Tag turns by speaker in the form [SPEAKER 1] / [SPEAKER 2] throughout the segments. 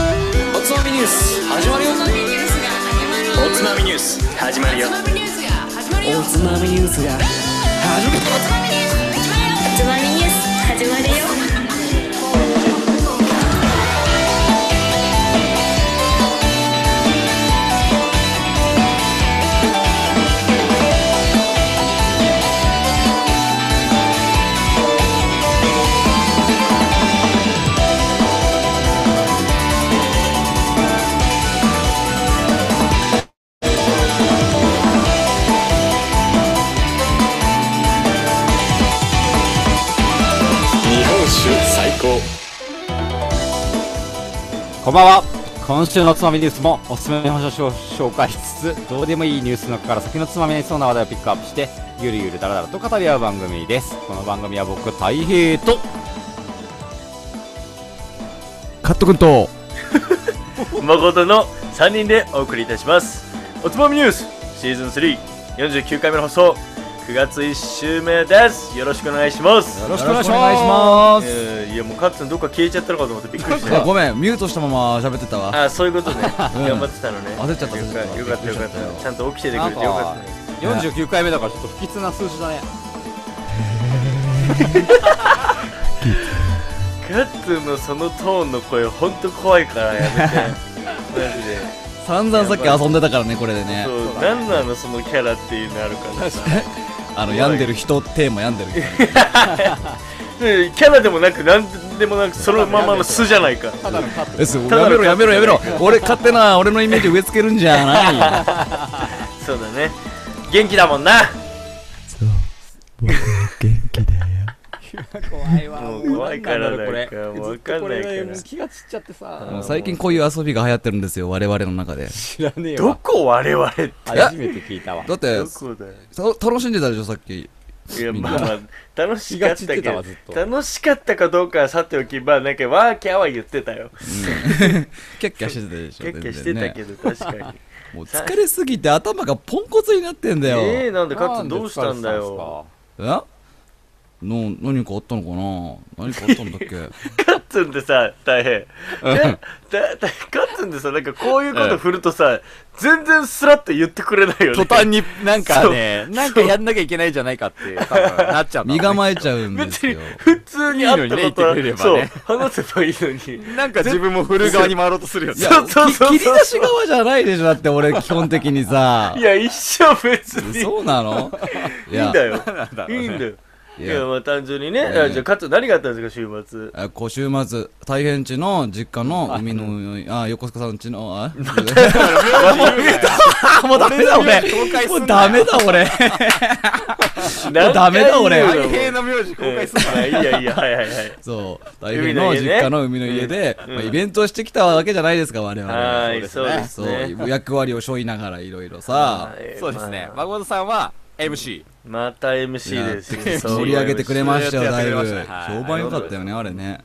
[SPEAKER 1] ニュース始まるよ
[SPEAKER 2] おつまみニュースが始まる
[SPEAKER 1] おつまみニュース始まるよ
[SPEAKER 2] おつまみニュースが始まるよ
[SPEAKER 1] つまみニュースが始まるよ
[SPEAKER 3] つまみニュース始まるよ
[SPEAKER 1] 日本酒最高
[SPEAKER 4] こんばんは今週のつまみニュースもおすすめの話を紹介しつつどうでもいいニュースの中から先のつまみになりそうな話題をピックアップしてゆるゆるだらだらと語り合う番組ですこの番組は僕たい平と
[SPEAKER 5] カット君と
[SPEAKER 6] 誠の3人でお送りいたしますおつまみニュースシーズン349回目の放送9月1週目ですよろしくお願いします
[SPEAKER 5] よろしくお願いしま
[SPEAKER 6] えーいやもうカッツンどっか消えちゃったのかと思ってびっくりし
[SPEAKER 5] あ
[SPEAKER 6] た
[SPEAKER 5] ごめんミュートしたまま喋ってたわ
[SPEAKER 6] あそういうことね
[SPEAKER 5] うん
[SPEAKER 6] 頑張ってたのね
[SPEAKER 5] 焦っちゃった
[SPEAKER 6] よか
[SPEAKER 5] 焦っちゃった
[SPEAKER 6] よかったよ
[SPEAKER 5] びっくりしち
[SPEAKER 6] かった
[SPEAKER 5] ゃったよ
[SPEAKER 6] ちゃんと起きててくれてよかったね
[SPEAKER 4] 49回目だからちょっと不吉な数字だね
[SPEAKER 6] カッツンのそのトーンの声ほんと怖いか らやめてマジで
[SPEAKER 5] 散々さっき遊んでたからねこれでね
[SPEAKER 6] そう何なのそのキャラっていうのあるからさ
[SPEAKER 5] あの病んでる人テーマ病んでる人
[SPEAKER 6] でキャラでもなくなんでもなくそのままの素じゃないか
[SPEAKER 4] ただのカット
[SPEAKER 5] です
[SPEAKER 6] ただ
[SPEAKER 5] や
[SPEAKER 6] の
[SPEAKER 5] めろやめろやめろ俺勝手な俺のイメージ植え付けるんじゃない よ
[SPEAKER 6] そうだね元気だもんな
[SPEAKER 4] 怖いわ
[SPEAKER 6] もう怖いからなんか
[SPEAKER 4] なんだろう
[SPEAKER 6] もうわかんないから
[SPEAKER 4] ずっとこれね気が散っちゃってさ
[SPEAKER 5] もう最近こういう遊びが流行ってるんですよ我々の中で
[SPEAKER 4] 知らねえ
[SPEAKER 6] ど
[SPEAKER 4] わ
[SPEAKER 6] こ我々って
[SPEAKER 4] 初めて聞いたわ
[SPEAKER 5] だって
[SPEAKER 6] どこだよ
[SPEAKER 5] そ楽しんでたでしょさっき
[SPEAKER 6] いや
[SPEAKER 5] みん
[SPEAKER 6] ま
[SPEAKER 5] な
[SPEAKER 6] あまあ楽しかったけ
[SPEAKER 4] 気が散ってた
[SPEAKER 6] ど
[SPEAKER 4] わずっと
[SPEAKER 6] 楽しかったかどうかはさておきまあなんかワーキャーは言ってたよ
[SPEAKER 5] キャッキャしてたでしょ
[SPEAKER 6] キャッキャし
[SPEAKER 5] 全
[SPEAKER 6] て
[SPEAKER 5] 然ね
[SPEAKER 6] たけど確かに
[SPEAKER 5] もう疲れすぎて頭がポンコツになってんだよ、
[SPEAKER 6] ええなんでカッツンどうしたんだよ
[SPEAKER 5] えの何かあったのかな何かあった んだっけ
[SPEAKER 6] カッツンってさ 大変えだだカッツンってさなんかこういうこと振るとさ全然スラッと言ってくれないよね
[SPEAKER 4] 途端になんかねなんかやんなきゃいけないじゃないかって多分なっちゃうんだろう
[SPEAKER 5] 身
[SPEAKER 4] ね
[SPEAKER 5] 構えちゃうんです
[SPEAKER 6] 別に
[SPEAKER 5] よ
[SPEAKER 6] 普通にあったことは
[SPEAKER 4] いのにね
[SPEAKER 6] い
[SPEAKER 4] 言ってく
[SPEAKER 6] そ
[SPEAKER 4] れ
[SPEAKER 6] う
[SPEAKER 4] ればね
[SPEAKER 6] 話せばいいのに
[SPEAKER 4] なんか自分も振る側に回ろうとするよ
[SPEAKER 5] い
[SPEAKER 4] ね
[SPEAKER 5] や。
[SPEAKER 6] そうそうそうそう
[SPEAKER 5] き切り出し側じゃないでしょだって俺基本的にさ
[SPEAKER 6] いや一生別に
[SPEAKER 5] そうなのい
[SPEAKER 6] いいん
[SPEAKER 5] や
[SPEAKER 6] だよ
[SPEAKER 4] なんだろうね
[SPEAKER 6] いいんだよい
[SPEAKER 5] い
[SPEAKER 6] や
[SPEAKER 5] や
[SPEAKER 6] まあ単純にね、
[SPEAKER 5] うん
[SPEAKER 6] あじゃあカッツン何があったんですか週
[SPEAKER 5] あ今週末大変地の実家の海のあ横須賀さんち のあもうダメだ俺もうダメだ俺
[SPEAKER 6] 末
[SPEAKER 5] もうダメだ俺
[SPEAKER 6] 何
[SPEAKER 4] 大
[SPEAKER 6] 回言
[SPEAKER 4] 平
[SPEAKER 6] うの
[SPEAKER 4] の名字公開する
[SPEAKER 6] うんまあいいやいいやはいはいはい
[SPEAKER 5] そう大変の実家の海の家で、
[SPEAKER 6] うん
[SPEAKER 5] まあ、イベントをしてきたわけじゃないですか我々
[SPEAKER 6] はーいそうです
[SPEAKER 5] そう
[SPEAKER 6] ね
[SPEAKER 5] 役割を背負いながらいろいろさ
[SPEAKER 6] はい
[SPEAKER 4] そうですね。
[SPEAKER 6] まあ
[SPEAKER 4] 誠さんは MC。
[SPEAKER 6] また MC です
[SPEAKER 5] やって盛り上げてくれましたよ
[SPEAKER 4] やっ
[SPEAKER 5] だ
[SPEAKER 4] て
[SPEAKER 5] い
[SPEAKER 4] く
[SPEAKER 5] ぶ
[SPEAKER 4] れましたはい
[SPEAKER 5] 評判良かったよねあれね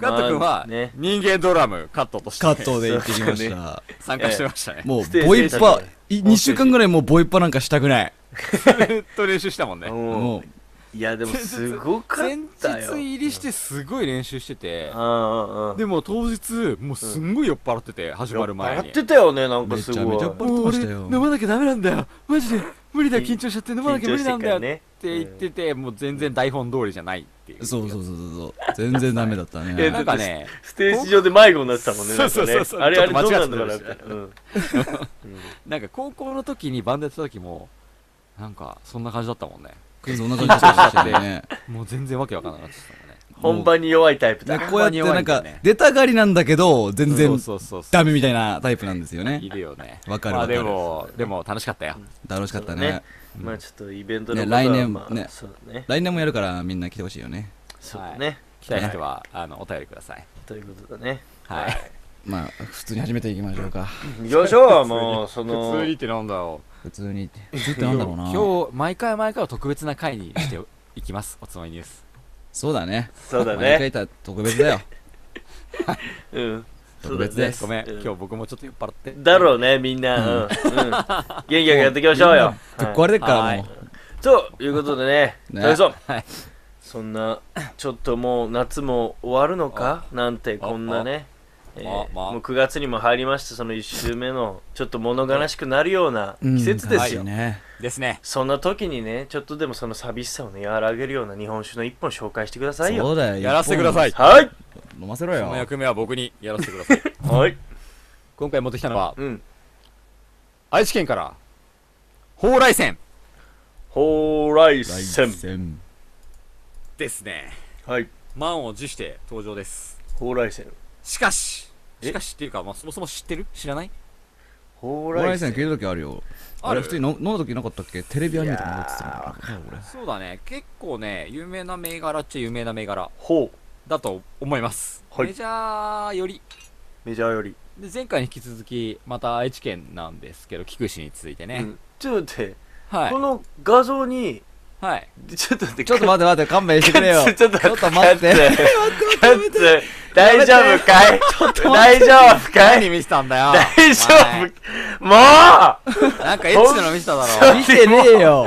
[SPEAKER 4] ガット君
[SPEAKER 6] ま
[SPEAKER 4] は
[SPEAKER 6] あね
[SPEAKER 4] 人間ドラムカットとして
[SPEAKER 5] カットで行ってきました
[SPEAKER 4] 参加してましたね。
[SPEAKER 5] もう
[SPEAKER 6] ステージ
[SPEAKER 5] ボイパ
[SPEAKER 6] ステー
[SPEAKER 5] 2週間ぐらいもうボイパなんかしたくない
[SPEAKER 4] ずっと練習したもんね。
[SPEAKER 6] も
[SPEAKER 5] も
[SPEAKER 6] ういやでもすごかっ
[SPEAKER 4] 前日
[SPEAKER 6] たよ
[SPEAKER 4] 入りしてすごい練習してて
[SPEAKER 6] う、んうんうん
[SPEAKER 4] でも当日、もうすんごい酔っ払ってて、始まる前
[SPEAKER 6] やっ
[SPEAKER 4] に。
[SPEAKER 6] てたよねなん
[SPEAKER 5] う
[SPEAKER 6] か
[SPEAKER 5] め
[SPEAKER 6] す
[SPEAKER 5] ちゃめ
[SPEAKER 6] ご
[SPEAKER 5] ち
[SPEAKER 6] い
[SPEAKER 5] ゃ酔っ払ってました
[SPEAKER 4] もう俺飲
[SPEAKER 5] よ
[SPEAKER 4] まなきゃダメなんだよ。マジで。無理だ、緊張しちゃって、飲まなきゃ無理なんだよ。
[SPEAKER 6] 緊張してっからね
[SPEAKER 4] って言ってて、もう全然台本通りじゃないっていう。
[SPEAKER 5] そうそうそうそう全然ダメだった
[SPEAKER 6] え
[SPEAKER 5] ね
[SPEAKER 4] なんかね、
[SPEAKER 6] ステージ上で迷子になってたもんね
[SPEAKER 4] そ
[SPEAKER 6] な
[SPEAKER 4] うん
[SPEAKER 6] か
[SPEAKER 4] そう
[SPEAKER 6] ね
[SPEAKER 4] そうそう
[SPEAKER 6] あれあれどうなんだ
[SPEAKER 4] ちょ
[SPEAKER 6] ろ
[SPEAKER 4] っ
[SPEAKER 6] う
[SPEAKER 4] と間違っ
[SPEAKER 6] なってて
[SPEAKER 4] ました
[SPEAKER 6] うん
[SPEAKER 4] なんか高校の時にバンドやってた時も、なんかそんな感じだったもんね。
[SPEAKER 5] そんな感じでしたよね
[SPEAKER 4] もう全然わけわかんなくなっちゃったもんね。
[SPEAKER 6] 本番に弱いタイプだ
[SPEAKER 5] ねこうやってなん
[SPEAKER 4] 弱いん
[SPEAKER 5] か
[SPEAKER 4] だよね
[SPEAKER 5] 出たがりなんだけど全
[SPEAKER 4] そ
[SPEAKER 5] 然
[SPEAKER 4] うそうそうそう
[SPEAKER 5] ダメみたいなタイプなんですよね
[SPEAKER 4] いるよね。
[SPEAKER 5] わかる
[SPEAKER 4] まあ
[SPEAKER 5] わかる
[SPEAKER 4] でも、でも楽しかったよ。
[SPEAKER 5] 楽しかった
[SPEAKER 6] ね
[SPEAKER 5] ね
[SPEAKER 6] まあちょっとイベントの
[SPEAKER 5] ね
[SPEAKER 6] ことは
[SPEAKER 5] 来年
[SPEAKER 6] まあ
[SPEAKER 5] ね
[SPEAKER 6] そうだね
[SPEAKER 5] 来年もやるからみんな来てほしいよね
[SPEAKER 6] そうだ
[SPEAKER 4] は
[SPEAKER 6] ね
[SPEAKER 4] 来たい人は、あの、お便りください。
[SPEAKER 6] ということだね
[SPEAKER 4] はい。
[SPEAKER 5] まあ普通に始めていきましょうか
[SPEAKER 6] よいしょもうその
[SPEAKER 4] ってなんだろう。
[SPEAKER 5] 普通にって普通ってなんだろうな
[SPEAKER 4] 今日、毎回毎回を特別な回にしていき ます。おつまみニュース。
[SPEAKER 5] そうだね
[SPEAKER 6] そうだ
[SPEAKER 5] 毎回
[SPEAKER 6] ね
[SPEAKER 5] 言ったら特別だよ
[SPEAKER 6] うん
[SPEAKER 5] 特別です
[SPEAKER 4] ごめん、
[SPEAKER 6] うん
[SPEAKER 4] 今日僕もちょっと酔っ払って。
[SPEAKER 6] だろうねみんなうんうん元気よくやっていきましょうよ
[SPEAKER 5] ぶっ
[SPEAKER 6] はい
[SPEAKER 5] 壊れてっからもう
[SPEAKER 6] ということでね
[SPEAKER 5] ね
[SPEAKER 6] 大丈
[SPEAKER 4] はい
[SPEAKER 6] そんなちょっともう夏も終わるのかなんてこんなねえー
[SPEAKER 4] まあまあ
[SPEAKER 6] もう9月にも入りましてその1週目のちょっと物悲しくなるような
[SPEAKER 5] うん
[SPEAKER 6] 季節ですよ、
[SPEAKER 5] はいね
[SPEAKER 4] ですね。
[SPEAKER 6] そんな時にねちょっとでもその寂しさをね和らげるような日本酒の一本紹介してください
[SPEAKER 5] そ
[SPEAKER 6] よ
[SPEAKER 5] うだよ
[SPEAKER 4] やらせてください。
[SPEAKER 6] はい
[SPEAKER 5] 飲ませろ
[SPEAKER 4] その
[SPEAKER 5] よ
[SPEAKER 4] 役目は僕にやらせてくだ さい。
[SPEAKER 6] はい
[SPEAKER 4] 今回持ってきたのは、
[SPEAKER 6] うん
[SPEAKER 4] 愛知県から、蓬莱泉
[SPEAKER 6] 蓬莱
[SPEAKER 5] 大
[SPEAKER 6] 泉
[SPEAKER 5] 戦
[SPEAKER 4] ですね。
[SPEAKER 6] はい
[SPEAKER 4] 満を持して登場です。
[SPEAKER 6] 蓬莱泉
[SPEAKER 4] しかし、
[SPEAKER 6] え
[SPEAKER 4] しかしっていうか、まあ、そもそも知ってる知らない
[SPEAKER 6] 蓬
[SPEAKER 5] 蓬
[SPEAKER 6] 莱
[SPEAKER 5] 莱線
[SPEAKER 6] 泉
[SPEAKER 5] 聞いた時あるよ
[SPEAKER 4] あ
[SPEAKER 5] あ
[SPEAKER 4] る
[SPEAKER 5] れ普通に飲飲んだ時なかったっけテレビアニメとかなってたのかな俺
[SPEAKER 4] そうだね。結構ね、有名な銘柄っちゃ有名な銘柄
[SPEAKER 6] ほう
[SPEAKER 4] だと思います。
[SPEAKER 6] はい
[SPEAKER 4] メジャーより。
[SPEAKER 6] メジャーより、
[SPEAKER 4] で、前回に引き続き、また愛知県なんですけど、菊池に続いてね。
[SPEAKER 6] うんちょっと待って、
[SPEAKER 4] はい
[SPEAKER 6] こ。の画像に
[SPEAKER 4] はい。
[SPEAKER 6] ちょっと待って
[SPEAKER 5] ちょっと待って待って勘弁してくれよ
[SPEAKER 6] ちょっと
[SPEAKER 5] ちょっと待って
[SPEAKER 6] カッツカッツ大丈夫かい大丈夫かい
[SPEAKER 4] 何見せたんだよ。
[SPEAKER 6] 大丈
[SPEAKER 4] お
[SPEAKER 6] 夫も
[SPEAKER 4] 前なんかエッチなの見せただろ。
[SPEAKER 5] 見てねえよ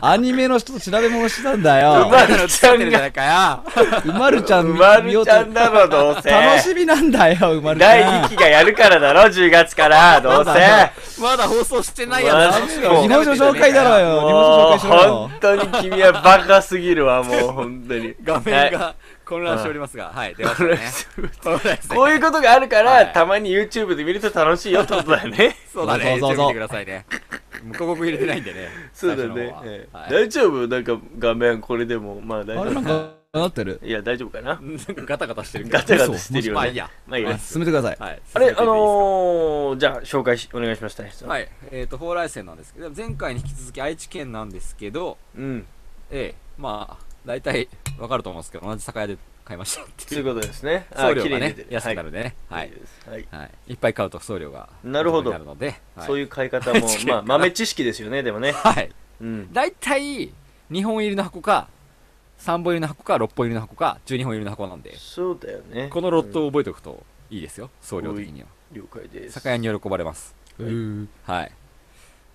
[SPEAKER 5] アニメの人と調べ物したんだ
[SPEAKER 6] う
[SPEAKER 5] よ
[SPEAKER 6] ま
[SPEAKER 4] あんなの作ってるじゃないかよ。
[SPEAKER 5] うまるちゃ
[SPEAKER 6] うん
[SPEAKER 5] 見
[SPEAKER 6] ま
[SPEAKER 5] 見
[SPEAKER 6] る
[SPEAKER 5] よう
[SPEAKER 6] ち
[SPEAKER 5] と
[SPEAKER 6] ゃんだろどうせ
[SPEAKER 5] 楽しみなんだようまるち
[SPEAKER 6] 第
[SPEAKER 5] ゃん
[SPEAKER 6] 2期がやるからだろ10月からどうせ
[SPEAKER 4] まだ放送してないやつ
[SPEAKER 6] まだ
[SPEAKER 4] 楽しみ
[SPEAKER 5] 日本酒紹介だろ
[SPEAKER 4] よ。
[SPEAKER 5] よ日
[SPEAKER 6] もう
[SPEAKER 5] 本酒紹介しろよ
[SPEAKER 6] 本当に君はバカすぎるわ もう本当に
[SPEAKER 4] 画面が混乱しておりますが、はい。では、ね、そうですね
[SPEAKER 6] こういうことがあるから、
[SPEAKER 4] はい
[SPEAKER 6] たまに YouTube で見ると楽しいよってことだよね
[SPEAKER 4] そうだね。
[SPEAKER 5] そうそうそう
[SPEAKER 4] 見てくださいね。もう広告入れてないんでね。
[SPEAKER 6] そうだ
[SPEAKER 4] 最
[SPEAKER 6] ね
[SPEAKER 4] 初の、方は
[SPEAKER 6] ええ
[SPEAKER 4] はい
[SPEAKER 6] 大丈夫なんか画面これでもまあ大丈
[SPEAKER 5] あれなん
[SPEAKER 6] 夫
[SPEAKER 5] かなってる
[SPEAKER 6] いや大丈夫かな
[SPEAKER 4] なんか ガタガタしてるけど
[SPEAKER 6] ガタガタしてるよね
[SPEAKER 4] まあいいや。
[SPEAKER 6] まあいい
[SPEAKER 4] は
[SPEAKER 6] や
[SPEAKER 4] い
[SPEAKER 5] 進めてください
[SPEAKER 4] はい。
[SPEAKER 6] あれあのー、じゃあ紹介しお願いしましたね
[SPEAKER 4] はい。えっ、と、蓬莱線なんですけど、前回に引き続き愛知県なんですけど、
[SPEAKER 6] うん
[SPEAKER 4] ええ、まあ、大体わかると思うんですけど、同じ酒屋で買いましたって
[SPEAKER 6] そう
[SPEAKER 4] い。
[SPEAKER 6] いううことですねあ
[SPEAKER 4] 送料
[SPEAKER 6] 綺麗
[SPEAKER 4] が
[SPEAKER 6] に出
[SPEAKER 4] ね
[SPEAKER 6] て、る
[SPEAKER 4] 安くなるんでね。
[SPEAKER 6] は
[SPEAKER 4] はいい
[SPEAKER 6] いい。ですはい
[SPEAKER 4] はい。いっぱい買うと送料が。
[SPEAKER 6] なるほど
[SPEAKER 4] お得になるので、は。
[SPEAKER 6] そういうう買い方も
[SPEAKER 4] はい
[SPEAKER 6] まあ豆知識ですよねでもね
[SPEAKER 4] はい。
[SPEAKER 6] うん
[SPEAKER 4] 大体、2本入りの箱か、3本入りの箱か、6本入りの箱か、12本入りの箱なんで、
[SPEAKER 6] そうだよね
[SPEAKER 4] このロットを覚えておくといいですよ、送料的には。
[SPEAKER 6] 了解です
[SPEAKER 4] 酒屋に喜ばれます。
[SPEAKER 5] うー
[SPEAKER 4] はい。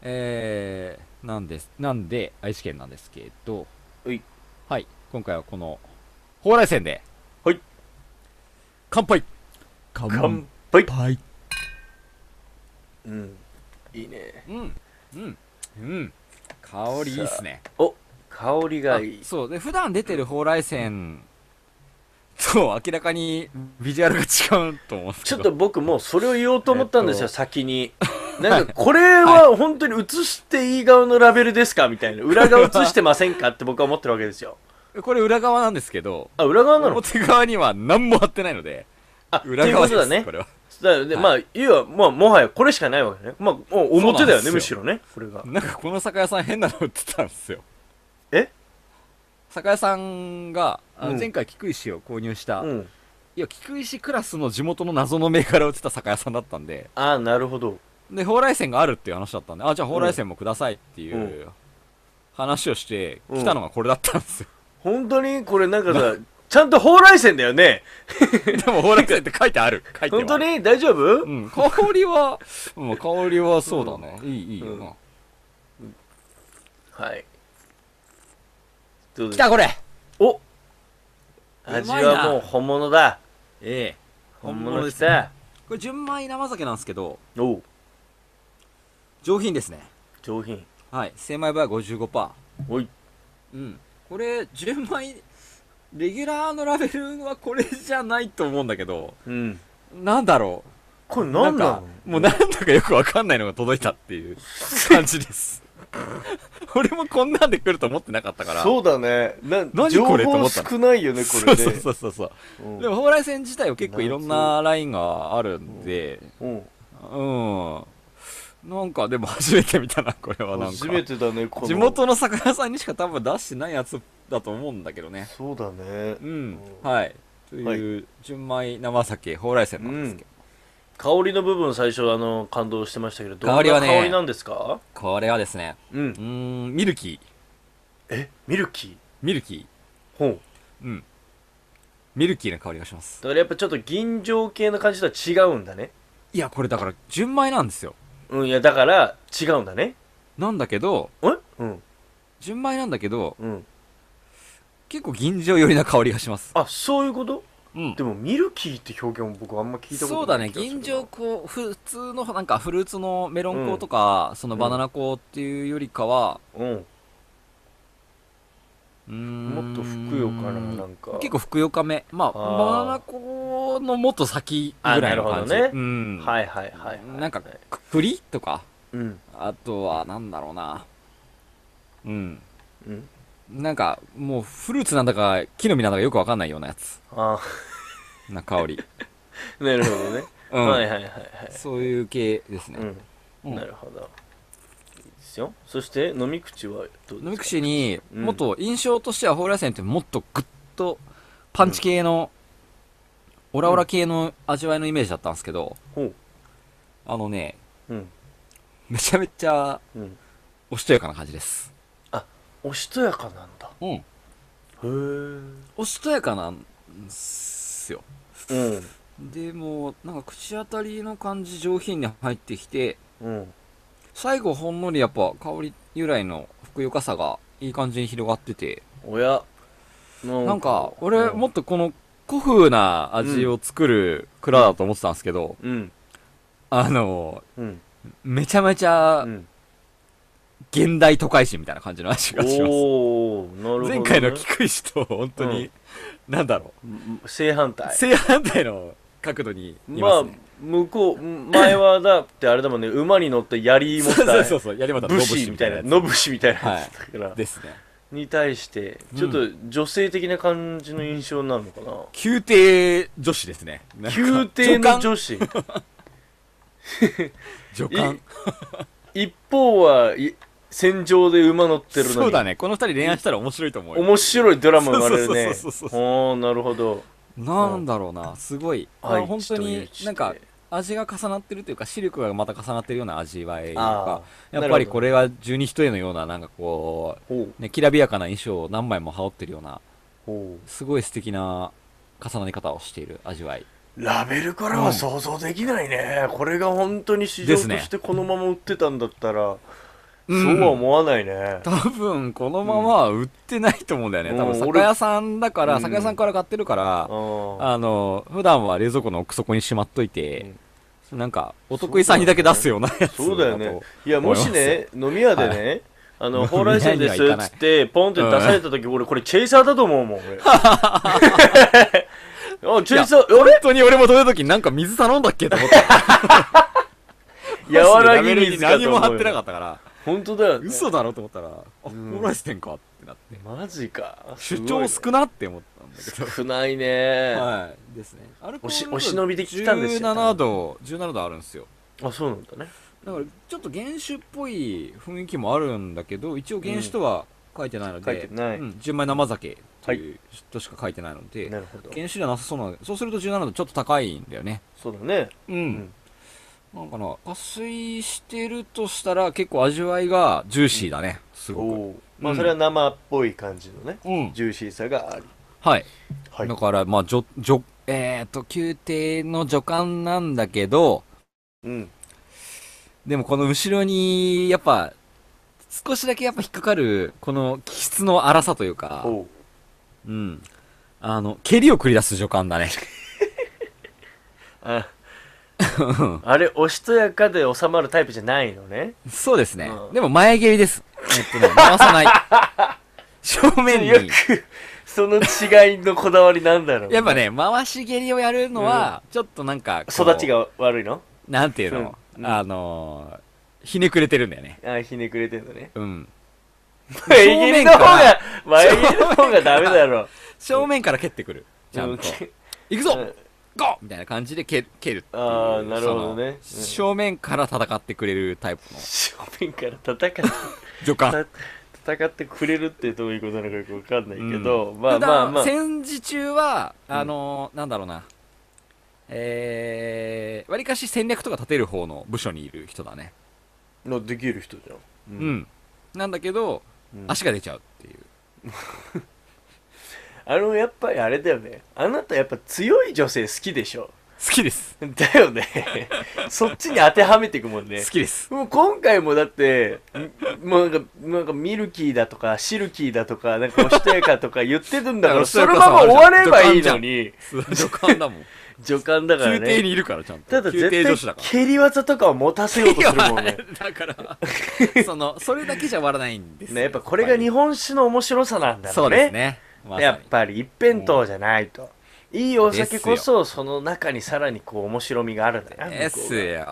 [SPEAKER 4] えー、なんです。なんで、愛知県なんですけど、
[SPEAKER 6] うい
[SPEAKER 4] はい。今回はこの、蓬莱線で、
[SPEAKER 6] はい。
[SPEAKER 4] 乾杯
[SPEAKER 5] 乾
[SPEAKER 6] 乾杯
[SPEAKER 5] 杯
[SPEAKER 6] うんいいね
[SPEAKER 4] うん。うん。うん。香りいいっすね。
[SPEAKER 6] お香りがいい
[SPEAKER 4] あそう。で、普段出てる蓬莱線と明らかにビジュアルが違うと思うんですけ
[SPEAKER 6] ちょ
[SPEAKER 4] ど。
[SPEAKER 6] っと僕もうそれを言おうと思ったんですよ、
[SPEAKER 4] えっと
[SPEAKER 6] 先に。なんか、これは本当に映していい側のラベルですかみたいな。裏側映してませんかって僕は思ってるわけですよ。
[SPEAKER 4] これ裏側なんですけど、
[SPEAKER 6] あ、裏側なの
[SPEAKER 4] 表側には何も貼ってないので、
[SPEAKER 6] あ、
[SPEAKER 4] 裏
[SPEAKER 6] っ
[SPEAKER 4] 側
[SPEAKER 6] て
[SPEAKER 4] で
[SPEAKER 6] いうこと
[SPEAKER 4] す。
[SPEAKER 6] だね
[SPEAKER 4] こ。れは。
[SPEAKER 6] だで、
[SPEAKER 4] はい
[SPEAKER 6] まあ、要は、まあ、もはやこれしかないわけね。まあ、もう表だよ
[SPEAKER 4] そうな
[SPEAKER 6] ね、
[SPEAKER 4] ん
[SPEAKER 6] む
[SPEAKER 4] です
[SPEAKER 6] しろね。これが。
[SPEAKER 4] なんかこの酒屋さん変なの売ってたんですよ。
[SPEAKER 6] え
[SPEAKER 4] 酒屋さんが、あ
[SPEAKER 6] うん
[SPEAKER 4] 前回菊石を購入した、
[SPEAKER 6] う
[SPEAKER 4] い
[SPEAKER 6] ん。
[SPEAKER 4] や、菊石クラスの地元の謎の銘柄を売ってた酒屋さんだったんで、
[SPEAKER 6] あーなるほど。
[SPEAKER 4] で、蓬莱線があるっていう話だったんで、あ、じゃあ蓬莱線もくださいっていう、
[SPEAKER 6] う
[SPEAKER 4] 話をして、
[SPEAKER 6] うん
[SPEAKER 4] 来たのがこれだったんですよ。
[SPEAKER 6] 本当にこれなんかさ、ちゃんと蓬莱線だよね。
[SPEAKER 4] でも蓬莱線って書いてある。書いてはあ
[SPEAKER 6] 本
[SPEAKER 4] る
[SPEAKER 6] 当に大丈夫
[SPEAKER 4] うん、香りは、うん、香りはそうだね。いい、いいよな。
[SPEAKER 6] はい。どう
[SPEAKER 4] 来
[SPEAKER 6] ですか
[SPEAKER 4] たこれ
[SPEAKER 6] お
[SPEAKER 4] まい
[SPEAKER 6] 味
[SPEAKER 4] な
[SPEAKER 6] はもう本物だ。
[SPEAKER 4] ええ。
[SPEAKER 6] 本物来
[SPEAKER 4] 本
[SPEAKER 6] た。
[SPEAKER 4] これ純米生酒なんですけど、
[SPEAKER 6] おう
[SPEAKER 4] 上品ですね。
[SPEAKER 6] 上品
[SPEAKER 4] はい。精米部は55%。
[SPEAKER 6] おい
[SPEAKER 4] うん、これ純米レギュラーのラベルはこれじゃないと思うんだけど
[SPEAKER 6] うん
[SPEAKER 4] なんだろ
[SPEAKER 6] これ
[SPEAKER 4] うな
[SPEAKER 6] 何
[SPEAKER 4] ん
[SPEAKER 6] な
[SPEAKER 4] か
[SPEAKER 6] の
[SPEAKER 4] もうなんだかよくわかんないのが届いたっていう 感じです俺もこんなんで来ると思ってなかったから
[SPEAKER 6] そうだねな
[SPEAKER 4] 何
[SPEAKER 6] 情
[SPEAKER 4] これと思
[SPEAKER 6] 報
[SPEAKER 4] ったの
[SPEAKER 6] 少ないよねこれね
[SPEAKER 4] そうそうそうそう
[SPEAKER 6] うん
[SPEAKER 4] でも蓬莱線自体は結構いろんなラインがあるんで
[SPEAKER 6] うん
[SPEAKER 4] うんなんかでも初めて見たなこれはなん
[SPEAKER 6] 初め
[SPEAKER 4] か
[SPEAKER 6] てだねこの
[SPEAKER 4] 地元の酒屋さんにしか多分出してないやつだと思うんだけどね
[SPEAKER 6] そうだね
[SPEAKER 4] うん、はい。という、純米生酒、蓬莱線なんですけど、
[SPEAKER 6] 香りの部分最初あの感動してましたけどどんな
[SPEAKER 4] 香りはね
[SPEAKER 6] 香りなんですか
[SPEAKER 4] これはですね、
[SPEAKER 6] う
[SPEAKER 4] うんーん、ミルキー、
[SPEAKER 6] えミルキー
[SPEAKER 4] ミルキ
[SPEAKER 6] ほう
[SPEAKER 4] ー、うん。ミルキーの香りがします。
[SPEAKER 6] だからやっぱちょっと銀醸系の感じとは違うんだね
[SPEAKER 4] いや、これだから、純米なんですよ。
[SPEAKER 6] うんいやだから違うんだね
[SPEAKER 4] なんだけど、
[SPEAKER 6] えうん
[SPEAKER 4] 純米なんだけど、
[SPEAKER 6] うん
[SPEAKER 4] 結構銀醸寄りな香りがします。
[SPEAKER 6] あそういうこと
[SPEAKER 4] うん
[SPEAKER 6] でもミルキーって表現も僕あんま聞いたことな
[SPEAKER 4] そうだね
[SPEAKER 6] い気がするな
[SPEAKER 4] 銀条こう普通のなんかフルーツのメロン粉とか、そのバナナ粉っていうよりかは、
[SPEAKER 6] うん
[SPEAKER 4] うーん
[SPEAKER 6] もっとふくよかななんか
[SPEAKER 4] 結構ふくよかめまあ
[SPEAKER 6] あー
[SPEAKER 4] バナナ粉のもっと先ぐらいの感じ
[SPEAKER 6] あなるほど
[SPEAKER 4] う
[SPEAKER 6] ね
[SPEAKER 4] ん
[SPEAKER 6] はいはいはいはい
[SPEAKER 4] なんかく栗とか
[SPEAKER 6] うん
[SPEAKER 4] あとはなんだろうなうん
[SPEAKER 6] うん
[SPEAKER 4] なんかもうフルーツなんだか木の実なんだかよくわかんないようなやつ
[SPEAKER 6] あ
[SPEAKER 4] な香り、
[SPEAKER 6] あ なるほどね
[SPEAKER 4] うん
[SPEAKER 6] はいはいはいはい
[SPEAKER 4] そういう系ですね、う
[SPEAKER 6] う
[SPEAKER 4] んん
[SPEAKER 6] なるほどいいですよそして飲み口はどうですか
[SPEAKER 4] 飲み口に
[SPEAKER 6] うん
[SPEAKER 4] もっと印象としてはほうれい線ってもっとグッとパンチ系のオラオラ系の味わいのイメージだったんですけど、
[SPEAKER 6] ほう
[SPEAKER 4] あのね
[SPEAKER 6] うん
[SPEAKER 4] めちゃめちゃ
[SPEAKER 6] うん
[SPEAKER 4] おしとやかな感じです
[SPEAKER 6] おしとやかなんだ
[SPEAKER 4] うん
[SPEAKER 6] へえうん
[SPEAKER 4] おしとやかなんすよでもうなんか口当たりの感じ上品に入ってきて
[SPEAKER 6] うん
[SPEAKER 4] 最後ほんのりやっぱ香り由来のふくよかさがいい感じに広がってて
[SPEAKER 6] おやな
[SPEAKER 4] なんか俺もっとこの古風な味を作る蔵だと思ってたんですけど、
[SPEAKER 6] うん
[SPEAKER 4] あの
[SPEAKER 6] うん
[SPEAKER 4] めちゃめちゃ
[SPEAKER 6] うん
[SPEAKER 4] 現代都会人みたいな感じの味がします
[SPEAKER 6] おおなるほどね
[SPEAKER 4] 前回の菊石と本当に、なんだろ
[SPEAKER 6] うん正反
[SPEAKER 4] う、
[SPEAKER 6] 対
[SPEAKER 4] 正反対の角度にいま
[SPEAKER 6] ますあ
[SPEAKER 4] ね、
[SPEAKER 6] 向こう前はだってあれだもんね馬に乗った槍持っ
[SPEAKER 4] そうそうそう
[SPEAKER 6] た
[SPEAKER 4] そうやりまた
[SPEAKER 6] 武士みたいな
[SPEAKER 4] やつ
[SPEAKER 6] 野武士みたいなやつだから
[SPEAKER 4] ですね
[SPEAKER 6] に対してちょっと女性的な感じの印象になるのかな
[SPEAKER 4] 宮廷女子ですねなんか
[SPEAKER 6] 宮廷の
[SPEAKER 4] 女
[SPEAKER 6] 女子
[SPEAKER 4] 官女官
[SPEAKER 6] 一方はい戦場で馬乗ってるのに
[SPEAKER 4] そうだねこの二人恋愛したら面白いと思うよ
[SPEAKER 6] 面白いドラマ生まれるね
[SPEAKER 4] そうそうそうそうそ
[SPEAKER 6] おーなるほど
[SPEAKER 4] なんだろうなすごい、まあ
[SPEAKER 6] 愛
[SPEAKER 4] 本
[SPEAKER 6] 知と
[SPEAKER 4] 当
[SPEAKER 6] いう
[SPEAKER 4] に
[SPEAKER 6] 地で
[SPEAKER 4] なんか味が重なってるというか視力がまた重なってるような味わいと
[SPEAKER 6] あ
[SPEAKER 4] か
[SPEAKER 6] ー
[SPEAKER 4] やっぱりこれは十二一重のようななんかこ
[SPEAKER 6] ほう
[SPEAKER 4] う、ね、きらびやかな衣装を何枚も羽織ってるような
[SPEAKER 6] ほ
[SPEAKER 4] すごい素敵な重なり方をしている味わい。
[SPEAKER 6] うラベルからは想像できないね、これが本当に市場と
[SPEAKER 4] です
[SPEAKER 6] し
[SPEAKER 4] ね
[SPEAKER 6] てこのまま売ってたんだったら、
[SPEAKER 4] うん
[SPEAKER 6] そうは思わないね
[SPEAKER 4] 多分、このままは売ってないと思うんだよね。
[SPEAKER 6] うん
[SPEAKER 4] 多分、
[SPEAKER 6] 俺
[SPEAKER 4] 酒屋さんだか
[SPEAKER 6] う
[SPEAKER 4] ら、
[SPEAKER 6] ん
[SPEAKER 4] 酒屋さんから買ってるから、
[SPEAKER 6] あ
[SPEAKER 4] あの、普段は冷蔵庫の奥底にしまっといて、なんか、お得意さんに
[SPEAKER 6] そうだ
[SPEAKER 4] だ
[SPEAKER 6] よね
[SPEAKER 4] け出すようなやつ
[SPEAKER 6] そうだよね
[SPEAKER 4] と
[SPEAKER 6] いやもしね飲み屋でね、あの、
[SPEAKER 4] 飲み屋には
[SPEAKER 6] 蓬莱線ですっつって、ポンって出された時、俺、これ、チェイサーだと思うも ん、俺。 あ、チェイサー、あれ
[SPEAKER 4] 本当に俺もどういう時になんか水頼んだっけと思った。
[SPEAKER 6] 柔らぎ水かと思う
[SPEAKER 4] 何
[SPEAKER 6] よ
[SPEAKER 4] も貼ってなかったから、
[SPEAKER 6] 本当だよ、ね。
[SPEAKER 4] 嘘だろと思ったら、あ、オ
[SPEAKER 6] ん
[SPEAKER 4] ムライス店かってなって。
[SPEAKER 6] マジか。
[SPEAKER 4] 主張
[SPEAKER 6] す
[SPEAKER 4] 少なって思ったんだけど。
[SPEAKER 6] ごいね 少ないね。
[SPEAKER 4] はい。ですね。アルコール
[SPEAKER 6] おし
[SPEAKER 4] 度
[SPEAKER 6] お忍びで来たんですよ
[SPEAKER 4] 17度、17度あるんですよ。
[SPEAKER 6] あ、そうなんだね。
[SPEAKER 4] だから、ちょっと原酒っぽい雰囲気もあるんだけど、一応原酒とは書いてないので、
[SPEAKER 6] うん書いてない
[SPEAKER 4] うん、純米生酒というとしか書いてないので、
[SPEAKER 6] なるほど。
[SPEAKER 4] 原酒ではなさそうなので、そうすると17度ちょっと高いんだよね。
[SPEAKER 6] そうだね。
[SPEAKER 4] うんん。なんかな、加水してるとしたら、結構味わいがジューシーだね。す
[SPEAKER 6] お
[SPEAKER 4] ごく。
[SPEAKER 6] お。まあ、それは生っぽい感じのね、
[SPEAKER 4] うん。
[SPEAKER 6] ジューシーさがある。
[SPEAKER 4] はい。
[SPEAKER 6] はい
[SPEAKER 4] だ。から、まあ、じょ、じょ、えっ、と、宮廷の助官なんだけど、
[SPEAKER 6] うん。
[SPEAKER 4] でもこの後ろに、やっぱ、少しだけやっぱ引っかかる、この気質の荒さというか
[SPEAKER 6] お、お。
[SPEAKER 4] うん。あの、蹴りを繰り出す助感だ ね。
[SPEAKER 6] ああれ、おしとやかで収まるタイプじゃないのね。
[SPEAKER 4] そうですね。
[SPEAKER 6] うん
[SPEAKER 4] でも前蹴りです。えっとね、回さ ない。正面
[SPEAKER 6] よ
[SPEAKER 4] に。
[SPEAKER 6] く、その違いのこだわりなんだろう。
[SPEAKER 4] やっぱね、回し蹴りをやるのは、ちょっとなんか、こう
[SPEAKER 6] 育ち。が悪いの
[SPEAKER 4] なんていうの、
[SPEAKER 6] うん
[SPEAKER 4] あのー、ひねくれてるんだよね。
[SPEAKER 6] あ、ひねくれてんのね。
[SPEAKER 4] うん。
[SPEAKER 6] 前蹴りの方が、前蹴りの方がダメだ ろう。
[SPEAKER 4] 正面から蹴ってくる。ちゃんと。行く
[SPEAKER 6] う
[SPEAKER 4] ぞ
[SPEAKER 6] ん
[SPEAKER 4] ゴーみたいな感じで蹴蹴るっていう
[SPEAKER 6] あーなるほどね
[SPEAKER 4] その
[SPEAKER 6] うん
[SPEAKER 4] 正面から戦ってくれるタイプの
[SPEAKER 6] 正面から戦って。
[SPEAKER 4] 助官
[SPEAKER 6] た戦ってくれるってどういうことなのかよくわかんないけど、まあ
[SPEAKER 4] 普
[SPEAKER 6] まあま
[SPEAKER 4] 段
[SPEAKER 6] あ
[SPEAKER 4] 戦時中はあのーなんだろうなえーわりかし戦略とか立てる方の部署にいる人だね
[SPEAKER 6] のできる人じゃん
[SPEAKER 4] う、
[SPEAKER 6] うん
[SPEAKER 4] なんだけど
[SPEAKER 6] うん
[SPEAKER 4] 足が出ちゃうっていう
[SPEAKER 6] あのやっぱりあれだよねあなたやっぱ強い女性好きでしょ
[SPEAKER 4] 好きです。
[SPEAKER 6] だよね そっちに当てはめていくもんね
[SPEAKER 4] 好き です。
[SPEAKER 6] もう今回もだってんもうなんかなんかミルキーだとかシルキーだとかなんかおしとやかとか言ってる んだから
[SPEAKER 4] おしと
[SPEAKER 6] そ
[SPEAKER 4] や
[SPEAKER 6] の
[SPEAKER 4] か
[SPEAKER 6] ま
[SPEAKER 4] さん
[SPEAKER 6] ま
[SPEAKER 4] あるじゃん
[SPEAKER 6] 終わればいいのに
[SPEAKER 4] 助官だもん。
[SPEAKER 6] 助監だから
[SPEAKER 4] 宮廷
[SPEAKER 6] ね
[SPEAKER 4] にいるから、ちゃんと。
[SPEAKER 6] ただ
[SPEAKER 4] 宮廷女子
[SPEAKER 6] 絶
[SPEAKER 4] だ
[SPEAKER 6] 対
[SPEAKER 4] から。
[SPEAKER 6] 蹴り技とかを持たせようとする もんね
[SPEAKER 4] だ から、その、それだけじゃ終わらないんですよ
[SPEAKER 6] ねやっぱこれが日本史の面白さなんだろ
[SPEAKER 4] そううですね。まさに
[SPEAKER 6] やっぱり一辺倒じゃないと、いいお酒こ
[SPEAKER 4] です
[SPEAKER 6] そその中にさらにこう面白みがあるんだな向こうが
[SPEAKER 4] ですよ。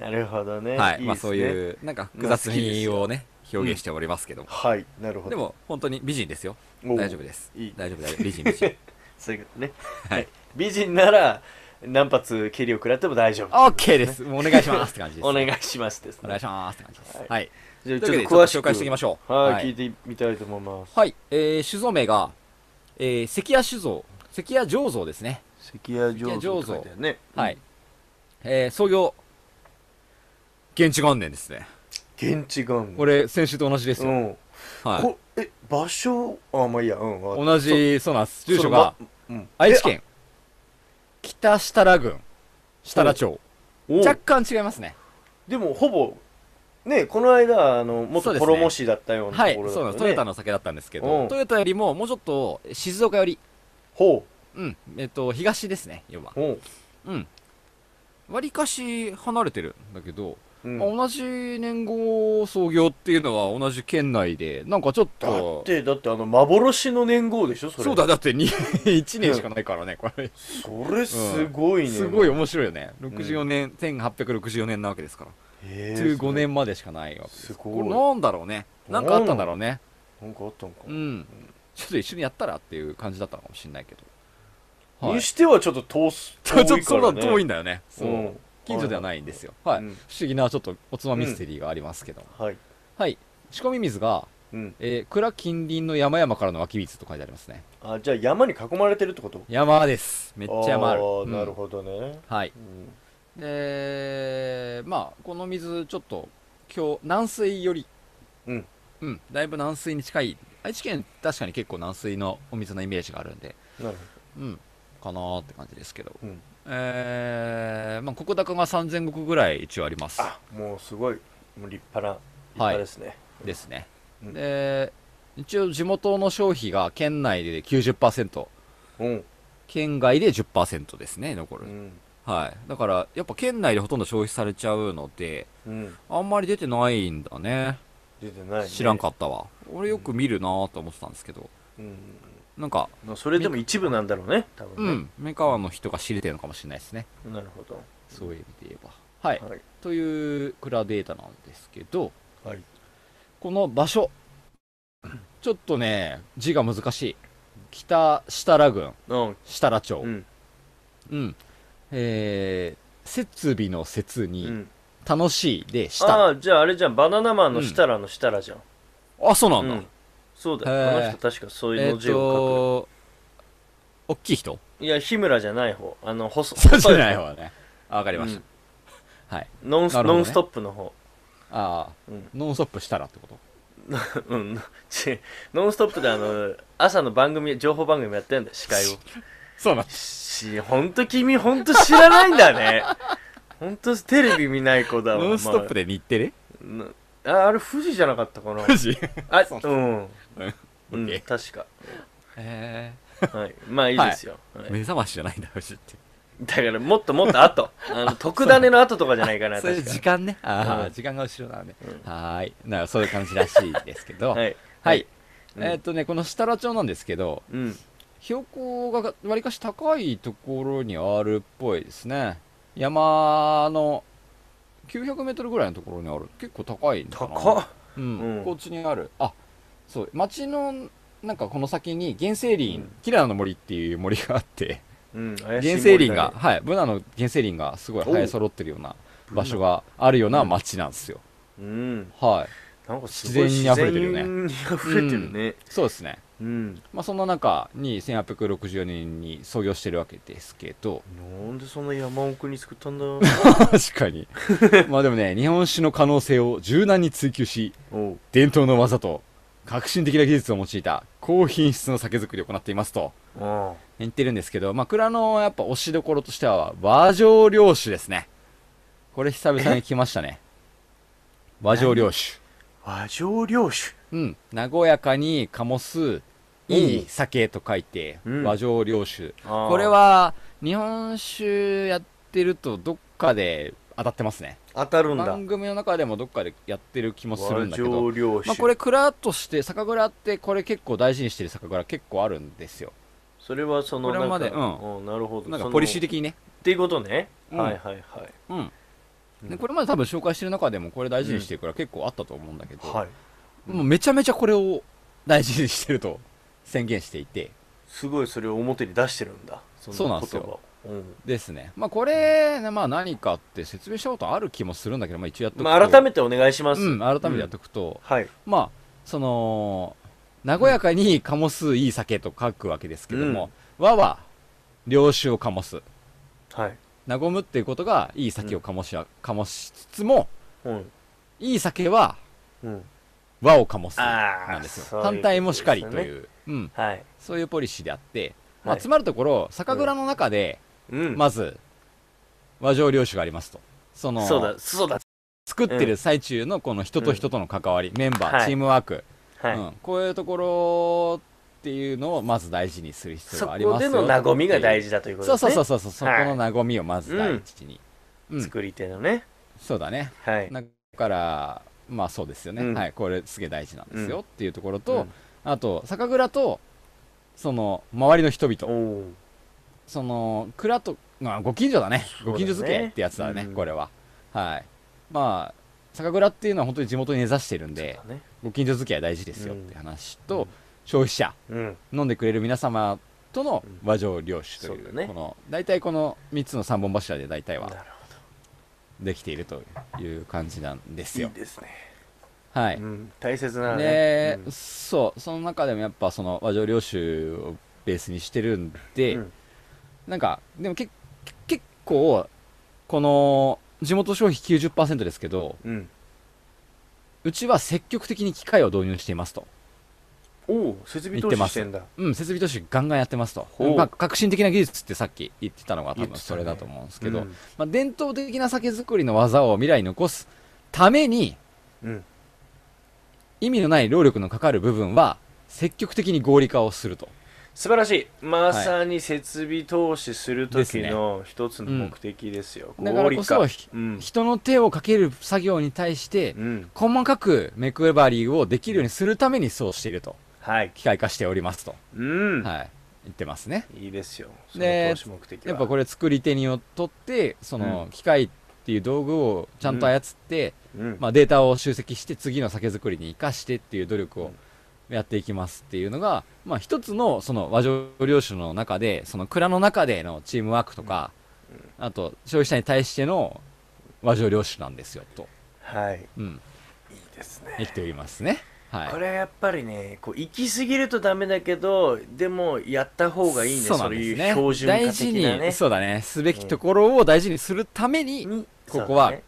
[SPEAKER 6] なるほどね
[SPEAKER 4] はい、
[SPEAKER 6] い
[SPEAKER 4] まあ
[SPEAKER 6] ですね
[SPEAKER 4] そういうなんか複雑にをね表現しておりますけども、
[SPEAKER 6] はいなるほど
[SPEAKER 4] でも本当に美人ですよ
[SPEAKER 6] おう
[SPEAKER 4] 大丈夫です
[SPEAKER 6] いい
[SPEAKER 4] 大丈夫大丈夫美人美 人
[SPEAKER 6] そういうことね
[SPEAKER 4] はい
[SPEAKER 6] はい美人なら何発蹴りを食らっても大丈夫
[SPEAKER 4] オッケーですもうお願いしますって感じです
[SPEAKER 6] お願いしますです
[SPEAKER 4] お願い
[SPEAKER 6] ね
[SPEAKER 4] しますって感じです
[SPEAKER 6] は
[SPEAKER 4] はいい、
[SPEAKER 6] じゃあ
[SPEAKER 4] というわけで
[SPEAKER 6] ちょっと詳しく
[SPEAKER 4] ちょっと紹介していきましょう
[SPEAKER 6] はい、
[SPEAKER 4] はい
[SPEAKER 6] 聞いてみたいと思います
[SPEAKER 4] はいえー、酒造名が、えー、関谷酒造関谷醸造ですね
[SPEAKER 6] 関谷醸造
[SPEAKER 4] 醸
[SPEAKER 6] って
[SPEAKER 4] 造
[SPEAKER 6] 書いてあるね
[SPEAKER 4] はい、えー、創業現地元年ですね
[SPEAKER 6] 現地ガン
[SPEAKER 4] 俺先週と同じです
[SPEAKER 6] う
[SPEAKER 4] よ、
[SPEAKER 6] ん
[SPEAKER 4] はい
[SPEAKER 6] こえ場所あまあいいやうんわかった
[SPEAKER 4] 同じそうなんです
[SPEAKER 6] そう
[SPEAKER 4] 住所が
[SPEAKER 6] そのまうん
[SPEAKER 4] 愛知県北設楽郡設楽町
[SPEAKER 6] えあおう
[SPEAKER 4] 若干違いますね
[SPEAKER 6] でもほぼねこの間あの
[SPEAKER 4] そ
[SPEAKER 6] 元
[SPEAKER 4] うですね
[SPEAKER 6] 衣氏だったような
[SPEAKER 4] は
[SPEAKER 6] と
[SPEAKER 4] い
[SPEAKER 6] ころだった
[SPEAKER 4] そう
[SPEAKER 6] よ
[SPEAKER 4] なん
[SPEAKER 6] ね
[SPEAKER 4] ですトヨタの酒だったんですけ
[SPEAKER 6] うん
[SPEAKER 4] どトヨタよりももうちょっと静岡より
[SPEAKER 6] ほ
[SPEAKER 4] うんえっと東ですね要は
[SPEAKER 6] うほ
[SPEAKER 4] うんわりかし離れてるんだけど、
[SPEAKER 6] う、うん、
[SPEAKER 4] まあ同じ年号創業っていうのは同じ県内でなんかちょっ
[SPEAKER 6] だ
[SPEAKER 4] と
[SPEAKER 6] ってだってあの幻の年号でしょそれ
[SPEAKER 4] そうだだって1 年しかないからねこれ
[SPEAKER 6] それすごいね、
[SPEAKER 4] すごい面白いよね64年、1864年なわけですから
[SPEAKER 6] へえ
[SPEAKER 4] 15年までしかないわけです
[SPEAKER 6] す
[SPEAKER 4] こ
[SPEAKER 6] ご
[SPEAKER 4] れ
[SPEAKER 6] い
[SPEAKER 4] なんだろうねなんかあったんだろうね
[SPEAKER 6] なんかあったのか、
[SPEAKER 4] うんちょっと一緒にやったらっていう感じだったのかもしれないけど、はい、
[SPEAKER 6] に
[SPEAKER 4] ち
[SPEAKER 6] してはちょっと遠 す
[SPEAKER 4] ょ
[SPEAKER 6] 遠
[SPEAKER 4] っと
[SPEAKER 6] いか
[SPEAKER 4] そんな
[SPEAKER 6] ら、ね、
[SPEAKER 4] 遠いんだよねそう、
[SPEAKER 6] うん
[SPEAKER 4] 近所ではないんですよはい、
[SPEAKER 6] うん
[SPEAKER 4] 不思議なちょっとおつまみミステリーがありますけど、
[SPEAKER 6] はい
[SPEAKER 4] はい仕込み水が、
[SPEAKER 6] うん
[SPEAKER 4] えー蔵近隣の山々からの湧き水と書いてありますね
[SPEAKER 6] あじゃあ山に囲まれてるってこと
[SPEAKER 4] 山ですめっちゃ山ある
[SPEAKER 6] ーなる
[SPEAKER 4] ど、
[SPEAKER 6] ほどね、
[SPEAKER 4] うんはい
[SPEAKER 6] うん
[SPEAKER 4] でまあこの水ちょっと今日軟水より
[SPEAKER 6] うん、
[SPEAKER 4] うん、だいぶ軟水に近い愛知県確かに結構軟水のお水のイメージがあるんで
[SPEAKER 6] なる
[SPEAKER 4] うんかなーって感じですけど、
[SPEAKER 6] うん
[SPEAKER 4] えー、まあ国高が3000石ぐらい一応あります
[SPEAKER 6] あもうすごいもう立派な立
[SPEAKER 4] はい
[SPEAKER 6] 派ですね、
[SPEAKER 4] ですね、
[SPEAKER 6] うん
[SPEAKER 4] で一応地元の消費が県内で90%
[SPEAKER 6] うん
[SPEAKER 4] 県外で10%ですね残
[SPEAKER 6] う
[SPEAKER 4] る、
[SPEAKER 6] ん
[SPEAKER 4] はいだからやっぱ県内でほとんど消費されちゃうので
[SPEAKER 6] うん
[SPEAKER 4] あんまり出てないんだね
[SPEAKER 6] 出てない、ね、
[SPEAKER 4] 知らんかったわ俺よく見るなーと思ってたんですけど
[SPEAKER 6] うん
[SPEAKER 4] なんか
[SPEAKER 6] まあそれでも一部なんだろうね多
[SPEAKER 4] う
[SPEAKER 6] 分ね、
[SPEAKER 4] んメカワの人が知れてるのかもしれないですね
[SPEAKER 6] なるほど
[SPEAKER 4] そういう意味で言えばはい、
[SPEAKER 6] はい
[SPEAKER 4] という蔵データなんですけど、
[SPEAKER 6] はい
[SPEAKER 4] この場所ちょっとね字が難しい北設楽郡
[SPEAKER 6] うん
[SPEAKER 4] 設楽町う
[SPEAKER 6] う
[SPEAKER 4] ん、
[SPEAKER 6] ん
[SPEAKER 4] えー、設備の設
[SPEAKER 6] う
[SPEAKER 4] に、
[SPEAKER 6] ん
[SPEAKER 4] 楽しいで
[SPEAKER 6] あ
[SPEAKER 4] 下
[SPEAKER 6] あじゃああれじゃんバナナマンの設楽の設楽じゃん、
[SPEAKER 4] あそうな
[SPEAKER 6] うんん
[SPEAKER 4] だ、
[SPEAKER 6] そうだよあ
[SPEAKER 4] へー
[SPEAKER 6] の人確かそうい
[SPEAKER 4] え
[SPEAKER 6] う
[SPEAKER 4] っ、
[SPEAKER 6] の字を
[SPEAKER 4] と大きい人
[SPEAKER 6] 書く、いや日村じゃない方あの細
[SPEAKER 4] そうじ
[SPEAKER 6] 細
[SPEAKER 4] ゃ
[SPEAKER 6] い
[SPEAKER 4] ないわねあわかりました、はい
[SPEAKER 6] ノンス
[SPEAKER 4] なるほ
[SPEAKER 6] ノ
[SPEAKER 4] どね
[SPEAKER 6] ンストップの方。
[SPEAKER 4] ああ、
[SPEAKER 6] うん
[SPEAKER 4] ノンストップしたらってこと
[SPEAKER 6] うん。ちノンストップであの、朝の番組、情報番組やってんだよ、司会を。
[SPEAKER 4] そうなん
[SPEAKER 6] し、ほんと君、ほんと知らないんだね。ほんとテレビ見ない子だわ。
[SPEAKER 4] ノンストップで日テレ
[SPEAKER 6] まあなあ、あれ富士じゃなかったかな。
[SPEAKER 4] マジ
[SPEAKER 6] あ、
[SPEAKER 4] そう
[SPEAKER 6] うん。う
[SPEAKER 4] オッケ
[SPEAKER 6] ん、
[SPEAKER 4] ー
[SPEAKER 6] 確か。
[SPEAKER 4] え
[SPEAKER 6] はい。まあいいですよ。は
[SPEAKER 4] ー、
[SPEAKER 6] い
[SPEAKER 4] 目覚ましじゃないんだ富士って
[SPEAKER 6] だから、もっともっと後。あの、特ダネの後とかじゃないかな、
[SPEAKER 4] そういう
[SPEAKER 6] 確か。
[SPEAKER 4] 時間ねああ、
[SPEAKER 6] うん
[SPEAKER 4] 時間が後ろなのね、
[SPEAKER 6] うん
[SPEAKER 4] はーいなんかそういう感じらしいですけど
[SPEAKER 6] は
[SPEAKER 4] はい、
[SPEAKER 6] い。うん
[SPEAKER 4] えーっとねこの設楽町なんですけど
[SPEAKER 6] うん。
[SPEAKER 4] 標高がわりかし高いところにあるっぽいですね山の9 0 0ルぐらいのところにある結構高いんだな
[SPEAKER 6] 高っ。
[SPEAKER 4] うん、
[SPEAKER 6] うん
[SPEAKER 4] こっちにあるあそう町のなんかこの先に原生林、
[SPEAKER 6] うん
[SPEAKER 4] キラーの森っていう森があって
[SPEAKER 6] うん、怪しい
[SPEAKER 4] 原生林
[SPEAKER 6] 森だ
[SPEAKER 4] が、
[SPEAKER 6] ね。
[SPEAKER 4] はいブナの原生林がすごい生え揃ってるような場所があるような町なんですよ、
[SPEAKER 6] うん。
[SPEAKER 4] はい
[SPEAKER 6] なんかすごい
[SPEAKER 4] 自然に溢れてるよね
[SPEAKER 6] 自然に溢れてるね。
[SPEAKER 4] そうですね
[SPEAKER 6] うん。
[SPEAKER 4] まあそんな中に1864年に創業してるわけですけど
[SPEAKER 6] なんでそんな山奥に作っ たんだ
[SPEAKER 4] 確かに まあでもね日本酒の可能性を柔軟に追求し
[SPEAKER 6] おう
[SPEAKER 4] 伝統の技と革新的な技術を用いた高品質の酒造りを行っていますと
[SPEAKER 6] うん
[SPEAKER 4] 言ってるんですけど、まあ、蔵のやっぱ推しどころとしては和上領主ですねこれ久々に来ましたね和上領主
[SPEAKER 6] 和上領主
[SPEAKER 4] うん和やかに醸すいい酒と書いて、
[SPEAKER 6] うん
[SPEAKER 4] 和上領主
[SPEAKER 6] あー
[SPEAKER 4] これは日本酒やってるとどっかで当たってますね
[SPEAKER 6] 当たるんだ
[SPEAKER 4] 番組の中でもどっかでやってる気もする
[SPEAKER 6] 和
[SPEAKER 4] んだけど
[SPEAKER 6] 上領主、
[SPEAKER 4] まあ、これ蔵として酒蔵ってこれ結構大事にしてる酒蔵結構あるんですよ
[SPEAKER 6] それはその
[SPEAKER 4] これ
[SPEAKER 6] なん
[SPEAKER 4] ま
[SPEAKER 6] か
[SPEAKER 4] で
[SPEAKER 6] うんなるほど
[SPEAKER 4] なんか
[SPEAKER 6] その
[SPEAKER 4] ポリシー的にね
[SPEAKER 6] っていうことね、
[SPEAKER 4] うん
[SPEAKER 6] はいはいはい
[SPEAKER 4] うんで
[SPEAKER 6] うん
[SPEAKER 4] これまで多分紹介してる中でもこれ大事にしてる蔵結構あったと思うんだけど、
[SPEAKER 6] はい
[SPEAKER 4] もうめちゃめちゃこれを大事にしてると宣言していて
[SPEAKER 6] すごいそれを表に出してるんだそ
[SPEAKER 4] そうなんですよ
[SPEAKER 6] 言葉を
[SPEAKER 4] ですねまあこれ、ねまあ、何かって説明したことある気もするんだけど、まあ、一応やっと
[SPEAKER 6] うん
[SPEAKER 4] くと、
[SPEAKER 6] まあ、改めてお願いします、
[SPEAKER 4] うん改めてやっとくと、
[SPEAKER 6] はい
[SPEAKER 4] まあその和やかに醸すいい酒と書くわけですけども、和は領酒を醸す
[SPEAKER 6] はい、
[SPEAKER 4] 和むっていうことがいい酒を醸し,、醸しつつも
[SPEAKER 6] うん
[SPEAKER 4] いい酒は
[SPEAKER 6] うん、
[SPEAKER 4] 和を醸す
[SPEAKER 6] あー
[SPEAKER 4] なんですよ
[SPEAKER 6] そういうこと
[SPEAKER 4] 反対もしかりという
[SPEAKER 6] です
[SPEAKER 4] うん、
[SPEAKER 6] はい
[SPEAKER 4] そういうポリシーであって、ま
[SPEAKER 6] は
[SPEAKER 4] あ、
[SPEAKER 6] い
[SPEAKER 4] つまるところ酒蔵の中で
[SPEAKER 6] うん
[SPEAKER 4] まず和上領酒がありますとその
[SPEAKER 6] そうだそうだ
[SPEAKER 4] 作ってる最中のこの人と人との関わり、メンバー、
[SPEAKER 6] はい
[SPEAKER 4] チームワーク、
[SPEAKER 6] はい、
[SPEAKER 4] うん、こういうところっていうのをまず大事にする必要
[SPEAKER 6] そ
[SPEAKER 4] がありま
[SPEAKER 6] こ
[SPEAKER 4] す
[SPEAKER 6] で
[SPEAKER 4] よ
[SPEAKER 6] の和みが大
[SPEAKER 4] 事
[SPEAKER 6] 事だということ
[SPEAKER 4] そう
[SPEAKER 6] です
[SPEAKER 4] そう
[SPEAKER 6] ね
[SPEAKER 4] そうそ
[SPEAKER 6] そ
[SPEAKER 4] うそう、
[SPEAKER 6] はい
[SPEAKER 4] そこの和みをまず第一に、うん
[SPEAKER 6] 作り手のね
[SPEAKER 4] そうだね
[SPEAKER 6] はい
[SPEAKER 4] だからまあそうですよね、
[SPEAKER 6] うん
[SPEAKER 4] はいこれすげえ大事なんですよ、
[SPEAKER 6] うん
[SPEAKER 4] っていうところと、あと酒蔵とその周りの人
[SPEAKER 6] うん
[SPEAKER 4] 々
[SPEAKER 6] おー
[SPEAKER 4] その蔵と、まあ、ご近所だね
[SPEAKER 6] そうだね
[SPEAKER 4] ご近所付けってやつだね、
[SPEAKER 6] うん
[SPEAKER 4] これははいまあ酒蔵っていうのは本当に地元に根ざしてるんで
[SPEAKER 6] そうだね
[SPEAKER 4] ご近所付き合い大事ですよって話と、消費者
[SPEAKER 6] うん
[SPEAKER 4] 飲んでくれる皆様との和上領主とい,、
[SPEAKER 6] そううだね
[SPEAKER 4] この大体この3つの3本柱で大体
[SPEAKER 6] な
[SPEAKER 4] は
[SPEAKER 6] る
[SPEAKER 4] できているという感じなんです
[SPEAKER 6] ほ
[SPEAKER 4] よ
[SPEAKER 6] どいいですね、
[SPEAKER 4] はい、
[SPEAKER 6] うん、大切な
[SPEAKER 4] で、
[SPEAKER 6] うん
[SPEAKER 4] そうその中でもやっぱその和上領主をベースにしてるんで、
[SPEAKER 6] うん
[SPEAKER 4] なんかでもけけ結構この地元消費90%ですけど
[SPEAKER 6] うん
[SPEAKER 4] うちは積極的に機械を導入していますと、
[SPEAKER 6] おお設備投資してんだ
[SPEAKER 4] うん、設備投資ガンガンやってますと、
[SPEAKER 6] ほう
[SPEAKER 4] まあ、革新的な技術ってさっき言ってたのが多
[SPEAKER 6] 言って
[SPEAKER 4] 分
[SPEAKER 6] たね
[SPEAKER 4] それだと思うんですけど、
[SPEAKER 6] うん
[SPEAKER 4] まあ、伝統的な酒造りの技を未来に残すために
[SPEAKER 6] うん
[SPEAKER 4] 意味のない労力のかかる部分は積極的に合理化をすると
[SPEAKER 6] 素晴らしいまさに設備投資する時の一つの目的ですよ、
[SPEAKER 4] だからこそ、ひ
[SPEAKER 6] うん
[SPEAKER 4] 人の手をかける作業に対して、
[SPEAKER 6] うん
[SPEAKER 4] 細かく目配りをできるようにするためにそうしていると、
[SPEAKER 6] はい
[SPEAKER 4] 機械化しておりますと、
[SPEAKER 6] うん、
[SPEAKER 4] はい、言ってますね。
[SPEAKER 6] い、いですよその
[SPEAKER 4] で
[SPEAKER 6] 投資目的は
[SPEAKER 4] やっぱこれ作り手によっって、その機械っていう道具をちゃんと操って、
[SPEAKER 6] うん
[SPEAKER 4] まあ、データを集積して次の酒造りに生かしてっていう努力
[SPEAKER 6] う
[SPEAKER 4] を
[SPEAKER 6] ん
[SPEAKER 4] やっていきますっていうのが、まあ、一つのその和上領主の中でその蔵の中でのチームワークとか、あと消費者に対しての和上領主なんですよと、
[SPEAKER 6] はいい
[SPEAKER 4] うん、
[SPEAKER 6] いですね
[SPEAKER 4] 言っておりますね。はい、
[SPEAKER 6] これはやっぱりねこう行き過ぎるとダメだけどでもやった方がいいね
[SPEAKER 4] そ
[SPEAKER 6] そう
[SPEAKER 4] なん
[SPEAKER 6] う
[SPEAKER 4] です
[SPEAKER 6] いう
[SPEAKER 4] ね
[SPEAKER 6] 標準化
[SPEAKER 4] 大事
[SPEAKER 6] 的なね
[SPEAKER 4] にそうだねすべきところを大事にするために、
[SPEAKER 6] に
[SPEAKER 4] ここは
[SPEAKER 6] そうだね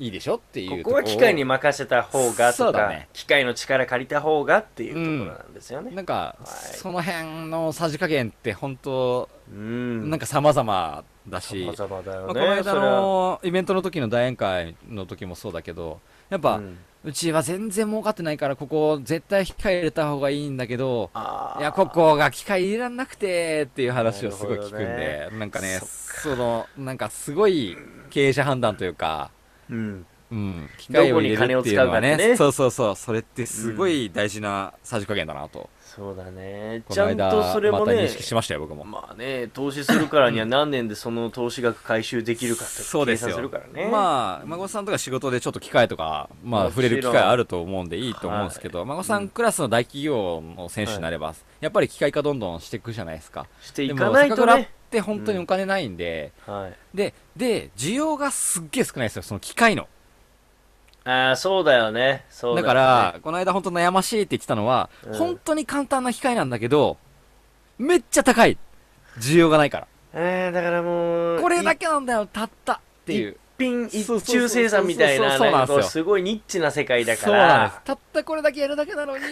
[SPEAKER 4] いいでしょっていう
[SPEAKER 6] こ
[SPEAKER 4] と
[SPEAKER 6] こ
[SPEAKER 4] ろを
[SPEAKER 6] は機械に任せた方が
[SPEAKER 4] そう
[SPEAKER 6] と
[SPEAKER 4] だ
[SPEAKER 6] か、
[SPEAKER 4] ね
[SPEAKER 6] 機械の力借りた方がっていうところなんですよね
[SPEAKER 4] なんか、
[SPEAKER 6] はい
[SPEAKER 4] その辺のさじ加減って本当、
[SPEAKER 6] うん
[SPEAKER 4] なんか様々だし、
[SPEAKER 6] 様々だよ
[SPEAKER 4] ま
[SPEAKER 6] ね
[SPEAKER 4] あこの間
[SPEAKER 6] それは
[SPEAKER 4] のイベントの時の大宴会の時もそうだけどやっぱ、う
[SPEAKER 6] うん
[SPEAKER 4] ちは全然儲かってないからここ絶対機械入れた方がいいんだけど
[SPEAKER 6] あー
[SPEAKER 4] いやここが機械入れらんなくてっていう話をすごい聞くん
[SPEAKER 6] なる
[SPEAKER 4] でなんかね
[SPEAKER 6] そっ
[SPEAKER 4] そのなんかすごい経営者判断というか。
[SPEAKER 6] うん
[SPEAKER 4] うん、機械を入れるっていうのはね
[SPEAKER 6] どこに金を使うかってね
[SPEAKER 4] そうそうそうそれってすごい大事なさじ加減だなと、
[SPEAKER 6] そうだね
[SPEAKER 4] こ
[SPEAKER 6] ち
[SPEAKER 4] の
[SPEAKER 6] ゃん
[SPEAKER 4] 間
[SPEAKER 6] とそれ
[SPEAKER 4] ま
[SPEAKER 6] も
[SPEAKER 4] た認
[SPEAKER 6] ね
[SPEAKER 4] 識しましたよ僕も、
[SPEAKER 6] まあね投資するからには何年でその投資額回収できるかって
[SPEAKER 4] そう
[SPEAKER 6] 計
[SPEAKER 4] です
[SPEAKER 6] 算
[SPEAKER 4] よ
[SPEAKER 6] するからね
[SPEAKER 4] まあ孫さんとか仕事でちょっと機械とか、まあ、
[SPEAKER 6] もち
[SPEAKER 4] 触
[SPEAKER 6] ろん
[SPEAKER 4] れる機会あると思うんでいいと思うんですけど、孫さんクラスの大企業の選手になれば、やっぱり機械化どんどんしていくじゃないですか
[SPEAKER 6] していかないと
[SPEAKER 4] でも酒蔵っ
[SPEAKER 6] ね
[SPEAKER 4] て本当にお金ないんで、
[SPEAKER 6] はい
[SPEAKER 4] でで需要がすっげえ少ないですよその機械の
[SPEAKER 6] ああそうだよねそうだ
[SPEAKER 4] だ
[SPEAKER 6] よ
[SPEAKER 4] か
[SPEAKER 6] ね
[SPEAKER 4] ら、この間本当悩ましいって言ってたのは、
[SPEAKER 6] うん
[SPEAKER 4] 本当に簡単な機械なんだけど、めっちゃ高い。需要がないから。
[SPEAKER 6] えー、だからもう
[SPEAKER 4] これだけなんだよ、たったっていう。
[SPEAKER 6] 一品一中生産みたい
[SPEAKER 4] そうそうそ
[SPEAKER 6] な
[SPEAKER 4] うそう
[SPEAKER 6] なん
[SPEAKER 4] そうなんで
[SPEAKER 6] か
[SPEAKER 4] すよ
[SPEAKER 6] すごいニッチな世界だか
[SPEAKER 4] そうなんです
[SPEAKER 6] ら
[SPEAKER 4] たったこれだけやるだけなのにこ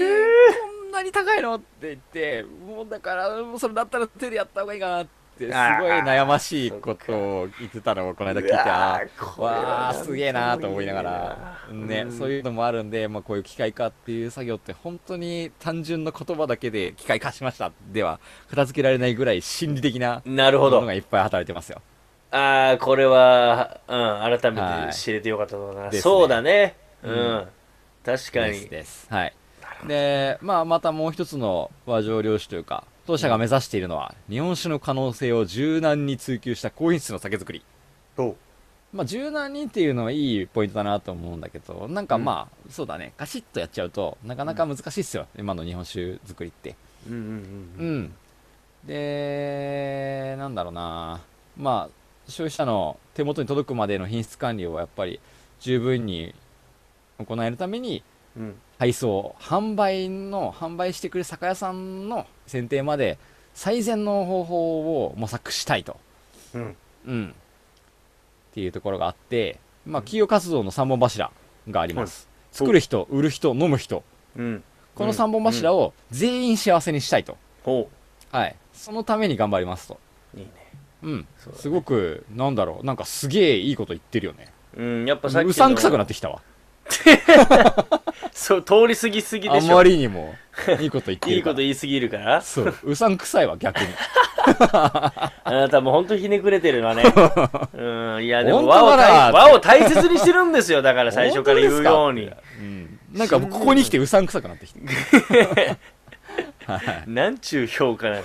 [SPEAKER 4] んなに高いのって言ってもうだからもうそれだったら手でやった方がいいかなってすごい
[SPEAKER 6] あー
[SPEAKER 4] 悩ましいことを言ってたのをこの間聞いて
[SPEAKER 6] うわー
[SPEAKER 4] あー
[SPEAKER 6] これは
[SPEAKER 4] わあ
[SPEAKER 6] なんとも
[SPEAKER 4] すげえなーと思いながら
[SPEAKER 6] 言えない
[SPEAKER 4] ね、
[SPEAKER 6] なうん
[SPEAKER 4] そういうのもあるんで、まあ、こういう機械化っていう作業って本当に単純な言葉だけで機械化しましたでは片付けられないぐらい心理的なも
[SPEAKER 6] なるほ
[SPEAKER 4] の
[SPEAKER 6] ど
[SPEAKER 4] がいっぱい働いてますよ
[SPEAKER 6] ああこれは、うん、改め
[SPEAKER 4] は
[SPEAKER 6] て
[SPEAKER 4] い
[SPEAKER 6] 知れてよかったな、
[SPEAKER 4] ですね
[SPEAKER 6] そうだねうん、
[SPEAKER 4] うん
[SPEAKER 6] 確か
[SPEAKER 4] です
[SPEAKER 6] に
[SPEAKER 4] です。はい。で、まあ、またもう一つの和上漁師というか、当社が目指しているのは、日本酒の可能性を柔軟に追求した高品質の酒造り。
[SPEAKER 6] そう
[SPEAKER 4] まあ、柔軟にっていうのはいいポイントだなと思うんだけど、なんかまあ、そうだね、ガシッとやっちゃうと、なかなか難しいっすよ、今の日本酒作りって。
[SPEAKER 6] うんうんう
[SPEAKER 4] うんん。で、なんだろうな。まあ、消費者の手元に届くまでの品質管理をやっぱり十分に行えるために、
[SPEAKER 6] うん
[SPEAKER 4] 配送販売の販売してくれる酒屋さんの選定まで最善の方法を模索したいと、
[SPEAKER 6] うん
[SPEAKER 4] うんっていうところがあって、まあ、企業活動の3本柱があります、作る人売る人飲む人
[SPEAKER 6] うん
[SPEAKER 4] この3本柱
[SPEAKER 6] を、
[SPEAKER 4] を全員幸せにしたいと、
[SPEAKER 6] うんほ
[SPEAKER 4] はい、そのために頑張りますと、
[SPEAKER 6] ういいね
[SPEAKER 4] うん
[SPEAKER 6] そうだね
[SPEAKER 4] すごくなんだろうなんかすげえいいこと言ってるよね
[SPEAKER 6] うんやっぱさっきの
[SPEAKER 4] うさんくさくなってきたわ
[SPEAKER 6] そう通り過ぎすぎ
[SPEAKER 4] あ
[SPEAKER 6] で
[SPEAKER 4] ん
[SPEAKER 6] し
[SPEAKER 4] ま
[SPEAKER 6] ょ
[SPEAKER 4] りにもいいこと言って
[SPEAKER 6] い
[SPEAKER 4] る
[SPEAKER 6] い
[SPEAKER 4] か
[SPEAKER 6] こ
[SPEAKER 4] ら
[SPEAKER 6] と言いすぎるから
[SPEAKER 4] そううさんくさいわ逆に
[SPEAKER 6] あなたもう本当ひねくれてるわね。うん、いやでも
[SPEAKER 4] 本
[SPEAKER 6] 和
[SPEAKER 4] 当
[SPEAKER 6] を
[SPEAKER 4] だ
[SPEAKER 6] 大
[SPEAKER 4] な
[SPEAKER 6] 和を大切にしてるんですよ、だから最初から言うように
[SPEAKER 4] 本。なんかもうここに来てうさんくさくなってきて。はい
[SPEAKER 6] なんちゅう評価なの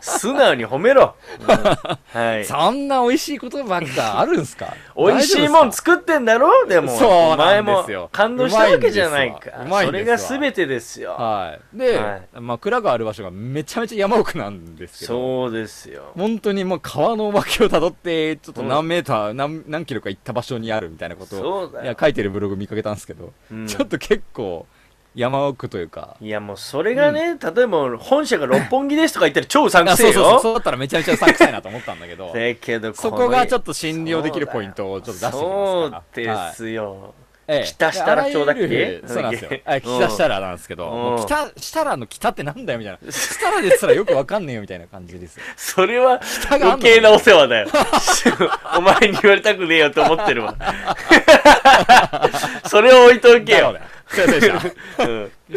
[SPEAKER 6] 素直に褒めろ。うんはい。
[SPEAKER 4] そんな美味しいことばっかあるんすか
[SPEAKER 6] 美味しいもん作ってんだろでも、
[SPEAKER 4] そ
[SPEAKER 6] お
[SPEAKER 4] うな
[SPEAKER 6] 前
[SPEAKER 4] んで
[SPEAKER 6] も
[SPEAKER 4] すよ
[SPEAKER 6] 感動したわけじゃないか
[SPEAKER 4] う。まい
[SPEAKER 6] そ
[SPEAKER 4] んですわ
[SPEAKER 6] れが全てですよ。
[SPEAKER 4] はい。で、
[SPEAKER 6] は
[SPEAKER 4] まあ蔵がある場所がめちゃめちゃ山奥なんですけど、
[SPEAKER 6] そうですよ。
[SPEAKER 4] 本当にもう川の脇をたどって、ちょっと何メーター、何何キロか行った場所にあるみたいなことを、
[SPEAKER 6] そうだ
[SPEAKER 4] いや
[SPEAKER 6] よ。
[SPEAKER 4] 書いてるブログ見かけたんですけど、
[SPEAKER 6] うん
[SPEAKER 4] ちょっと結構山奥というか、
[SPEAKER 6] いやもうそれがね、例えば本社が六本木ですとか言ったら超うさんく
[SPEAKER 4] あ
[SPEAKER 6] せ
[SPEAKER 4] そ
[SPEAKER 6] え
[SPEAKER 4] うそうそう、そう
[SPEAKER 6] よ。
[SPEAKER 4] だったらめちゃめちゃうさんくさいなと思ったんだけ ど、
[SPEAKER 6] だけど
[SPEAKER 4] そこがちょ
[SPEAKER 6] っ
[SPEAKER 4] っと診療できるポイントをちょっと出してきますから。
[SPEAKER 6] そう
[SPEAKER 4] はい
[SPEAKER 6] ですよ。
[SPEAKER 4] ええ
[SPEAKER 6] 北したら町だっけ
[SPEAKER 4] あらゆるそうなんですよ。はい北したらなんですけど、
[SPEAKER 6] うん
[SPEAKER 4] もう北、したらの北ってなんだよみたいな。したらですらよくわかんねえよみたいな感じですよ。
[SPEAKER 6] それは
[SPEAKER 4] 下があん
[SPEAKER 6] 余
[SPEAKER 4] の
[SPEAKER 6] 計なお世話だよ。 お前に言われたくねえよって思ってる わ。それを置いとけ
[SPEAKER 4] だよ
[SPEAKER 6] よ
[SPEAKER 4] ね。。すいませんで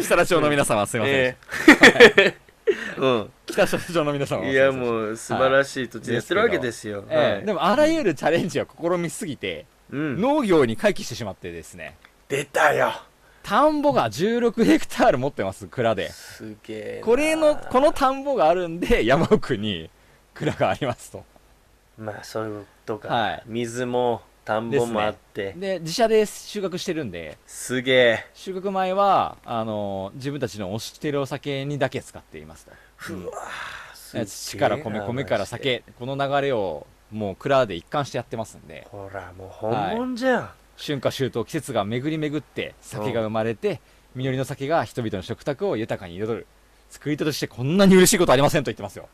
[SPEAKER 4] し
[SPEAKER 6] うん
[SPEAKER 4] た。したら町の皆様すいませんでし
[SPEAKER 6] え
[SPEAKER 4] た。
[SPEAKER 6] え うん
[SPEAKER 4] 北したら町の皆様
[SPEAKER 6] いや
[SPEAKER 4] う。
[SPEAKER 6] もう素晴らしい土地やってるわけですよ。
[SPEAKER 4] え
[SPEAKER 6] は
[SPEAKER 4] え、
[SPEAKER 6] い
[SPEAKER 4] でもあらゆるチャレンジを試みすぎて、
[SPEAKER 6] うん
[SPEAKER 4] 農業に回帰してしまってですね、
[SPEAKER 6] 出たよ。
[SPEAKER 4] 田んぼが16ヘクタール持ってます、蔵で。
[SPEAKER 6] すげえな。
[SPEAKER 4] これの、この田んぼがあるんで、山奥に蔵がありますと。
[SPEAKER 6] まあそういうこと
[SPEAKER 4] は
[SPEAKER 6] か
[SPEAKER 4] い。
[SPEAKER 6] 水も田んぼもあって。
[SPEAKER 4] で、自社で収穫してるんで、
[SPEAKER 6] すげえ。
[SPEAKER 4] 収穫前はあの自分たちの推してるお酒にだけ使っていますと
[SPEAKER 6] ふわ
[SPEAKER 4] え土から米米から。
[SPEAKER 6] すげえな
[SPEAKER 4] 酒この流れをもう蔵で一貫してやってますんで
[SPEAKER 6] マジでほらもう本物じゃん。
[SPEAKER 4] 春夏秋冬季節が巡り巡って酒が生まれて実りの酒が人々の食卓を豊かに彩る作り手としてこんなに嬉しいことありませんと言ってますよ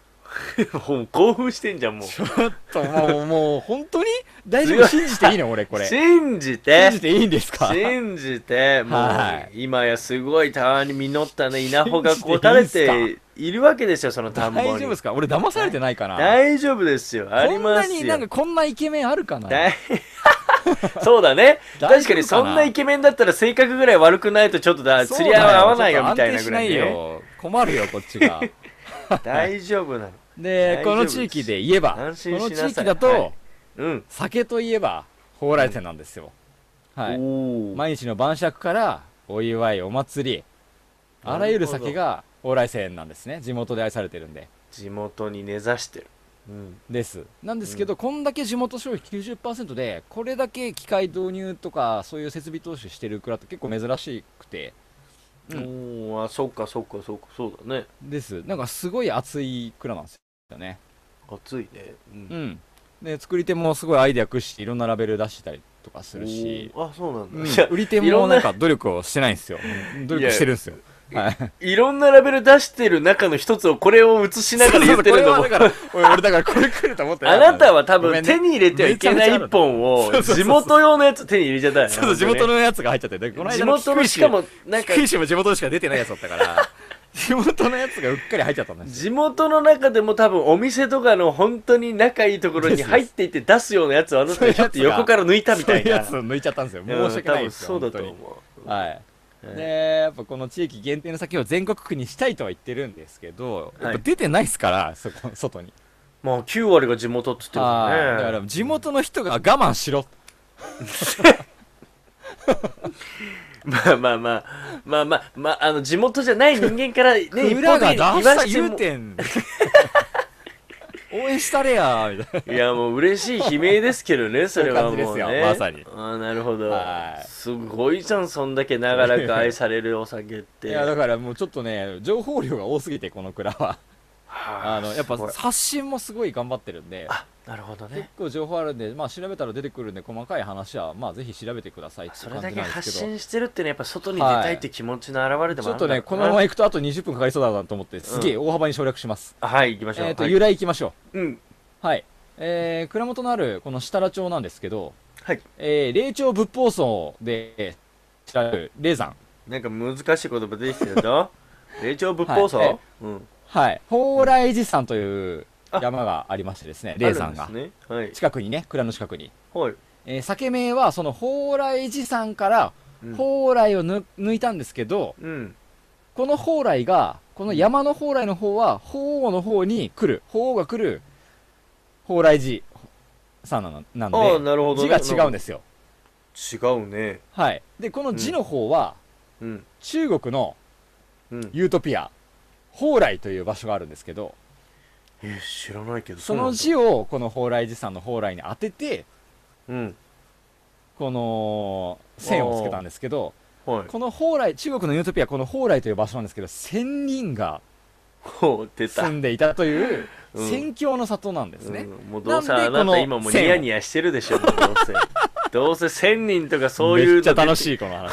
[SPEAKER 6] もう興奮してんじゃんもう。
[SPEAKER 4] ちょっともうもう本当に大丈夫信じていいの 俺これ信
[SPEAKER 6] 信じて
[SPEAKER 4] じていいんですか
[SPEAKER 6] 信じてもう、
[SPEAKER 4] はい
[SPEAKER 6] 今やすごいたわに実ったね稲穂が
[SPEAKER 4] 信じていい
[SPEAKER 6] こ
[SPEAKER 4] んすか
[SPEAKER 6] たれているわけですよその
[SPEAKER 4] 大
[SPEAKER 6] 田んぼに
[SPEAKER 4] 丈夫ですか俺騙されてないかな
[SPEAKER 6] 大丈夫ですよあります
[SPEAKER 4] こんなにな
[SPEAKER 6] よ
[SPEAKER 4] んかこんなイケメンあるかな
[SPEAKER 6] 大そうだね
[SPEAKER 4] 大丈夫かな
[SPEAKER 6] 確かにそんなイケメンだったら性格ぐらい悪くないとちょっとだ釣り合わ合わないよみたいなぐらい,、
[SPEAKER 4] そうだよちょっと安定しない
[SPEAKER 6] ね、
[SPEAKER 4] よ困るよこっち が
[SPEAKER 6] 大丈夫なの
[SPEAKER 4] で
[SPEAKER 6] 大丈
[SPEAKER 4] こ
[SPEAKER 6] 夫
[SPEAKER 4] の
[SPEAKER 6] です
[SPEAKER 4] 地域で言えばこ
[SPEAKER 6] 安
[SPEAKER 4] の
[SPEAKER 6] 心しなさ
[SPEAKER 4] 地
[SPEAKER 6] い
[SPEAKER 4] 域だと、
[SPEAKER 6] はいうん、
[SPEAKER 4] 酒といえば蓬莱店なんですよ、はい
[SPEAKER 6] おー
[SPEAKER 4] 毎日の晩酌からお祝いお祭りあらゆる酒が蓬莱店なんですね地元で愛されてるんで
[SPEAKER 6] 地元に根ざしてる、うん、
[SPEAKER 4] ですなんですけど、こんだけ地元消費90%でこれだけ機械導入とかそういう設備投資してる蔵って結構珍しくてう
[SPEAKER 6] おーあそっかそっかそっかそうだね
[SPEAKER 4] ですなんかすごい熱い蔵なんですよね
[SPEAKER 6] 暑いね、うん
[SPEAKER 4] うん、で作り手もすごいアイデア駆使していろんなラベル出してたりとかするし、
[SPEAKER 6] おーあそうなんだ、
[SPEAKER 4] うん
[SPEAKER 6] いや
[SPEAKER 4] 売り手
[SPEAKER 6] いろん
[SPEAKER 4] も
[SPEAKER 6] な
[SPEAKER 4] なんか努力をしてないんですよ努力してるんですよはい
[SPEAKER 6] いろんなラベル出してる中の一つをこれを映しながら言ってると思う
[SPEAKER 4] そうそうこれはだから 俺俺だからこれ来ると思って
[SPEAKER 6] あなたは多
[SPEAKER 4] ごめ
[SPEAKER 6] 分
[SPEAKER 4] ん
[SPEAKER 6] 手
[SPEAKER 4] ね
[SPEAKER 6] に入れてはいけない一本を
[SPEAKER 4] めちゃめちゃある
[SPEAKER 6] 地元用のやつ手に入れちゃったよね
[SPEAKER 4] そうそう地元のやつが入っちゃってでこの
[SPEAKER 6] 地
[SPEAKER 4] 間の
[SPEAKER 6] 元の
[SPEAKER 4] 菊
[SPEAKER 6] しかも
[SPEAKER 4] 石
[SPEAKER 6] なんか
[SPEAKER 4] 菊石も地元のしか出てないやつだったから 地元のやつがうっかり入っちゃったんだ
[SPEAKER 6] 地元の中でも多分お店とかの本当に仲いいところに入っていって出すようなやつをあなたがちょっと横から抜いたみた
[SPEAKER 4] そう
[SPEAKER 6] い
[SPEAKER 4] う
[SPEAKER 6] な
[SPEAKER 4] やつを抜いちゃったんですよ
[SPEAKER 6] うん
[SPEAKER 4] 申し訳ないですよ
[SPEAKER 6] 多分そうだと
[SPEAKER 4] 本
[SPEAKER 6] 思
[SPEAKER 4] 当にはいでやっぱこの地域限定の先を全国区にしたいとは言ってるんですけど、やっぱ出てないですからそこ外に
[SPEAKER 6] うまあ9割が地元っつってるか
[SPEAKER 4] はい
[SPEAKER 6] ら
[SPEAKER 4] だ
[SPEAKER 6] ね
[SPEAKER 4] から地元の人が我慢しろ
[SPEAKER 6] まあまあまあまあまあまああの地元じゃない人間か らね一
[SPEAKER 4] 裏
[SPEAKER 6] 方的
[SPEAKER 4] が出
[SPEAKER 6] に言わ
[SPEAKER 4] した
[SPEAKER 6] して
[SPEAKER 4] 言う
[SPEAKER 6] も
[SPEAKER 4] て ん応援したれやみたい
[SPEAKER 6] いやもう嬉しい悲鳴ですけどねそれはもうね
[SPEAKER 4] そういう感じですよまさに
[SPEAKER 6] ああなるほど
[SPEAKER 4] はい
[SPEAKER 6] すごいじゃんそんだけ長らく愛されるお酒って
[SPEAKER 4] ないやだからもうちょっとね情報量が多すぎてこの蔵は
[SPEAKER 6] はあ
[SPEAKER 4] あのやっぱ
[SPEAKER 6] すごい
[SPEAKER 4] 刷新もすごい頑張ってるんで
[SPEAKER 6] あなるほど
[SPEAKER 4] 結
[SPEAKER 6] ね
[SPEAKER 4] 構情報あるんで、まあ、調べたら出てくるんで細かい話は、まあ、ぜひ調べてくださいって
[SPEAKER 6] そ
[SPEAKER 4] いう感
[SPEAKER 6] れ
[SPEAKER 4] じな
[SPEAKER 6] だ
[SPEAKER 4] ん
[SPEAKER 6] け
[SPEAKER 4] で
[SPEAKER 6] 発
[SPEAKER 4] すけど
[SPEAKER 6] 信してるってのはやっぱ外に出たいって気持ちの表れで
[SPEAKER 4] ち
[SPEAKER 6] もあ
[SPEAKER 4] ょっ
[SPEAKER 6] るんだ
[SPEAKER 4] とねこのまま行くとあと20分かかりそうだなと思ってすげえ大幅に省略します、
[SPEAKER 6] はい行きましょう
[SPEAKER 4] えっ、と、
[SPEAKER 6] はい
[SPEAKER 4] 由来行きましょ
[SPEAKER 6] うん
[SPEAKER 4] うはいえー、蔵元のあるこの設楽町なんですけど、
[SPEAKER 6] はい
[SPEAKER 4] えー、霊長仏法僧で知られる霊山
[SPEAKER 6] なんか難しい言葉出てきて るぞ霊長仏法
[SPEAKER 4] はい
[SPEAKER 6] 僧うん
[SPEAKER 4] はい蓬莱寺山という山がありましてですね霊山
[SPEAKER 6] あ
[SPEAKER 4] が、
[SPEAKER 6] るんですねはい
[SPEAKER 4] 近くにね蔵の近くに
[SPEAKER 6] はい
[SPEAKER 4] えー酒名はその蓬莱寺山から
[SPEAKER 6] うん
[SPEAKER 4] 蓬莱をぬ抜いたんですけど、
[SPEAKER 6] うん
[SPEAKER 4] この蓬莱がこの山の蓬莱の方は鳳凰の方に来る鳳凰が来る蓬莱寺さんなのな
[SPEAKER 6] ああ
[SPEAKER 4] の
[SPEAKER 6] なるほ
[SPEAKER 4] で
[SPEAKER 6] ど
[SPEAKER 4] 字
[SPEAKER 6] ね
[SPEAKER 4] が違うんですよ
[SPEAKER 6] す違うね
[SPEAKER 4] はいでこの字の方は、
[SPEAKER 6] うん
[SPEAKER 4] 中国の
[SPEAKER 6] うん
[SPEAKER 4] ユートピア蓬莱という場所があるんですけど
[SPEAKER 6] え知らないけど
[SPEAKER 4] そう
[SPEAKER 6] なん
[SPEAKER 4] の
[SPEAKER 6] だ
[SPEAKER 4] 字をこの蓬莱寺山の蓬莱に当てて
[SPEAKER 6] うん
[SPEAKER 4] この線をつけたんですけど
[SPEAKER 6] はい
[SPEAKER 4] この蓬莱中国のユートピアこの蓬莱という場所なんですけど1000人が
[SPEAKER 6] こう出た
[SPEAKER 4] 住んでいたという
[SPEAKER 6] うん
[SPEAKER 4] 宣教の里なんですね、
[SPEAKER 6] うん、もうどうせ
[SPEAKER 4] なんで
[SPEAKER 6] あな
[SPEAKER 4] この
[SPEAKER 6] た今もうニヤニヤしてるでしょもうどうせどうせ1000人とかそういう
[SPEAKER 4] めっちゃ楽
[SPEAKER 6] い
[SPEAKER 4] しいこの話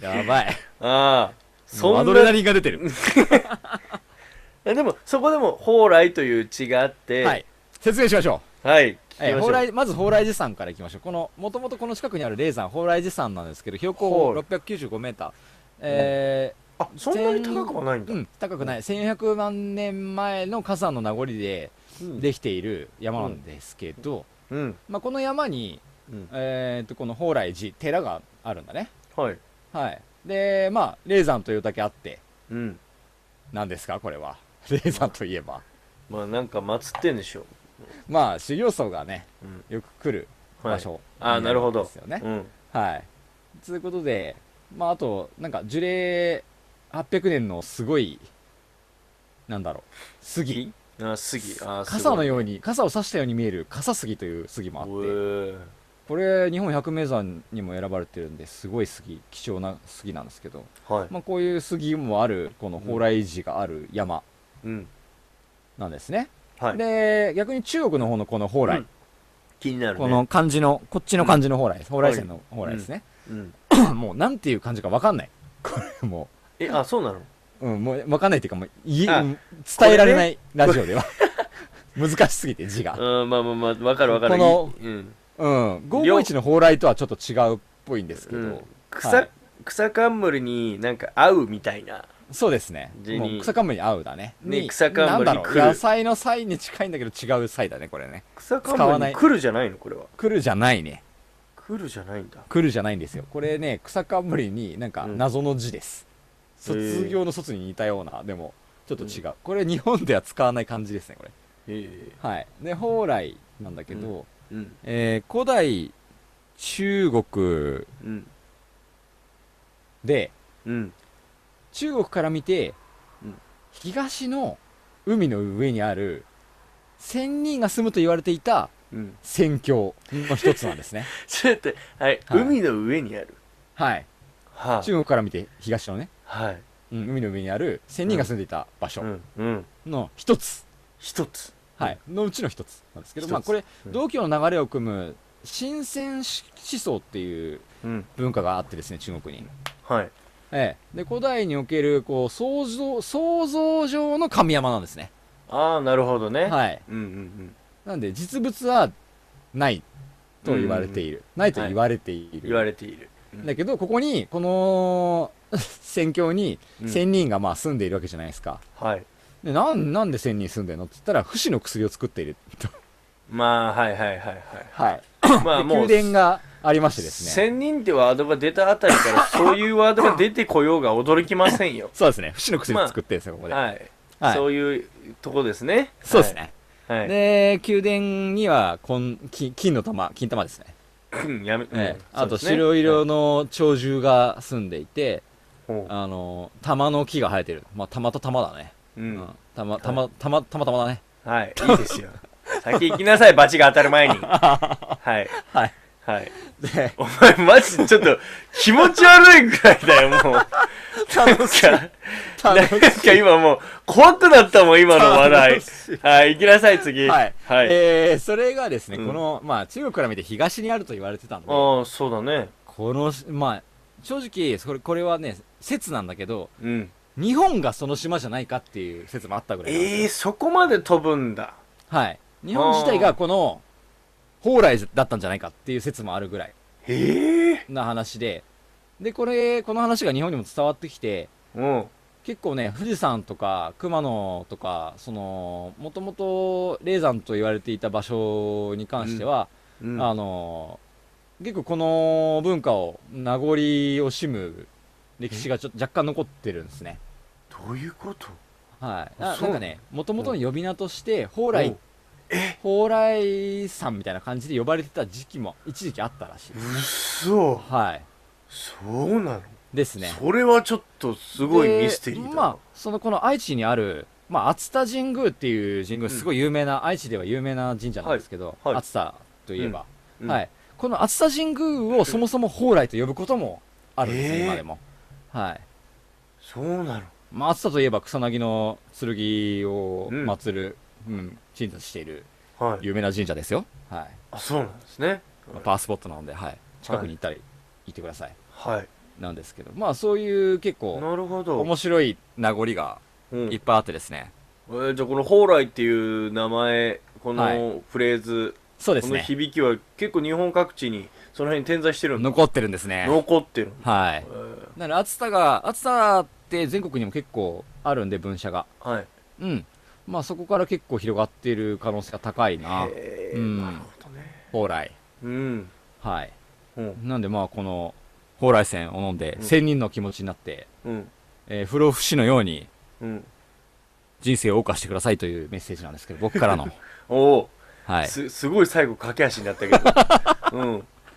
[SPEAKER 4] やばい
[SPEAKER 6] ああそ
[SPEAKER 4] もうア
[SPEAKER 6] ん
[SPEAKER 4] ドレ
[SPEAKER 6] な
[SPEAKER 4] ナリンが出てる
[SPEAKER 6] えでもそこでも蓬莱という地があって
[SPEAKER 4] はい説明しましょ
[SPEAKER 6] はい、
[SPEAKER 4] うえー
[SPEAKER 6] 聞きましょう
[SPEAKER 4] 蓬莱まず蓬莱寺山からいきましょうこのもともとこの近くにある霊山蓬莱寺山なんですけど標高
[SPEAKER 6] はい
[SPEAKER 4] 695m えー
[SPEAKER 6] あそんなに高くはないんだ、
[SPEAKER 4] うん、高くない1400万年前の火山の名残で
[SPEAKER 6] うん
[SPEAKER 4] できている山なんですけど、
[SPEAKER 6] うん
[SPEAKER 4] まあ、この山に、
[SPEAKER 6] うん
[SPEAKER 4] えー、とこの蓬莱寺寺があるんだね
[SPEAKER 6] はい
[SPEAKER 4] はいでまあ霊山というだけあって
[SPEAKER 6] うん
[SPEAKER 4] 何ですかこれは 霊山といえば
[SPEAKER 6] まあなんか祀ってんでしょ
[SPEAKER 4] まあ修行僧がね
[SPEAKER 6] うん
[SPEAKER 4] よく来る場所、
[SPEAKER 6] ああなるほど
[SPEAKER 4] ですよね
[SPEAKER 6] うん
[SPEAKER 4] はいということでまああとなんか樹齢800年のすごいなんだろう杉
[SPEAKER 6] あ杉ああ
[SPEAKER 4] 傘のように傘を差したように見える傘杉という杉もあっ
[SPEAKER 6] う
[SPEAKER 4] てこれ日本百名山にも選ばれてるんですごい杉貴重な杉なんですけど
[SPEAKER 6] はい、
[SPEAKER 4] まあ、こういう杉もあるこの蓬莱寺がある山
[SPEAKER 6] うん
[SPEAKER 4] なんですね、
[SPEAKER 6] はい
[SPEAKER 4] で逆に中国の方のこの蓬莱、
[SPEAKER 6] うん気になるね
[SPEAKER 4] この漢字のこっちの漢字の 蓬莱、蓬莱山の蓬莱ですね、
[SPEAKER 6] うん、
[SPEAKER 4] もうなんていう漢字か分かんないこれも
[SPEAKER 6] えあそうなの
[SPEAKER 4] う,、うん、もう分かんないっていうかもうい
[SPEAKER 6] あ
[SPEAKER 4] 伝えられないラジオでは、 難しすぎて字が
[SPEAKER 6] うんまあまあまあわかるわかる
[SPEAKER 4] この
[SPEAKER 6] いうん
[SPEAKER 4] うん551の蓬莱とはちょっと違うっぽいんですけ
[SPEAKER 6] う
[SPEAKER 4] ど、
[SPEAKER 6] ん、草、
[SPEAKER 4] はい
[SPEAKER 6] 草冠になんか合うみたいな
[SPEAKER 4] そうですね
[SPEAKER 6] 字に
[SPEAKER 4] もう草冠に合うだね
[SPEAKER 6] ね
[SPEAKER 4] に
[SPEAKER 6] 草冠に
[SPEAKER 4] なんだろう
[SPEAKER 6] 来る
[SPEAKER 4] 野菜の菜に近いんだけど違う菜だねこれね
[SPEAKER 6] 草
[SPEAKER 4] 使わ
[SPEAKER 6] 冠
[SPEAKER 4] ない
[SPEAKER 6] に来るじゃないのこれは
[SPEAKER 4] 来るじゃないね
[SPEAKER 6] 来るじゃないんだ
[SPEAKER 4] 来るじゃないんですよこれね草冠になんか謎の字です、
[SPEAKER 6] うん
[SPEAKER 4] 卒業の卒に似たようなでもちょっと違う、これ日本では使わない漢字ですねこれ
[SPEAKER 6] え
[SPEAKER 4] はいで蓬莱なんだけど、
[SPEAKER 6] えうん
[SPEAKER 4] えー古代中国
[SPEAKER 6] うん
[SPEAKER 4] で
[SPEAKER 6] うん
[SPEAKER 4] 中国から見て、
[SPEAKER 6] うん
[SPEAKER 4] 東の海の上にある仙人が住むと言われていた
[SPEAKER 6] うん
[SPEAKER 4] 仙境の一つなんですね
[SPEAKER 6] ちょっと待ってはい、
[SPEAKER 4] はい
[SPEAKER 6] 海の上にある
[SPEAKER 4] はい
[SPEAKER 6] は
[SPEAKER 4] 中国から見て東のね、
[SPEAKER 6] はい
[SPEAKER 4] うん、海の上にある仙人が住んでいた場所
[SPEAKER 6] うんうん
[SPEAKER 4] の一つ、
[SPEAKER 6] 一つ
[SPEAKER 4] はい、のうちの一つなんですけど、
[SPEAKER 6] 一つ
[SPEAKER 4] まあ、これ、
[SPEAKER 6] うん
[SPEAKER 4] 道教の流れを組む新鮮思想っていう
[SPEAKER 6] うん
[SPEAKER 4] 文化があってですね中国に
[SPEAKER 6] はい
[SPEAKER 4] ええ、で古代におけるこう想像想像上の神山なんですね
[SPEAKER 6] ああなるほどね
[SPEAKER 4] はい
[SPEAKER 6] うんうん
[SPEAKER 4] なんで実物はないと言われている、ないと言われている、
[SPEAKER 6] うん言われている
[SPEAKER 4] だけどここにこの 戦況に
[SPEAKER 6] うん
[SPEAKER 4] 仙人がまあ住んでいるわけじゃないですか、
[SPEAKER 6] はい
[SPEAKER 4] でなんなんで仙人住んでるのって言ったら不死の薬を作っていると
[SPEAKER 6] まあはいはいはい
[SPEAKER 4] はい
[SPEAKER 6] はいま あ
[SPEAKER 4] で
[SPEAKER 6] もう
[SPEAKER 4] 宮殿がありましてですね
[SPEAKER 6] 千人ってワードが出たあたり からそういうワードが出てこようが驚きませんよ
[SPEAKER 4] そうですね不死の薬を作ってるんですよここで、
[SPEAKER 6] はい、
[SPEAKER 4] はい
[SPEAKER 6] そういうとこですね
[SPEAKER 4] そうですね、
[SPEAKER 6] はい、はい
[SPEAKER 4] で宮殿にはこん金金の玉金玉ですね
[SPEAKER 6] うんやめ、うん
[SPEAKER 4] ええあと
[SPEAKER 6] そうですね
[SPEAKER 4] 白色の鳥獣が住んでいて、
[SPEAKER 6] ほ
[SPEAKER 4] あの玉の木が生えてるまあ玉と玉だね、
[SPEAKER 6] うう
[SPEAKER 4] うんん、玉玉玉玉玉だね
[SPEAKER 6] はいいいですよ先行きなさいバチが当たる 前にはい
[SPEAKER 4] はい
[SPEAKER 6] はい
[SPEAKER 4] で
[SPEAKER 6] お前マジちょっと気持ち悪いぐらいだよもう
[SPEAKER 4] 楽しい
[SPEAKER 6] なんかなん
[SPEAKER 4] 楽しい
[SPEAKER 6] か今もう怖くなったもん今の話題
[SPEAKER 4] 楽しい
[SPEAKER 6] はい行きなさい次
[SPEAKER 4] はい、
[SPEAKER 6] はい、
[SPEAKER 4] えーそれがですね、
[SPEAKER 6] うん
[SPEAKER 4] このまあ中国から見て東にあると言われてたんでこ
[SPEAKER 6] ああそうだね
[SPEAKER 4] のまあ正直それこれはね説なんだけど
[SPEAKER 6] うん
[SPEAKER 4] 日本がその島じゃないかっていう説もあったぐらいなんですよ
[SPEAKER 6] ええー、そこまで飛ぶんだ
[SPEAKER 4] はい日本自体がこの蓬莱だったんじゃないかっていう説もあるぐらい
[SPEAKER 6] ええ
[SPEAKER 4] な話ででこれこの話が日本にも伝わってきて
[SPEAKER 6] うん
[SPEAKER 4] 結構ね富士山とか熊野とかそのもともと霊山と言われていた場所に関しては、
[SPEAKER 6] うん
[SPEAKER 4] あの結構この文化を名残を惜しむ歴史がちょっと若干残ってるんですね
[SPEAKER 6] どういうこと
[SPEAKER 4] はいな
[SPEAKER 6] そう
[SPEAKER 4] なんかねもともとの呼び名として蓬莱蓬莱山みたいな感じで呼ばれてた時期も一時期あったらしいです
[SPEAKER 6] うっそ
[SPEAKER 4] はい
[SPEAKER 6] そうなの
[SPEAKER 4] ですね
[SPEAKER 6] それはちょっとすごい
[SPEAKER 4] で
[SPEAKER 6] ミステリーだな
[SPEAKER 4] まあそのこの愛知にある、まあ、熱田神宮っていう神宮すごい有名な、愛知では有名な神社なんですけど、
[SPEAKER 6] はいはい
[SPEAKER 4] 熱田といえば、
[SPEAKER 6] うん
[SPEAKER 4] はい、この熱田神宮をそもそも蓬莱と呼ぶこともあるんですね、
[SPEAKER 6] えー
[SPEAKER 4] 今でも、はい
[SPEAKER 6] そうなの
[SPEAKER 4] まあ、熱田といえば草薙の剣を
[SPEAKER 6] うん
[SPEAKER 4] 祀る、うん神社している
[SPEAKER 6] はい
[SPEAKER 4] 有名な神社ですよ、はい
[SPEAKER 6] あそうなんですね
[SPEAKER 4] まあパワースポットなので、はい、近くに行ったり行ってください、
[SPEAKER 6] はい
[SPEAKER 4] なんですけどまあそういう結構
[SPEAKER 6] なるほど、
[SPEAKER 4] 面白い名残が
[SPEAKER 6] うん
[SPEAKER 4] いっ
[SPEAKER 6] え
[SPEAKER 4] ぱいあってですね、
[SPEAKER 6] ーじゃあこの「蓬莱」っていう名前こ
[SPEAKER 4] は
[SPEAKER 6] のフレーズ、
[SPEAKER 4] そうです
[SPEAKER 6] この
[SPEAKER 4] ね
[SPEAKER 6] 響きは結構日本各地にその辺に点在してるんだ
[SPEAKER 4] 残ってるんですね。
[SPEAKER 6] 残ってるんだ
[SPEAKER 4] はい
[SPEAKER 6] え。ー
[SPEAKER 4] なので、暑さが、暑さって全国にも結構あるんで、分社が。
[SPEAKER 6] はい
[SPEAKER 4] うん。まあ、そこから結構広がっている可能性が高いな、
[SPEAKER 6] へえ
[SPEAKER 4] うん
[SPEAKER 6] なるほどね
[SPEAKER 4] 蓬莱。
[SPEAKER 6] うん
[SPEAKER 4] はい。
[SPEAKER 6] うん
[SPEAKER 4] なんで、まあ、この、蓬莱泉を飲んで、
[SPEAKER 6] うん
[SPEAKER 4] 仙人の気持ちになって、
[SPEAKER 6] うん
[SPEAKER 4] えー不老不死のように
[SPEAKER 6] うん
[SPEAKER 4] 人生を謳歌してくださいというメッセージなんですけど、僕から の。
[SPEAKER 6] おお
[SPEAKER 4] はい。
[SPEAKER 6] すすごい最後駆け足になった けどうん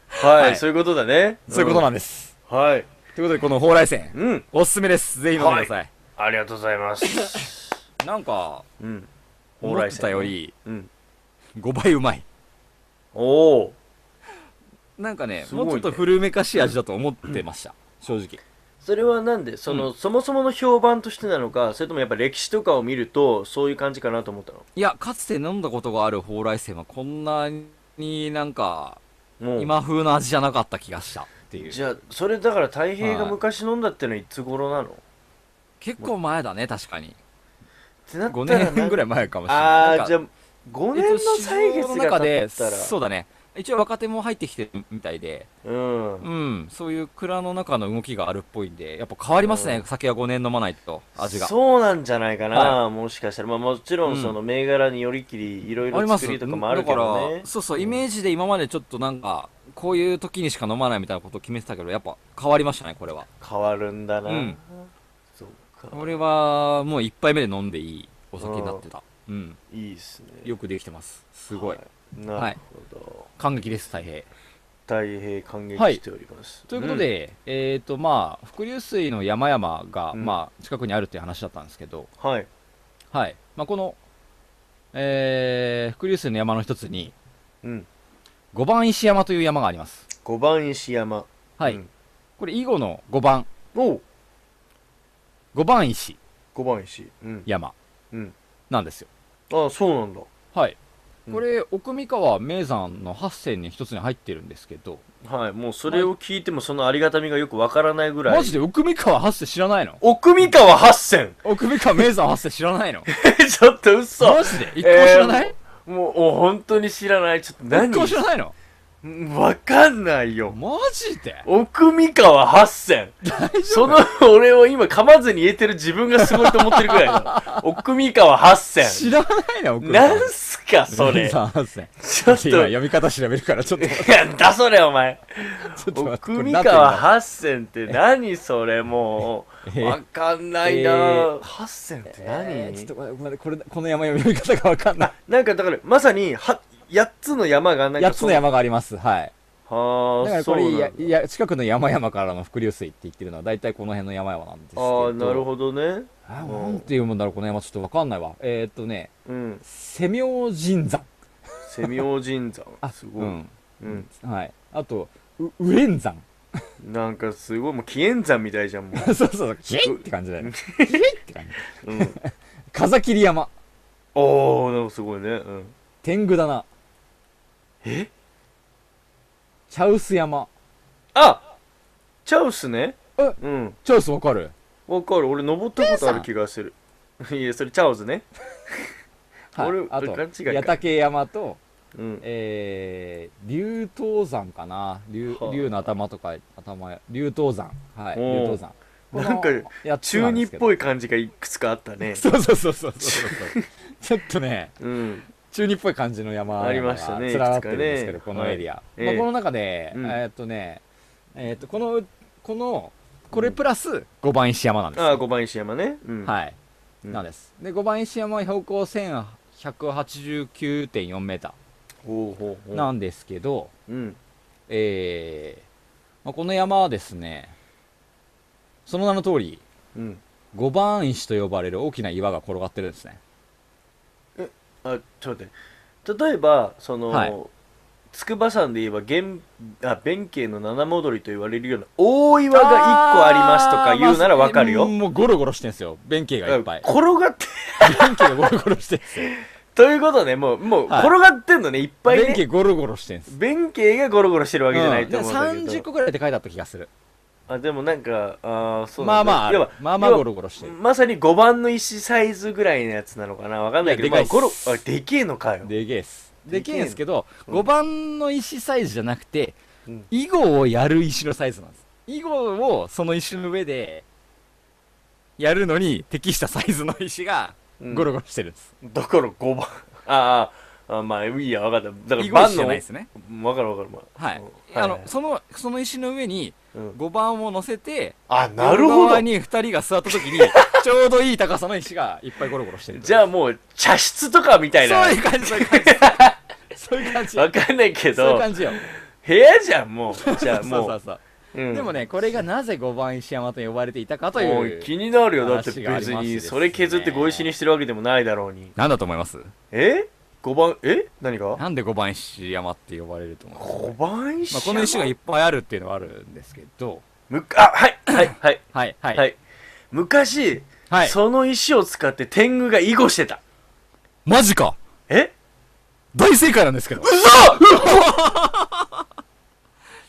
[SPEAKER 6] はい、
[SPEAKER 4] はい
[SPEAKER 6] そういうことだね
[SPEAKER 4] そういうことなんです。
[SPEAKER 6] うんはい
[SPEAKER 4] ということで、この蓬莱泉、
[SPEAKER 6] うん
[SPEAKER 4] おすすめです。ぜひ飲んでください。
[SPEAKER 6] ありがとうございます。
[SPEAKER 4] なんか、
[SPEAKER 6] うん。
[SPEAKER 4] 思ってたよ。り
[SPEAKER 6] うん。
[SPEAKER 4] 5倍うまい。
[SPEAKER 6] おお。
[SPEAKER 4] なんかね、
[SPEAKER 6] すご
[SPEAKER 4] も
[SPEAKER 6] いうね
[SPEAKER 4] ちょっと古めかしい味だと思ってました。正直。
[SPEAKER 6] それはなんで、その、そもそもの評判としてなのか、それともやっぱ歴史とかを見ると、そういう感じかなと思ったの。
[SPEAKER 4] いや、かつて飲んだことがある蓬莱泉はこんなになんか、
[SPEAKER 6] もう。
[SPEAKER 4] 今風の味じゃなかった気がしたっていう。
[SPEAKER 6] じゃあ、それだから太平が昔飲んだってのはいつ頃なの、
[SPEAKER 4] 結構前だね、確 かに。
[SPEAKER 6] ってなったら
[SPEAKER 4] 5年ぐら
[SPEAKER 6] い。
[SPEAKER 4] い前かもしれない。
[SPEAKER 6] あ
[SPEAKER 4] な
[SPEAKER 6] あ、
[SPEAKER 4] ん
[SPEAKER 6] じゃ
[SPEAKER 4] か
[SPEAKER 6] あ、5年の歳
[SPEAKER 4] えっと市場の
[SPEAKER 6] 月が
[SPEAKER 4] 中
[SPEAKER 6] 経
[SPEAKER 4] で、
[SPEAKER 6] ったら。
[SPEAKER 4] そうだね。一応若手も入ってきてるみたいで、
[SPEAKER 6] う
[SPEAKER 4] う
[SPEAKER 6] ん。
[SPEAKER 4] ん、そういう蔵の中の動きがあるっぽいんで、やっぱ変わりますね、酒は5年飲まないと、味が。
[SPEAKER 6] そうなんじゃないかな、もしかしたら。まあもちろ
[SPEAKER 4] うん
[SPEAKER 6] んその銘柄によりきり、いろい
[SPEAKER 4] あり
[SPEAKER 6] ろ
[SPEAKER 4] ます
[SPEAKER 6] 作りとかもあるけど
[SPEAKER 4] だ
[SPEAKER 6] ね
[SPEAKER 4] から。そうそうイメージで今までちょっとなんかこういう時にしか飲まないみたいなことを決めてたけどやっぱ変わりましたねこれは
[SPEAKER 6] 変わるんだな。
[SPEAKER 4] うん
[SPEAKER 6] そっか。
[SPEAKER 4] これはもう1杯目で飲んでいいお酒になってたうん
[SPEAKER 6] いいっすね。
[SPEAKER 4] よくできてますすごい
[SPEAKER 6] なるほど。
[SPEAKER 4] 感激です大平
[SPEAKER 6] 大変感激しております。
[SPEAKER 4] ということで、えっ、とまあ伏流水の山々が、
[SPEAKER 6] うん
[SPEAKER 4] まあ近くにあるっていう話だったんですけど
[SPEAKER 6] うん、はい。
[SPEAKER 4] はい、まあ、この、えー、伏流水の山の一つに
[SPEAKER 6] うん。
[SPEAKER 4] 五番石山という山があります
[SPEAKER 6] 五番石山。
[SPEAKER 4] はい、
[SPEAKER 6] うん
[SPEAKER 4] これ囲碁の五番
[SPEAKER 6] おう
[SPEAKER 4] 五番石
[SPEAKER 6] 五番石。うん。
[SPEAKER 4] 山
[SPEAKER 6] うん。
[SPEAKER 4] なんですよ
[SPEAKER 6] ああ、そうなんだ。
[SPEAKER 4] はい。これ、奥三河名山の八選に一つに入ってるんですけど、
[SPEAKER 6] はい、もうそれを聞いてもそのありがたみがよくわからないぐらい。
[SPEAKER 4] マジで奥三河八選知らないの
[SPEAKER 6] 奥三河八千
[SPEAKER 4] 奥三河名山八選知らないの
[SPEAKER 6] ちょっと嘘
[SPEAKER 4] マジで一個も知らない、
[SPEAKER 6] もう、お本当に知らない。ちょっと何
[SPEAKER 4] 一個も知らないの
[SPEAKER 6] うんわかんないよ。
[SPEAKER 4] マジで
[SPEAKER 6] 奥三河八千
[SPEAKER 4] 大丈夫
[SPEAKER 6] その俺を今噛まずに言えてる自分がすごいと思ってるぐらいだ。奥三河八千
[SPEAKER 4] 知らないの奥三河
[SPEAKER 6] なんすか、そ
[SPEAKER 4] 名
[SPEAKER 6] れ。
[SPEAKER 4] 山八選
[SPEAKER 6] ちょっと。
[SPEAKER 4] 今
[SPEAKER 6] い
[SPEAKER 4] 読み方調べるからちょっとち
[SPEAKER 6] や、だそれ、お前。
[SPEAKER 4] ょっと待って
[SPEAKER 6] 奥三河八千って何それ、もう。
[SPEAKER 4] え
[SPEAKER 6] わかんない
[SPEAKER 4] え
[SPEAKER 6] な
[SPEAKER 4] ー
[SPEAKER 6] 八千って
[SPEAKER 4] これなんて
[SPEAKER 6] 何、
[SPEAKER 4] 言うんだえーちょっとごめんごめんこれこの山読み方がわかんない
[SPEAKER 6] なんかだからまさには8つの山がなんか
[SPEAKER 4] 8つの山がありますはい
[SPEAKER 6] その
[SPEAKER 4] だか
[SPEAKER 6] はあ
[SPEAKER 4] らこれ
[SPEAKER 6] そう
[SPEAKER 4] い
[SPEAKER 6] な
[SPEAKER 4] や
[SPEAKER 6] んだ
[SPEAKER 4] いや近くの山々からの伏流水って言ってるのは大体この辺の山々なんですけ
[SPEAKER 6] あ
[SPEAKER 4] ど
[SPEAKER 6] ーなるほどね
[SPEAKER 4] あなんていうもんだろうこの山ちょっとわかんないわえー、っとね
[SPEAKER 6] うん
[SPEAKER 4] セミョ神山
[SPEAKER 6] セミオ神山
[SPEAKER 4] あ
[SPEAKER 6] すごい、
[SPEAKER 4] う
[SPEAKER 6] うん
[SPEAKER 4] んはいあとうウレン山
[SPEAKER 6] なんかすごいもう紀元山みたいじゃんも
[SPEAKER 4] そうそうそうキリッって感じだよ ねキリッって感じ
[SPEAKER 6] う、 うん、
[SPEAKER 4] 風切山
[SPEAKER 6] おおなんかすごいね、うん、
[SPEAKER 4] 天狗棚
[SPEAKER 6] え
[SPEAKER 4] チャウス山
[SPEAKER 6] あチャウスね
[SPEAKER 4] え
[SPEAKER 6] うん
[SPEAKER 4] チャウスわかる
[SPEAKER 6] わかる俺登ったことある気がするいやそれチャウスね
[SPEAKER 4] はい
[SPEAKER 6] 俺
[SPEAKER 4] あと
[SPEAKER 6] 勘違いか
[SPEAKER 4] 八嶽山と
[SPEAKER 6] うん
[SPEAKER 4] えー、竜頭山かな竜
[SPEAKER 6] はあ
[SPEAKER 4] 竜の頭とか頭や竜頭山はい
[SPEAKER 6] おー
[SPEAKER 4] 竜頭山この
[SPEAKER 6] なんか
[SPEAKER 4] やつなん
[SPEAKER 6] 中二
[SPEAKER 4] で
[SPEAKER 6] っ
[SPEAKER 4] すけど
[SPEAKER 6] ぽい感じがいくつかあったね
[SPEAKER 4] そうそうそうそうそうそうちょっとね
[SPEAKER 6] うん
[SPEAKER 4] 中二っぽい感じの山々
[SPEAKER 6] ありましたね
[SPEAKER 4] が連なってるんですけど、
[SPEAKER 6] いくつか
[SPEAKER 4] こ
[SPEAKER 6] ね
[SPEAKER 4] のエリア、
[SPEAKER 6] はい
[SPEAKER 4] まあ
[SPEAKER 6] ええ
[SPEAKER 4] この中で、
[SPEAKER 6] うん
[SPEAKER 4] えーっとねえーっとこのこのこれプラス五番石山なんですよ
[SPEAKER 6] ああ五番石山ねうん
[SPEAKER 4] はい、
[SPEAKER 6] うん
[SPEAKER 4] なんですで5番石山は標高1189.4メータ
[SPEAKER 6] ほうほうほ
[SPEAKER 4] ー
[SPEAKER 6] う
[SPEAKER 4] なんですけど、
[SPEAKER 6] うん
[SPEAKER 4] えーまあ、この山はですねその名の通り
[SPEAKER 6] うん
[SPEAKER 4] 五番石と呼ばれる大きな岩が転がってるんですね
[SPEAKER 6] あちょっと待って例えばその、
[SPEAKER 4] はい
[SPEAKER 6] 筑波山で言えば現あ弁慶の七戻りと言われるような大岩が1個ありますとか言うならわかるよ、
[SPEAKER 4] あーまあもうゴロゴロしてんすよ弁慶がいっぱい
[SPEAKER 6] 転がって
[SPEAKER 4] 弁慶がゴロゴロしてんすよ
[SPEAKER 6] ということねもうもう
[SPEAKER 4] はい
[SPEAKER 6] 転がってんのねいっぱい
[SPEAKER 4] 弁慶
[SPEAKER 6] ね
[SPEAKER 4] ゴロゴロしてんす
[SPEAKER 6] 弁慶がゴロゴロしてるわけじゃないと思うんだ
[SPEAKER 4] うんで
[SPEAKER 6] け
[SPEAKER 4] 30
[SPEAKER 6] ど、
[SPEAKER 4] 個ぐらいって書いてあった気がする
[SPEAKER 6] あでもなんかあーそう
[SPEAKER 4] ま
[SPEAKER 6] な
[SPEAKER 4] あ
[SPEAKER 6] ん
[SPEAKER 4] ま
[SPEAKER 6] だ
[SPEAKER 4] ああ
[SPEAKER 6] 要
[SPEAKER 4] る
[SPEAKER 6] は
[SPEAKER 4] まあまあ
[SPEAKER 6] 要は
[SPEAKER 4] ゴロゴロしてる
[SPEAKER 6] まさに5番の石サイズぐらいのやつなのかなわかんないけど
[SPEAKER 4] いやでかいっす
[SPEAKER 6] まあ、ゴロあでけえのかよ
[SPEAKER 4] でけえっすでけえんすけど
[SPEAKER 6] うん
[SPEAKER 4] 5番の石サイズじゃなくて
[SPEAKER 6] うん
[SPEAKER 4] 囲碁をやる石のサイズなんです囲碁をその石の上でやるのに適したサイズの石が
[SPEAKER 6] うん
[SPEAKER 4] ゴロゴロしてるんです、
[SPEAKER 6] だから5番 あああまあいいやわかっただか
[SPEAKER 4] 囲碁石
[SPEAKER 6] ら番
[SPEAKER 4] じゃ
[SPEAKER 6] の
[SPEAKER 4] ないですね
[SPEAKER 6] わかるわかるまあ
[SPEAKER 4] はい、
[SPEAKER 6] うん
[SPEAKER 4] あのそのその石の上に
[SPEAKER 6] うん
[SPEAKER 4] 5番を乗せて
[SPEAKER 6] あなる
[SPEAKER 4] 両
[SPEAKER 6] ほ
[SPEAKER 4] 側
[SPEAKER 6] ど
[SPEAKER 4] に2人が座った時に ちょうどいい高さの石がいっぱいゴロゴロしてる
[SPEAKER 6] じゃあもう茶室とかみたいな
[SPEAKER 4] そういう感じそういう感じそういう感じ
[SPEAKER 6] わかんないけ
[SPEAKER 4] そういう
[SPEAKER 6] ど
[SPEAKER 4] 感じよ
[SPEAKER 6] 部屋じゃんもうじゃあもう
[SPEAKER 4] そうそうそう
[SPEAKER 6] うん
[SPEAKER 4] でもね、これがなぜ5番石山と呼ばれていたかと
[SPEAKER 6] も
[SPEAKER 4] いうう。
[SPEAKER 6] 気になるよだって
[SPEAKER 4] 話があり
[SPEAKER 6] 別
[SPEAKER 4] まして
[SPEAKER 6] に
[SPEAKER 4] ですね
[SPEAKER 6] それ削ってご石にしてるわけでもないだろうに
[SPEAKER 4] なんだと思います
[SPEAKER 6] え5番え何が
[SPEAKER 4] なんで5番石山って呼ばれると思います
[SPEAKER 6] 5番石
[SPEAKER 4] まあ、この石がいっぱいあるっていうのはあるんですけど、
[SPEAKER 6] むあはいはい
[SPEAKER 4] は
[SPEAKER 6] はい
[SPEAKER 4] い、はい、
[SPEAKER 6] はい昔
[SPEAKER 4] はい
[SPEAKER 6] その石を使って天狗が囲碁してた
[SPEAKER 4] マジか
[SPEAKER 6] え
[SPEAKER 4] 大正解なんですけど。嘘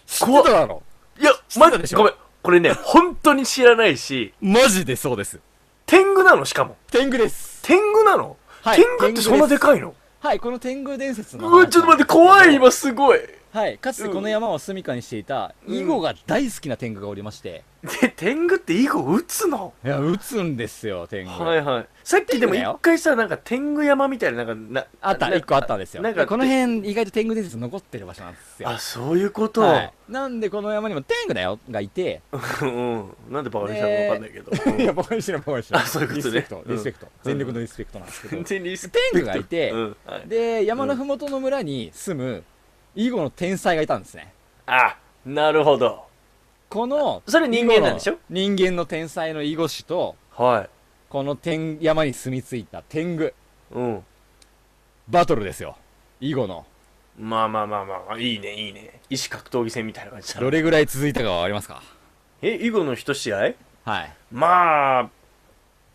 [SPEAKER 4] 知ってただろ
[SPEAKER 6] いや
[SPEAKER 4] 知って
[SPEAKER 6] ま
[SPEAKER 4] た
[SPEAKER 6] だ
[SPEAKER 4] でしょ
[SPEAKER 6] ごめんこれね本当に知らないし
[SPEAKER 4] マジでそうです。
[SPEAKER 6] 天狗なのしかも
[SPEAKER 4] 天狗です。
[SPEAKER 6] 天狗なの、
[SPEAKER 4] はい
[SPEAKER 6] 天狗ってそんなでかいの
[SPEAKER 4] はい、この天狗伝説の
[SPEAKER 6] うわちょっと待って怖い今すごい
[SPEAKER 4] はい、かつてこの山を住処にしていた、囲碁が大好きな天狗がおりまして。
[SPEAKER 6] で天狗って囲碁打つの
[SPEAKER 4] いや、撃つんですよ、天狗。
[SPEAKER 6] はいはいさっきでも
[SPEAKER 4] 天狗だよ
[SPEAKER 6] 一回さなんか天狗山みたいななんかな
[SPEAKER 4] あった、
[SPEAKER 6] な
[SPEAKER 4] 一個あったんですよ。
[SPEAKER 6] なんか
[SPEAKER 4] この辺、意外と天狗伝説残ってる場所なんですよ。
[SPEAKER 6] あそういうこと、
[SPEAKER 4] はい、なんでこの山にも天狗だよがいて、
[SPEAKER 6] うんなんでバカにしたのかわかんないけ ど、うん
[SPEAKER 4] いや、バカにしろ、バカにしろ。
[SPEAKER 6] あそういうことね
[SPEAKER 4] リスペクト、リスペクト、
[SPEAKER 6] うん
[SPEAKER 4] 全力のリスペクトなんですけど
[SPEAKER 6] 全。然リスペ
[SPEAKER 4] 天狗
[SPEAKER 6] クト
[SPEAKER 4] がいて、
[SPEAKER 6] うんは い
[SPEAKER 4] で、山のふもとの村に住む、囲碁の天才がいたんですね。
[SPEAKER 6] あなるほど
[SPEAKER 4] この、
[SPEAKER 6] それ人間なんでしょ
[SPEAKER 4] 囲碁の人間の天才の囲碁師と、
[SPEAKER 6] は
[SPEAKER 4] この天、山に住み着いた天狗、
[SPEAKER 6] いうん
[SPEAKER 4] バトルですよ。囲碁の。
[SPEAKER 6] まあまあまあまあまあいいねいいね意思格闘技戦みたいな感じだ
[SPEAKER 4] どれぐらい続いたかわかりますか
[SPEAKER 6] え囲碁の一試合
[SPEAKER 4] はい。
[SPEAKER 6] まあ、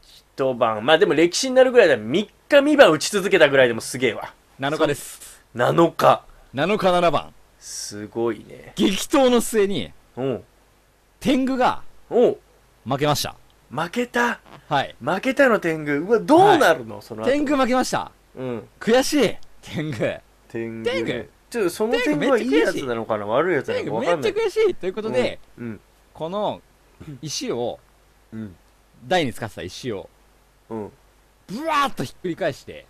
[SPEAKER 6] 一晩。まあでも歴史になるぐらいだ。3日、3晩打ち続けたぐらいでもすげえわ。
[SPEAKER 4] 7日です。
[SPEAKER 6] 7日
[SPEAKER 4] 7日7番、
[SPEAKER 6] すごいね
[SPEAKER 4] 激闘の末に、
[SPEAKER 6] おう
[SPEAKER 4] 天狗が
[SPEAKER 6] おう
[SPEAKER 4] 負けました。
[SPEAKER 6] 負けた
[SPEAKER 4] はい。
[SPEAKER 6] 負けたの天狗うわどうなるの、その後
[SPEAKER 4] 天狗負けました。
[SPEAKER 6] うん
[SPEAKER 4] 悔しい。天狗。
[SPEAKER 6] 天狗,、
[SPEAKER 4] 天狗
[SPEAKER 6] ちょっとその
[SPEAKER 4] 天
[SPEAKER 6] 天
[SPEAKER 4] 狗
[SPEAKER 6] 狗はい
[SPEAKER 4] めっちゃ
[SPEAKER 6] い
[SPEAKER 4] 悔
[SPEAKER 6] や
[SPEAKER 4] しい
[SPEAKER 6] つなのかな悪いやつな
[SPEAKER 4] 天
[SPEAKER 6] のか
[SPEAKER 4] 狗
[SPEAKER 6] わ
[SPEAKER 4] め
[SPEAKER 6] か
[SPEAKER 4] っ
[SPEAKER 6] ん
[SPEAKER 4] ち
[SPEAKER 6] な
[SPEAKER 4] ゃ
[SPEAKER 6] い
[SPEAKER 4] 悔しいということで、
[SPEAKER 6] うん
[SPEAKER 4] この石を、
[SPEAKER 6] うん
[SPEAKER 4] 台に使ってた石を、
[SPEAKER 6] うん
[SPEAKER 4] ブワーッとひっくり返して、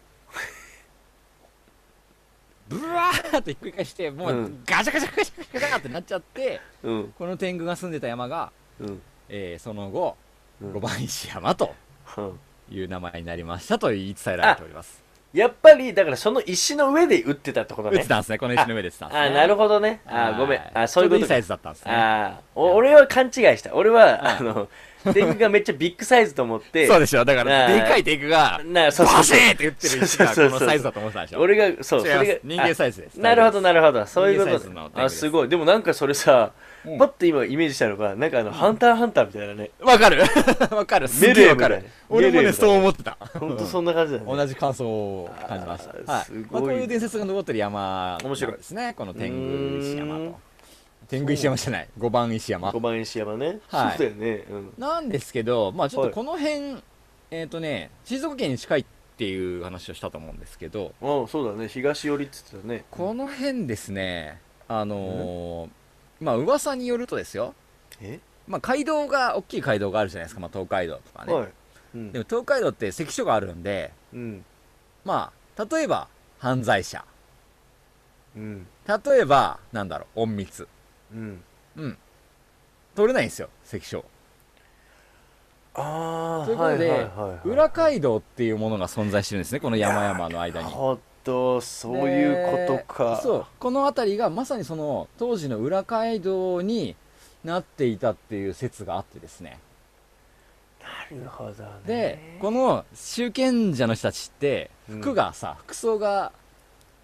[SPEAKER 4] ブワーッとひっくり返して、も
[SPEAKER 6] う
[SPEAKER 4] うんガチャガチャガチャガチャガチャってなっちゃって、
[SPEAKER 6] うん
[SPEAKER 4] この天狗が住んでた山が、
[SPEAKER 6] うん
[SPEAKER 4] えーその後、
[SPEAKER 6] うん
[SPEAKER 4] 五番石山と
[SPEAKER 6] うん
[SPEAKER 4] いう名前になりましたと言い伝えられております。
[SPEAKER 6] やっぱりだからその石の上で打ってたってこと
[SPEAKER 4] 打っ
[SPEAKER 6] ね
[SPEAKER 4] てたんですね、この石の上で打ってたんです、ね。
[SPEAKER 6] あなるほどねあ
[SPEAKER 4] はい
[SPEAKER 6] ごめんあそういうこ
[SPEAKER 4] ちょうどいい
[SPEAKER 6] と
[SPEAKER 4] サ
[SPEAKER 6] か
[SPEAKER 4] イズだったんですね。
[SPEAKER 6] あーお俺は勘違いした俺はあの天狗がめっちゃビッグサイズと思って
[SPEAKER 4] そうでしょ、だから、
[SPEAKER 6] はい
[SPEAKER 4] でかい天狗が、
[SPEAKER 6] なそうそう
[SPEAKER 4] バシ
[SPEAKER 6] そう
[SPEAKER 4] ーンって打ってる石がこ
[SPEAKER 6] そうそうそ
[SPEAKER 4] の
[SPEAKER 6] う
[SPEAKER 4] サイズだと思ってたでしょ。
[SPEAKER 6] 俺がそうそ
[SPEAKER 4] 違います
[SPEAKER 6] れが
[SPEAKER 4] 人間サイズです
[SPEAKER 6] あなるほどなるほどそういうこ
[SPEAKER 4] 人間
[SPEAKER 6] と
[SPEAKER 4] サイズ
[SPEAKER 6] ね
[SPEAKER 4] の天狗で
[SPEAKER 6] あ
[SPEAKER 4] す
[SPEAKER 6] すごいでもなんかそれさ
[SPEAKER 4] うん
[SPEAKER 6] パッと今イメージしたのがなんかあのハンターハンターみたいなね
[SPEAKER 4] わかる わかる。す
[SPEAKER 6] メ
[SPEAKER 4] げえ
[SPEAKER 6] レ
[SPEAKER 4] わ
[SPEAKER 6] ーみた
[SPEAKER 4] か
[SPEAKER 6] いな
[SPEAKER 4] る。俺も
[SPEAKER 6] メ
[SPEAKER 4] ね、
[SPEAKER 6] レーみたい
[SPEAKER 4] そう
[SPEAKER 6] な
[SPEAKER 4] 思ってた。
[SPEAKER 6] ほんとそんな感じだよね
[SPEAKER 4] 同じ感想を感じました。
[SPEAKER 6] あー
[SPEAKER 4] はい。
[SPEAKER 6] すごい
[SPEAKER 4] まあ、こういう伝説が残ってる山なんですね。この天狗石山
[SPEAKER 6] うーん
[SPEAKER 4] と。天狗石山じゃない。五番石山
[SPEAKER 6] 五。番石山ねそう
[SPEAKER 4] はい
[SPEAKER 6] だよねうん
[SPEAKER 4] なんですけど、まあちょっ
[SPEAKER 6] は
[SPEAKER 4] と
[SPEAKER 6] い
[SPEAKER 4] この辺、えっ、とね、静岡県に近いっていう話をしたと思うんですけど、
[SPEAKER 6] あそうだね東寄りっつってたね
[SPEAKER 4] この辺ですね、あのーまあ噂によるとですよ、
[SPEAKER 6] え
[SPEAKER 4] まあ街道が、大きい街道があるじゃないですか、まあ東海道とかね。
[SPEAKER 6] はいうん
[SPEAKER 4] でも東海道って関所があるんで、
[SPEAKER 6] うん
[SPEAKER 4] まあ、例えば犯罪者。
[SPEAKER 6] うん
[SPEAKER 4] 例えば、なんだろう、隠密。
[SPEAKER 6] うん
[SPEAKER 4] うん。通れないんですよ、関所。
[SPEAKER 6] ああ
[SPEAKER 4] ということで、裏街道っていうものが存在してるんですね、この山々の間に。
[SPEAKER 6] ほっとそういうことか
[SPEAKER 4] でそうこの辺りがまさにその当時の裏街道になっていたっていう説があってですね
[SPEAKER 6] なるほどね
[SPEAKER 4] でこの集権者の人たちって
[SPEAKER 6] うん
[SPEAKER 4] 服がさ、服装が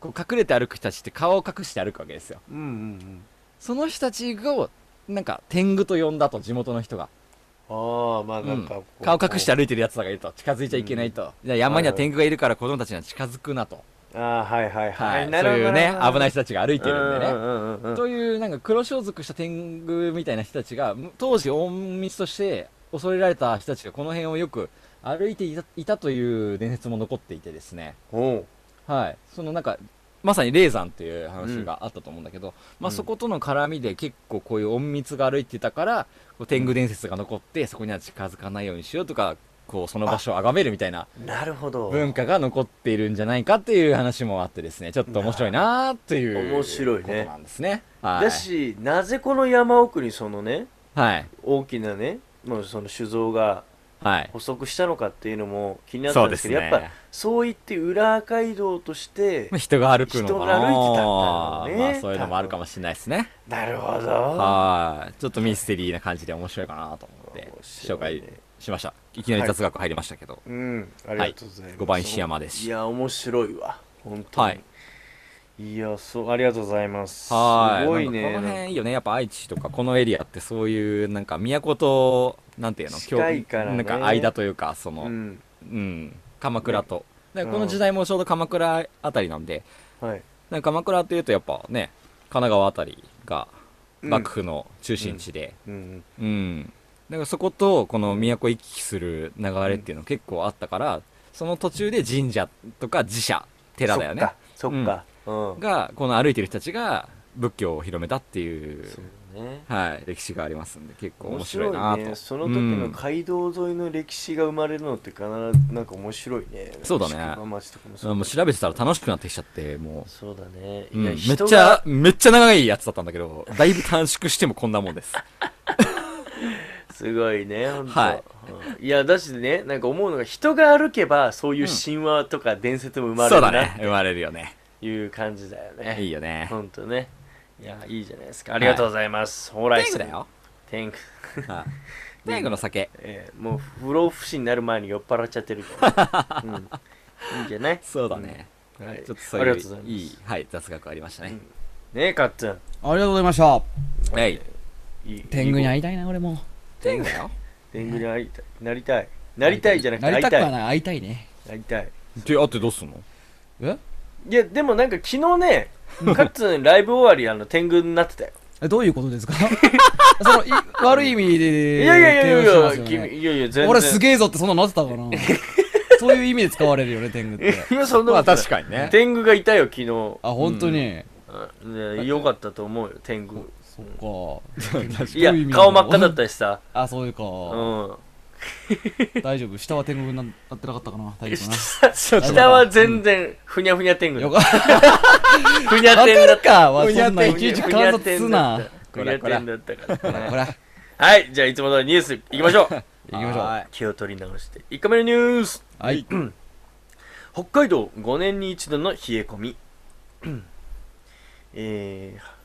[SPEAKER 4] こう隠れて歩く人たちって顔を隠して歩くわけですよ
[SPEAKER 6] うんうん
[SPEAKER 4] その人たちをなんか天狗と呼んだと地元の人が、
[SPEAKER 6] うんああまあ
[SPEAKER 4] う
[SPEAKER 6] なん
[SPEAKER 4] ん
[SPEAKER 6] かこう、
[SPEAKER 4] 顔隠して歩いてる奴らがいると近づいちゃいけないと、いや山には天狗がいるから子供たちには近づくなと、
[SPEAKER 6] ああはいはい
[SPEAKER 4] は
[SPEAKER 6] はいい、
[SPEAKER 4] そういうね危ないい人たちが歩いてるんでね、
[SPEAKER 6] うんうんうんうん
[SPEAKER 4] というなんか黒装束した天狗みたいな人たちがむ当時隠密として恐れられた人たちがこの辺をよく歩いていたいたという伝説も残っていてですね
[SPEAKER 6] おう
[SPEAKER 4] はいそのなんかまさに霊山っていう話があったと思うんだけど、まあ、
[SPEAKER 6] うん
[SPEAKER 4] そことの絡みで結構こういう隠密が歩いてたからこう天狗伝説が残ってそこには近づかないようにしようとかこうその場所を崇めるみたいな
[SPEAKER 6] なるほど
[SPEAKER 4] 文化が残っているんじゃないかっていう話もあってですねちょっと面白いなーっていう
[SPEAKER 6] 面白いね
[SPEAKER 4] ことなんですね。はい
[SPEAKER 6] だしなぜこの山奥にそのね
[SPEAKER 4] はい
[SPEAKER 6] 大きなねもうその酒造が
[SPEAKER 4] はい。
[SPEAKER 6] 補足したのかっていうのも気になったんですけど
[SPEAKER 4] そうですね
[SPEAKER 6] やっぱそう言って裏街道として
[SPEAKER 4] まあ人が歩くのかな
[SPEAKER 6] 人が歩いてたんだろうね
[SPEAKER 4] まあそういうのもあるかもしれないですね。
[SPEAKER 6] なるほど
[SPEAKER 4] はい。ちょっとミステリーな感じで面白いかなと思って
[SPEAKER 6] 面、白
[SPEAKER 4] 紹
[SPEAKER 6] いね
[SPEAKER 4] 介しました。いきなり雑学入りましたけど。
[SPEAKER 6] うんありがとうございます、
[SPEAKER 4] 五番石山です
[SPEAKER 6] いや面白いわ本当に、
[SPEAKER 4] はい。
[SPEAKER 6] いやそうありがとうございます
[SPEAKER 4] はい。
[SPEAKER 6] すごいね
[SPEAKER 4] なんかこの辺いいよね。やっぱ愛知とかこのエリアってそういう、なんか都と、なんていうの、
[SPEAKER 6] 近いからね
[SPEAKER 4] なんか間というか、その、
[SPEAKER 6] う
[SPEAKER 4] うん、
[SPEAKER 6] ん
[SPEAKER 4] 鎌倉と。だからこ
[SPEAKER 6] う
[SPEAKER 4] の
[SPEAKER 6] ん
[SPEAKER 4] 時代もちょうど鎌倉あたりなんで、
[SPEAKER 6] はい
[SPEAKER 4] なんか鎌倉っていうとやっぱね、神奈川あたりが
[SPEAKER 6] うん
[SPEAKER 4] 幕府の中心地で、
[SPEAKER 6] うん
[SPEAKER 4] うん。だからそこと、この都行き来する流れっていうの結構あったから、その途中で神社とか寺社、寺だよね。
[SPEAKER 6] そっかそっかうん、
[SPEAKER 4] が、この歩いてる人たちが仏教を広めたっていう、
[SPEAKER 6] そうね
[SPEAKER 4] はい、歴史がありますんで、結構面
[SPEAKER 6] 面
[SPEAKER 4] 白
[SPEAKER 6] 白
[SPEAKER 4] い
[SPEAKER 6] い
[SPEAKER 4] なと。
[SPEAKER 6] ねその時
[SPEAKER 4] う
[SPEAKER 6] の
[SPEAKER 4] ん
[SPEAKER 6] 街道沿いの歴史が生まれるのって必ずなんか面白いね
[SPEAKER 4] そうだね
[SPEAKER 6] 宿場町とかも
[SPEAKER 4] あもう調べてたら楽しくなってきちゃって、もう。
[SPEAKER 6] そうだね
[SPEAKER 4] うん
[SPEAKER 6] いや
[SPEAKER 4] めっ
[SPEAKER 6] 人
[SPEAKER 4] ちゃ
[SPEAKER 6] が、
[SPEAKER 4] めっちゃ長いやつだったんだけど、だいぶ短縮してもこんなもんです。
[SPEAKER 6] すごいね本当
[SPEAKER 4] はい
[SPEAKER 6] うんいやだしねなんか思うのが人が歩けばそういう神話とか伝説も 生まれ
[SPEAKER 4] そう
[SPEAKER 6] る
[SPEAKER 4] だ
[SPEAKER 6] な
[SPEAKER 4] ね
[SPEAKER 6] っ。
[SPEAKER 4] 生まれるよね。
[SPEAKER 6] ていう感じだよね
[SPEAKER 4] いいよね。
[SPEAKER 6] 本当ねいやいいじゃないですかありがとうございます蓬
[SPEAKER 4] 天
[SPEAKER 6] 莱
[SPEAKER 4] 狗
[SPEAKER 6] さん
[SPEAKER 4] だよ。
[SPEAKER 6] 天狗
[SPEAKER 4] はい天狗の酒。
[SPEAKER 6] えーもう不老不死になる前に酔っ払っちゃって るから、うん、いいんじゃない
[SPEAKER 4] そうだね。
[SPEAKER 6] うんはい
[SPEAKER 4] ちょっとそう
[SPEAKER 6] あ
[SPEAKER 4] い
[SPEAKER 6] り
[SPEAKER 4] う
[SPEAKER 6] がとうございます
[SPEAKER 4] いい、はい、雑学ありましたね。
[SPEAKER 6] ねえカッツン
[SPEAKER 7] ありがとうございました
[SPEAKER 4] はい。
[SPEAKER 6] いい
[SPEAKER 5] 天狗に
[SPEAKER 6] いい
[SPEAKER 5] 会いたいな、俺も。
[SPEAKER 4] 天狗だよ。
[SPEAKER 6] 天狗に会いたいなりたいなりたいじゃなくて
[SPEAKER 5] なり
[SPEAKER 6] 会い
[SPEAKER 5] たく
[SPEAKER 6] た
[SPEAKER 5] はいない、会いたいね。
[SPEAKER 6] 会いたい
[SPEAKER 4] で、あってどうすんの
[SPEAKER 5] え
[SPEAKER 6] いや、でもなんか昨日ね、カッツンライブ終わり、あの、天狗になってたよ。
[SPEAKER 5] えどういうことです かそのい悪い意味
[SPEAKER 6] い
[SPEAKER 5] で
[SPEAKER 6] やいやいやい
[SPEAKER 5] 形容
[SPEAKER 6] や、
[SPEAKER 5] してます
[SPEAKER 6] 君
[SPEAKER 5] よね
[SPEAKER 6] いやいや、全然。
[SPEAKER 5] 俺すげえぞってそんなのなってたか なそういう意味で使われるよね天狗って
[SPEAKER 6] いや、そんな
[SPEAKER 4] ま
[SPEAKER 6] こ
[SPEAKER 4] あ
[SPEAKER 6] とない
[SPEAKER 4] 確かにね。
[SPEAKER 6] 天狗がいたよ、昨日。
[SPEAKER 5] あ本当に、
[SPEAKER 6] うんねよかったと思うよ、天狗。
[SPEAKER 5] そっか
[SPEAKER 6] いや
[SPEAKER 5] どうう意、味
[SPEAKER 6] 顔真っ赤だったしさ。
[SPEAKER 5] あそういうか、
[SPEAKER 6] うん。
[SPEAKER 5] 大丈夫下は天狗になってなかったかな大丈夫か
[SPEAKER 6] 下は全然、ふにゃふにゃ天狗
[SPEAKER 5] な
[SPEAKER 6] だ
[SPEAKER 5] よ
[SPEAKER 6] っ
[SPEAKER 5] かった
[SPEAKER 6] た。ふにゃ
[SPEAKER 5] わか
[SPEAKER 6] 天だっ
[SPEAKER 5] る
[SPEAKER 6] た。
[SPEAKER 5] かわそんないちいち
[SPEAKER 6] ふにゃ
[SPEAKER 5] 観察
[SPEAKER 6] 天
[SPEAKER 5] す
[SPEAKER 6] だっ
[SPEAKER 5] な
[SPEAKER 6] たふにゃ天だったか
[SPEAKER 5] ほ
[SPEAKER 6] ら
[SPEAKER 5] ら
[SPEAKER 6] ね
[SPEAKER 5] ほ。ら行
[SPEAKER 6] はい、じゃあいつも通りニュース行きましょう。
[SPEAKER 5] きましょう
[SPEAKER 4] はい
[SPEAKER 6] 気を取り直して。1回目のニュース
[SPEAKER 5] はい
[SPEAKER 6] 北海道5年に一度の冷え込み、えー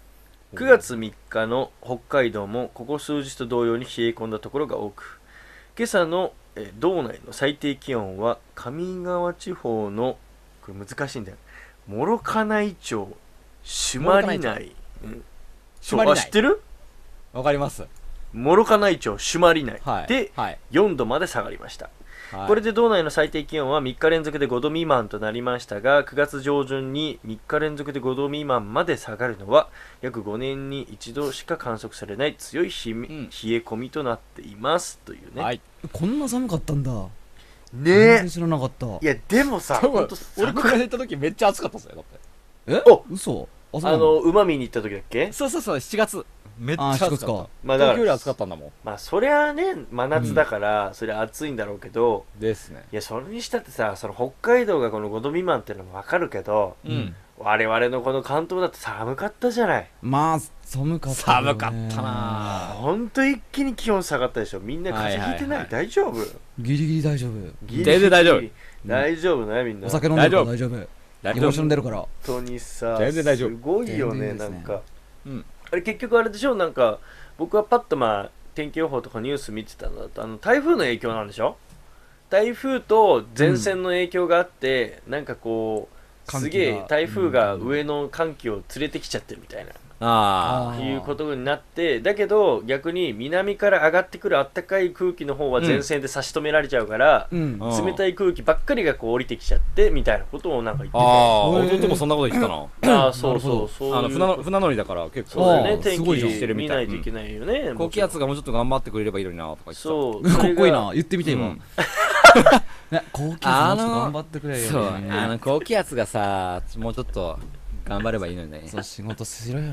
[SPEAKER 6] 9月3日の北海道もここ数日と同様に冷え込んだところが多く今朝の、えー道内の最低気温は上川地方のこれ難しいんだよ諸金井町朱鞠内うん
[SPEAKER 4] 朱鞠内
[SPEAKER 6] あ知ってる
[SPEAKER 4] わかります。
[SPEAKER 6] 諸金井町朱鞠内、
[SPEAKER 4] はい。
[SPEAKER 6] で
[SPEAKER 4] はい。
[SPEAKER 6] 4度まで下がりました
[SPEAKER 4] はい
[SPEAKER 6] これで道内の最低気温は3日連続で5度未満となりましたが9月上旬に3日連続で5度未満まで下がるのは約5年に一度しか観測されない強いひみ冷え込みとなっていますというね、
[SPEAKER 4] はい。
[SPEAKER 5] こんな寒かったんだ全
[SPEAKER 6] ね
[SPEAKER 5] 然知らなかった
[SPEAKER 6] いやでもさほんと
[SPEAKER 4] 俺これ行った時めっちゃ暑かったっすよ、だって。
[SPEAKER 5] え
[SPEAKER 6] お
[SPEAKER 5] 嘘あそう
[SPEAKER 6] あ
[SPEAKER 5] な
[SPEAKER 6] の馬見に行った時だっけ
[SPEAKER 4] そうそうそう、7月。めっちゃ
[SPEAKER 5] あ
[SPEAKER 4] 暑か
[SPEAKER 5] ー一
[SPEAKER 4] っ
[SPEAKER 5] つ
[SPEAKER 4] た。
[SPEAKER 5] か
[SPEAKER 6] まあだ
[SPEAKER 4] 東京
[SPEAKER 6] か
[SPEAKER 4] より
[SPEAKER 6] ら
[SPEAKER 4] 暑かったんだもん。
[SPEAKER 6] まあそりゃあね真夏だから、そりゃ暑いんだろうけど
[SPEAKER 4] ですね。
[SPEAKER 6] いやそれにしたってさその北海道がこの5度未満っていうのもわかるけど、
[SPEAKER 4] うん。
[SPEAKER 6] 我々のこの関東だって寒かったじゃない
[SPEAKER 5] まあ寒かったよね
[SPEAKER 4] 寒かったなぁ。
[SPEAKER 6] ほんと一気に気温下がったでしょみんな風邪ひいてない,、
[SPEAKER 4] はい
[SPEAKER 6] 大丈夫
[SPEAKER 5] ギリギリ大丈夫
[SPEAKER 6] ギリギリ
[SPEAKER 4] 全然大丈夫
[SPEAKER 6] 大丈夫ねみんな
[SPEAKER 5] お酒飲んでるから
[SPEAKER 4] 大
[SPEAKER 5] 大丈夫
[SPEAKER 4] 大
[SPEAKER 5] 日
[SPEAKER 4] 丈
[SPEAKER 5] 本酒飲ん
[SPEAKER 4] 夫。
[SPEAKER 5] でるから
[SPEAKER 6] 本当にさ
[SPEAKER 4] 全然大丈夫
[SPEAKER 6] すごいよね
[SPEAKER 5] 全然
[SPEAKER 6] な
[SPEAKER 5] ですね
[SPEAKER 6] んか、
[SPEAKER 4] うん
[SPEAKER 6] あれ結局あれでしょなんか僕はパッとまあ天気予報とかニュース見てたのだとあの台風の影響なんでしょ台風と前線の影響があって、なんかこう
[SPEAKER 5] 寒気が
[SPEAKER 6] すげえ台風が上の寒気を連れてきちゃってるみたいな、
[SPEAKER 4] あ
[SPEAKER 5] あー
[SPEAKER 6] いうことになってだけど逆に南から上がってくるあったかい空気の方は前線で差し止められちゃうから、
[SPEAKER 5] うん
[SPEAKER 4] あ。
[SPEAKER 6] 冷た
[SPEAKER 4] い。
[SPEAKER 6] い空気ばっかりがこう降りてきちゃってみたいなことをなんか言って
[SPEAKER 4] あ
[SPEAKER 6] た
[SPEAKER 4] あ、
[SPEAKER 5] へー
[SPEAKER 4] 弟もそんなこと言ってたな。
[SPEAKER 6] あーそうそうそう
[SPEAKER 4] あの
[SPEAKER 6] いう
[SPEAKER 4] 船の船乗りだから結
[SPEAKER 6] そうだよ
[SPEAKER 5] あ
[SPEAKER 6] ね
[SPEAKER 5] ー
[SPEAKER 4] 構
[SPEAKER 6] 天
[SPEAKER 5] すごいじゃん
[SPEAKER 6] 気見ないといけないよね、
[SPEAKER 4] うん
[SPEAKER 6] も
[SPEAKER 4] 高
[SPEAKER 6] ち
[SPEAKER 4] 気
[SPEAKER 6] ろん
[SPEAKER 4] 圧がもうちょっと頑張ってくれればいいのに なとか言ってた
[SPEAKER 6] そうそ
[SPEAKER 5] かっ
[SPEAKER 6] れが
[SPEAKER 5] こいいな言ってみて
[SPEAKER 4] う
[SPEAKER 5] 今
[SPEAKER 4] ん
[SPEAKER 5] ね高級さんちょっと頑張ってくれよ
[SPEAKER 8] そう、
[SPEAKER 5] ね
[SPEAKER 8] あの高気圧がさ、もうちょっと頑張ればいいのにね。
[SPEAKER 5] そう仕事しろよ